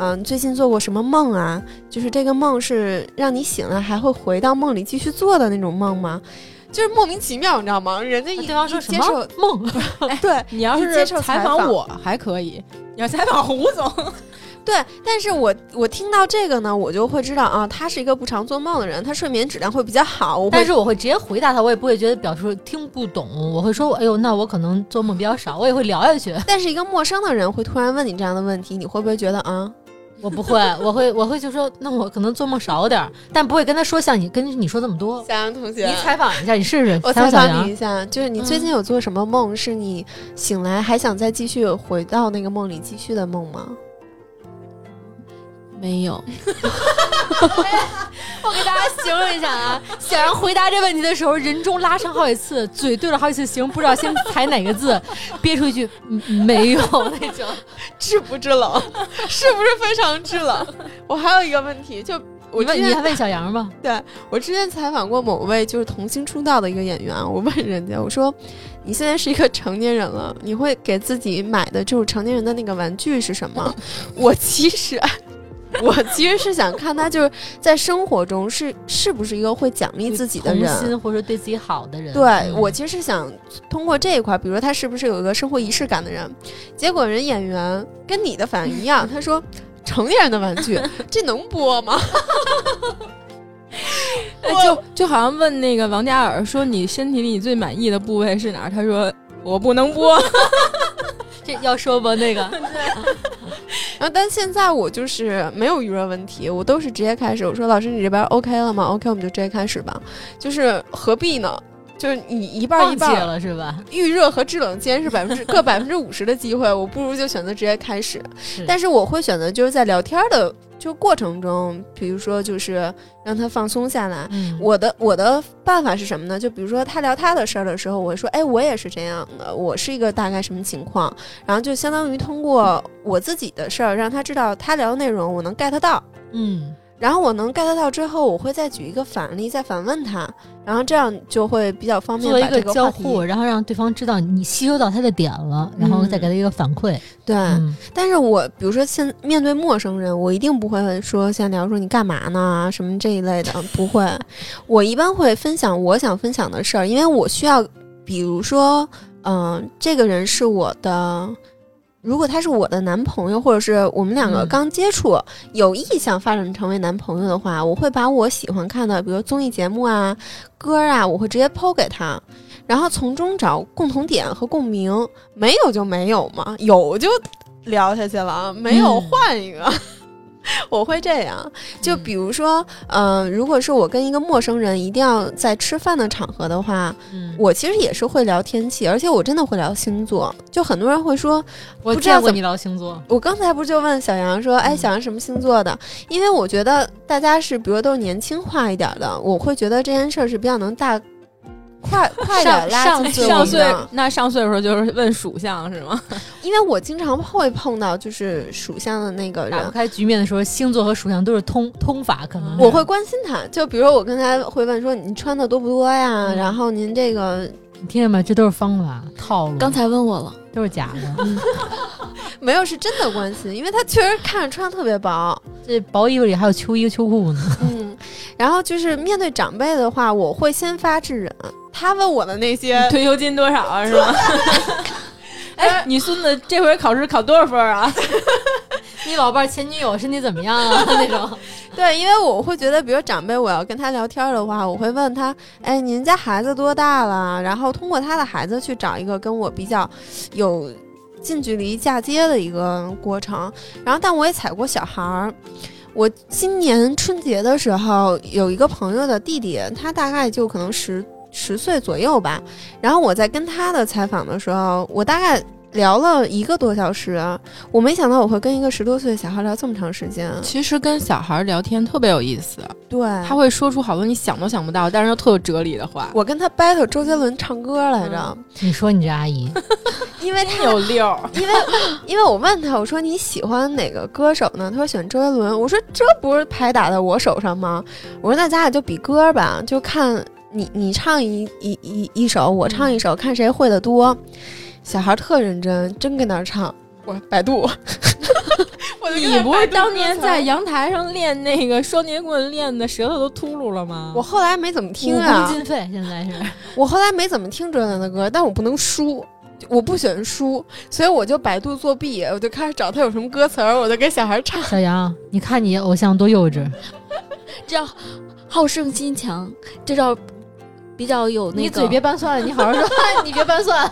Speaker 3: 嗯、你最近做过什么梦啊？就是这个梦是让你醒了还会回到梦里继续做的那种梦吗？”就是莫名其 妙，你知道吗？人家一
Speaker 2: 那对方说
Speaker 3: 一
Speaker 2: 什
Speaker 3: 接受
Speaker 2: 么梦？
Speaker 3: 啊 对
Speaker 4: 你要
Speaker 3: 接
Speaker 4: 是
Speaker 3: 受
Speaker 4: 采
Speaker 3: 采
Speaker 4: 访
Speaker 3: 访
Speaker 4: 我还可以，你要采访胡总，
Speaker 3: 对，但是我我听到这个呢，我就会知道啊，他是一个不常做梦的人，他睡眠质量会比较好。我会
Speaker 2: 但是我会直接回答他，我也不会觉得表示听不懂，我会说，哎呦，那我可能做梦比较少，我也会聊下去。
Speaker 3: 但是一个陌生的人会突然问你这样的问题，你会不会觉得啊？
Speaker 2: 我不 会，我会，我会就说，那我可能做梦少点儿，但不会跟他说像你跟你说这么多。
Speaker 3: 小杨同学嗯
Speaker 2: 你采访一下，你试试。
Speaker 3: 我
Speaker 2: 采
Speaker 3: 采
Speaker 2: 小
Speaker 3: 访
Speaker 2: 杨
Speaker 3: 你一下，就是你最近有做什么梦？是你醒来还想再继续回到那个梦里继续的梦吗？
Speaker 1: 没有，
Speaker 2: 我给大家形容一下啊，小杨回答这问题的时候，人中拉长好几次，嘴对了好几次形，不知道先踩哪个字，憋出一句嗯没有那种。
Speaker 3: 治不治冷？ 是不是非常治冷？ 我还有一个问题，就 我
Speaker 2: 你
Speaker 3: 之
Speaker 2: 问，你还
Speaker 3: 前
Speaker 2: 问小杨吗？
Speaker 3: 我之前采访过某位就是童星出道的一个演员，啊我问人家我说，你现在是一个成年人了，你会给自己买的就是成年人的那个玩具是什么？ 我其实。我其实是想看他就是在生活中是是不是一个会奖励自己的人，
Speaker 2: 童嗯心或者对自己好的人。
Speaker 3: 对
Speaker 2: 嗯
Speaker 3: 我其实是想通过这一块，比如说他是不是有一个生活仪式感的人，结果人演员跟你的反应一样，他说成年人的玩具这能播吗？
Speaker 4: 哎就就好像问那个王嘉尔说你身体里最满意的部位是哪儿，他说我不能 播。
Speaker 2: 这要说吧，那 个
Speaker 3: 然后但现在我就是没有娱乐问题，我都是直接开始，我说老师你这边 OK 了吗？OK 我们就直接开始吧，就是何必呢？就是你一半儿
Speaker 2: 忘
Speaker 3: 一
Speaker 2: 记
Speaker 3: 半儿，
Speaker 2: 了是吧？
Speaker 3: 预热和制冷间是百分之各百分之五十的机会，我不如就选择直接开 始。但是我会选择就是在聊天的就过程中，比如说就是让他放松下来。
Speaker 2: 嗯，
Speaker 3: 我的我的办法是什么呢？就比如说他聊他的事儿的时候，我会说，哎，我也是这样的，我是一个大概什么情况，然后就相当于通过我自己的事儿让他知道他聊的内容我能 get 到，
Speaker 2: 嗯，
Speaker 3: 然后我能 get 到之后，我会再举一个反例再反问他，然后这样就会比较方便
Speaker 2: 做一
Speaker 3: 把这
Speaker 2: 个
Speaker 3: 个
Speaker 2: 交
Speaker 3: 话题嗯
Speaker 2: 互，然后让对方知道你吸收到他的点了，然后再给他一个反馈。
Speaker 3: 对。
Speaker 2: 嗯，
Speaker 3: 但是我比如说现面对陌生人，我一定不会说像聊说你干嘛呢什么这一类的，不会。我一般会分享我想分享的事儿，因为我需要，比如说，嗯、这个人是我的。如果他是我的男朋友，或者是我们两个
Speaker 2: 嗯
Speaker 3: 刚接触，有意向发展成为男朋友的话，我会把我喜欢看的，比如综艺节目啊、歌啊，我会直接抛给他，然后从中找共同点和共鸣。没有就没有嘛，有就聊下去了啊，没有
Speaker 2: 嗯
Speaker 3: 换一个。 我会这样，就比如说，嗯、如果是我跟一个陌生人，一定要在吃饭的场合的话，
Speaker 2: 嗯
Speaker 3: 我其实也是会聊天气，而且我真的会聊星座。就很多人会说，
Speaker 2: 我
Speaker 3: 不知道
Speaker 2: 见过
Speaker 3: 怎么
Speaker 2: 你聊星座，
Speaker 3: 我刚才不是就问小杨说，哎，
Speaker 2: 嗯
Speaker 3: 小杨什么星座的？因为我觉得大家是，比如都是年轻化一点的，我会觉得这件事儿是比较能大快快
Speaker 2: 上
Speaker 3: 点拉近
Speaker 2: 上
Speaker 3: 距离
Speaker 4: 上岁
Speaker 3: 的
Speaker 4: 那上岁数就是问属相是 吗？
Speaker 3: 因为我经常会碰到就是属相的那个
Speaker 2: 打不
Speaker 3: 人，
Speaker 2: 开局面的时候，星座和属相都是通通法，可能
Speaker 4: 嗯
Speaker 2: 是
Speaker 3: 我会关心他。就比如我跟他会问说你穿的多不多呀？
Speaker 2: 嗯
Speaker 3: 然后您这个
Speaker 2: 你听见没？这都是方法套路，
Speaker 1: 刚才问我了，
Speaker 2: 都是假的。
Speaker 3: 没有是真的关心，因为他确实看着穿得特别 薄。
Speaker 2: 这薄衣服里还有秋衣秋裤呢。
Speaker 3: 嗯，然后就是面对长辈的话，我会先发制人。他问我的那些，
Speaker 4: 退休金多少啊是 吗？哎，你孙子这回考试考多少分啊？
Speaker 2: 你老伴儿前女友身体怎么样 啊？那种，
Speaker 3: 对，因为我会觉得，比如长辈，我要跟他聊天儿的话，我会问他，哎，您家孩子多大了？然后通过他的孩子去找一个跟我比较有近距离嫁接的一个过程。然后，但我也踩过小孩儿。我今年春节的时候，有一个朋友的弟弟，他大概就可能十十岁左右吧。然后我在跟他的采访的时候，我大概聊了一个多小时。我没想到我会跟一个十多岁的小孩聊这么长时间。
Speaker 4: 其实跟小孩聊天特别有意思，
Speaker 3: 对，
Speaker 4: 他会说出好多你想都想不到，但是又特有哲理的话。
Speaker 3: 我跟他 battle 周杰伦唱歌来着，
Speaker 2: 你说你这阿姨，
Speaker 3: 因为
Speaker 4: 真
Speaker 3: 他
Speaker 4: 有溜儿，
Speaker 3: 因为因为我问他，我说你喜欢哪个歌手呢？他说喜欢周杰伦。我说这不是牌打在我手上吗？我说那咱俩就比歌吧，就看你你唱一一一一首，我唱一首，看谁会的多。小孩特认真，真跟那儿唱。我百度，我
Speaker 4: 你不是当年在阳台上练那个双截棍练的舌头都秃噜了吗？
Speaker 3: 我后来没怎么听
Speaker 2: 武功
Speaker 3: 啊，
Speaker 2: 尽废，现在是。
Speaker 3: 我后来没怎么听周杰伦的歌，但我不能输，我不喜欢输，所以我就百度作弊，我就开始找他有什么歌词儿，我就给小孩唱。
Speaker 2: 小杨，你看你偶像多幼稚，
Speaker 1: 这样好胜心强，这招比较有那个。
Speaker 2: 你嘴别搬蒜，你好好说， 你别搬蒜。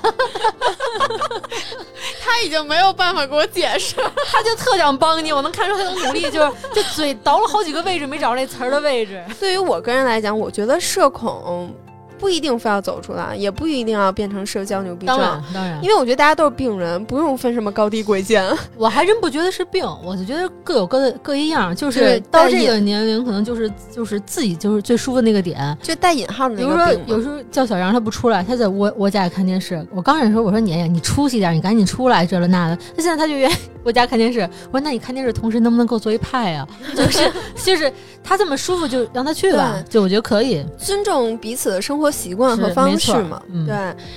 Speaker 3: 他已经没有办法给我解释，
Speaker 2: 他就特想帮你，我能看出他的努力，就是这嘴倒了好几个位置，没找着那词儿的位置。
Speaker 3: 对于我个人来讲，我觉得社恐不一定非要走出来，也不一定要变成社交牛逼
Speaker 2: 当
Speaker 3: 症
Speaker 2: 然。，当然
Speaker 3: 因，为我觉得大家都是病人，不用分什么高低贵贱。
Speaker 2: 我还真不觉得是病，我就觉得各有各的各一样，就是
Speaker 3: 对
Speaker 2: 到
Speaker 3: 但
Speaker 2: 这
Speaker 3: 也
Speaker 2: 个年龄，可能就是就是自己就是最舒服的那个点。
Speaker 3: 就带引号的
Speaker 2: 比
Speaker 3: 那
Speaker 2: 如
Speaker 3: 个
Speaker 2: 说
Speaker 3: 病，嘛
Speaker 2: 有时候叫小杨，他不出来，他在我我家看电视。我刚开始说，我说你哎呀你出息点，你赶紧出来，这了那的。那现在他就愿意我家看电视。我说那你看电视同时能不能给我做一派呀、就是 就是他这么舒服，就让他去吧。就我觉得可以，
Speaker 3: 尊重彼此的生活习惯和
Speaker 2: 是没
Speaker 3: 方式
Speaker 2: 错
Speaker 3: 嘛。
Speaker 2: 嗯
Speaker 3: 对，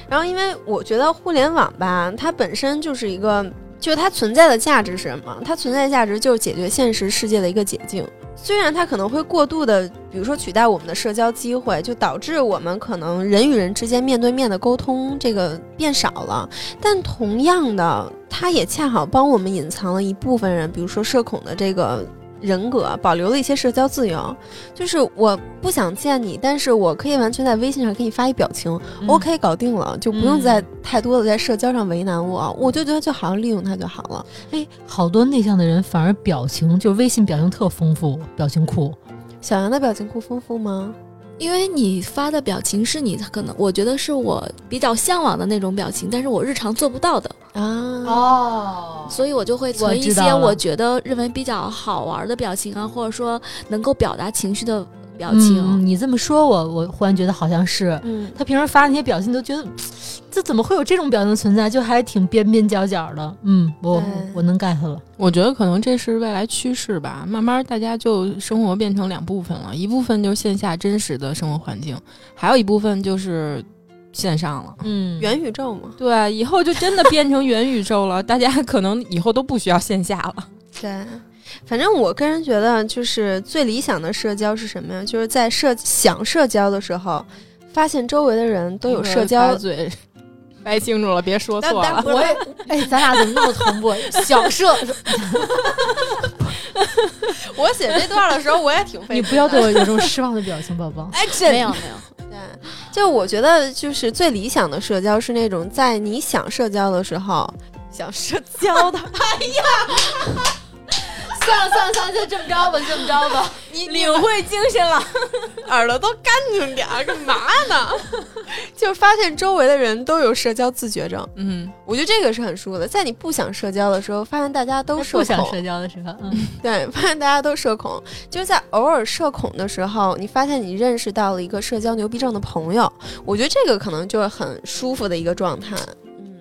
Speaker 3: 然后因为我觉得互联网吧，它本身就是一个，就是它存在的价值是什么？它存在的价值就是解决现实世界的一个捷径。虽然它可能会过度的，比如说取代我们的社交机会，就导致我们可能人与人之间面对面的沟通这个变少了，但同样的，它也恰好帮我们隐藏了一部分人，比如说社恐的这个人格，保留了一些社交自由。就是我不想见你，但是我可以完全在微信上给你发一表情、
Speaker 2: 嗯
Speaker 3: o k 搞定了，就不用
Speaker 2: 嗯
Speaker 3: 再太多的在社交上为难我。我就觉得就好像利用它就好了。
Speaker 2: 哎，好多内向的人反而表情，就是微信表情特丰富，表情库。
Speaker 3: 小杨的表情库丰富吗？
Speaker 1: 因为你发的表情是你可能，我觉得是我比较向往的那种表情，但是我日常做不到的，
Speaker 3: 啊，
Speaker 2: 哦
Speaker 1: 所以我就会存一
Speaker 2: 我知
Speaker 1: 些
Speaker 2: 道了
Speaker 1: 我觉得认为比较好玩的表情啊，或者说能够表达情绪的表情。
Speaker 2: 嗯，你这么说我，我忽然觉得好像是
Speaker 3: 嗯，
Speaker 2: 他平时发那些表情，都觉得嘖这怎么会有这种表情存在？就还挺边边角角的。嗯，我
Speaker 3: 对
Speaker 2: 我能 get 了。
Speaker 4: 我觉得可能这是未来趋势吧，慢慢大家就生活变成两部分了，一部分就是线下真实的生活环境，还有一部分就是线上了。
Speaker 2: 嗯
Speaker 3: 元宇宙嘛，
Speaker 4: 对，以后就真的变成元宇宙了，大家可能以后都不需要线下了。
Speaker 3: 对。反正我个人觉得，就是最理想的社交是什么呀？就是在社想社交的时候，发现周围的人都有社
Speaker 4: 把
Speaker 3: 交。
Speaker 4: 嘴掰清楚了，别说错
Speaker 3: 但
Speaker 4: 了
Speaker 3: 但。
Speaker 2: 我 也哎，咱俩怎么那么同步？想社，
Speaker 3: 我写这段的时候，我也挺费
Speaker 2: 你不要对我有这种失望的表情，宝宝。
Speaker 3: 哎，真
Speaker 1: 没有没有，
Speaker 3: 对，就我觉得就是最理想的社交是那种在你想社交的时候，想社交的，
Speaker 2: 算了算了算了，就这么着吧，就这么着吧。
Speaker 3: 你
Speaker 4: 领会精神了，
Speaker 3: 耳朵都干净点儿，干嘛呢？ 就是发现周围的人都有社交自觉症，
Speaker 4: 嗯，
Speaker 3: 我觉得这个是很舒服的。在你不想社交的时候，发现大家都社
Speaker 2: 不想
Speaker 3: 恐，
Speaker 2: 社交的时候，嗯，
Speaker 3: 对，发现大家都社恐，就是在偶尔社恐的时候，你发现你认识到了一个社交牛逼症的朋友，我觉得这个可能就是很舒服的一个状态。嗯，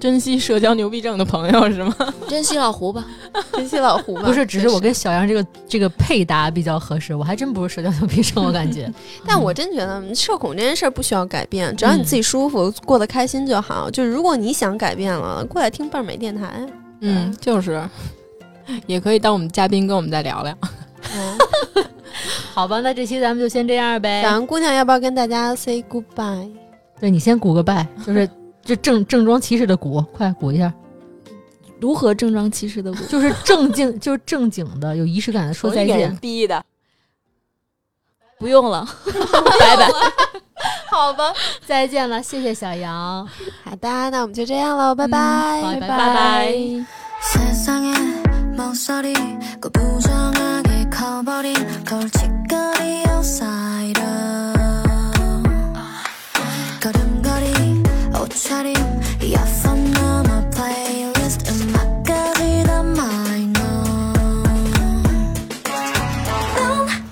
Speaker 4: 珍惜社交牛逼症的朋友是吗？
Speaker 1: 珍惜老胡吧。
Speaker 3: 珍惜老胡吧。
Speaker 2: 不是，只是
Speaker 3: 真
Speaker 2: 我跟小杨这个这个配搭比较合适，我还真不是社交牛逼症，我感 觉。
Speaker 3: 但
Speaker 2: 嗯
Speaker 3: 我真觉得社恐这件事儿不需要改变，只要你自己舒服、过得开心就好。就是如果你想改变了，过来听倍儿美电台。
Speaker 4: 嗯，就是，也可以当我们嘉宾跟我们再聊聊。
Speaker 3: 嗯，
Speaker 2: 好吧，那这期咱们就先这样呗
Speaker 3: 小。杨姑娘，要不要跟大家 say goodbye？
Speaker 2: 对你先鼓个拜，就是就正正装骑士的鼓，快鼓一下，
Speaker 1: 如何正装其事的我？
Speaker 2: 就是正经，就是正经的，有仪式感的说再见。
Speaker 4: 逼的，
Speaker 1: 不用了，拜拜。
Speaker 2: 好吧，再见了，谢谢小杨，
Speaker 3: 好的，那我们就这样喽，拜
Speaker 2: 好
Speaker 3: 拜。
Speaker 2: 拜
Speaker 4: 拜拜。
Speaker 6: 세상의 망설이고 그 부정하게 커버린 걸칫거리 outsider 걸음걸이 옷차림 이어폰 너머 playlist 음악까지 다 minor 넌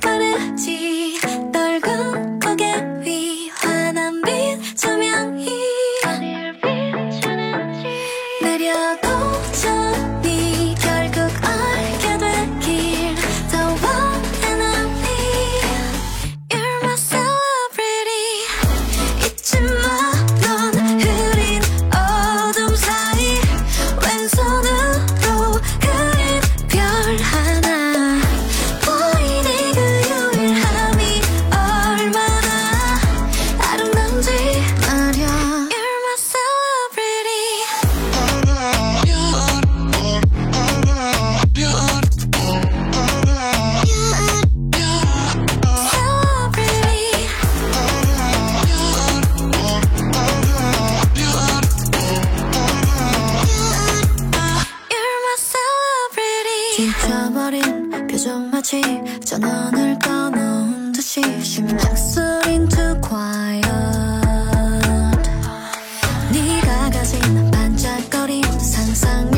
Speaker 6: 바르지 널군 고개 위 환한 빛 조명이 어딜 비추는지 내려도전이 결국 알게 되길 더 원해나니 You're my celebrity 잊지 마넌 흐린 어둠 사이 왼손으로 그린 별그 잊어버린 표정마치 전원을 꺼놓은 듯이 심장 소린 too quiet 네가 가진 반짝거림 상상력 어, 그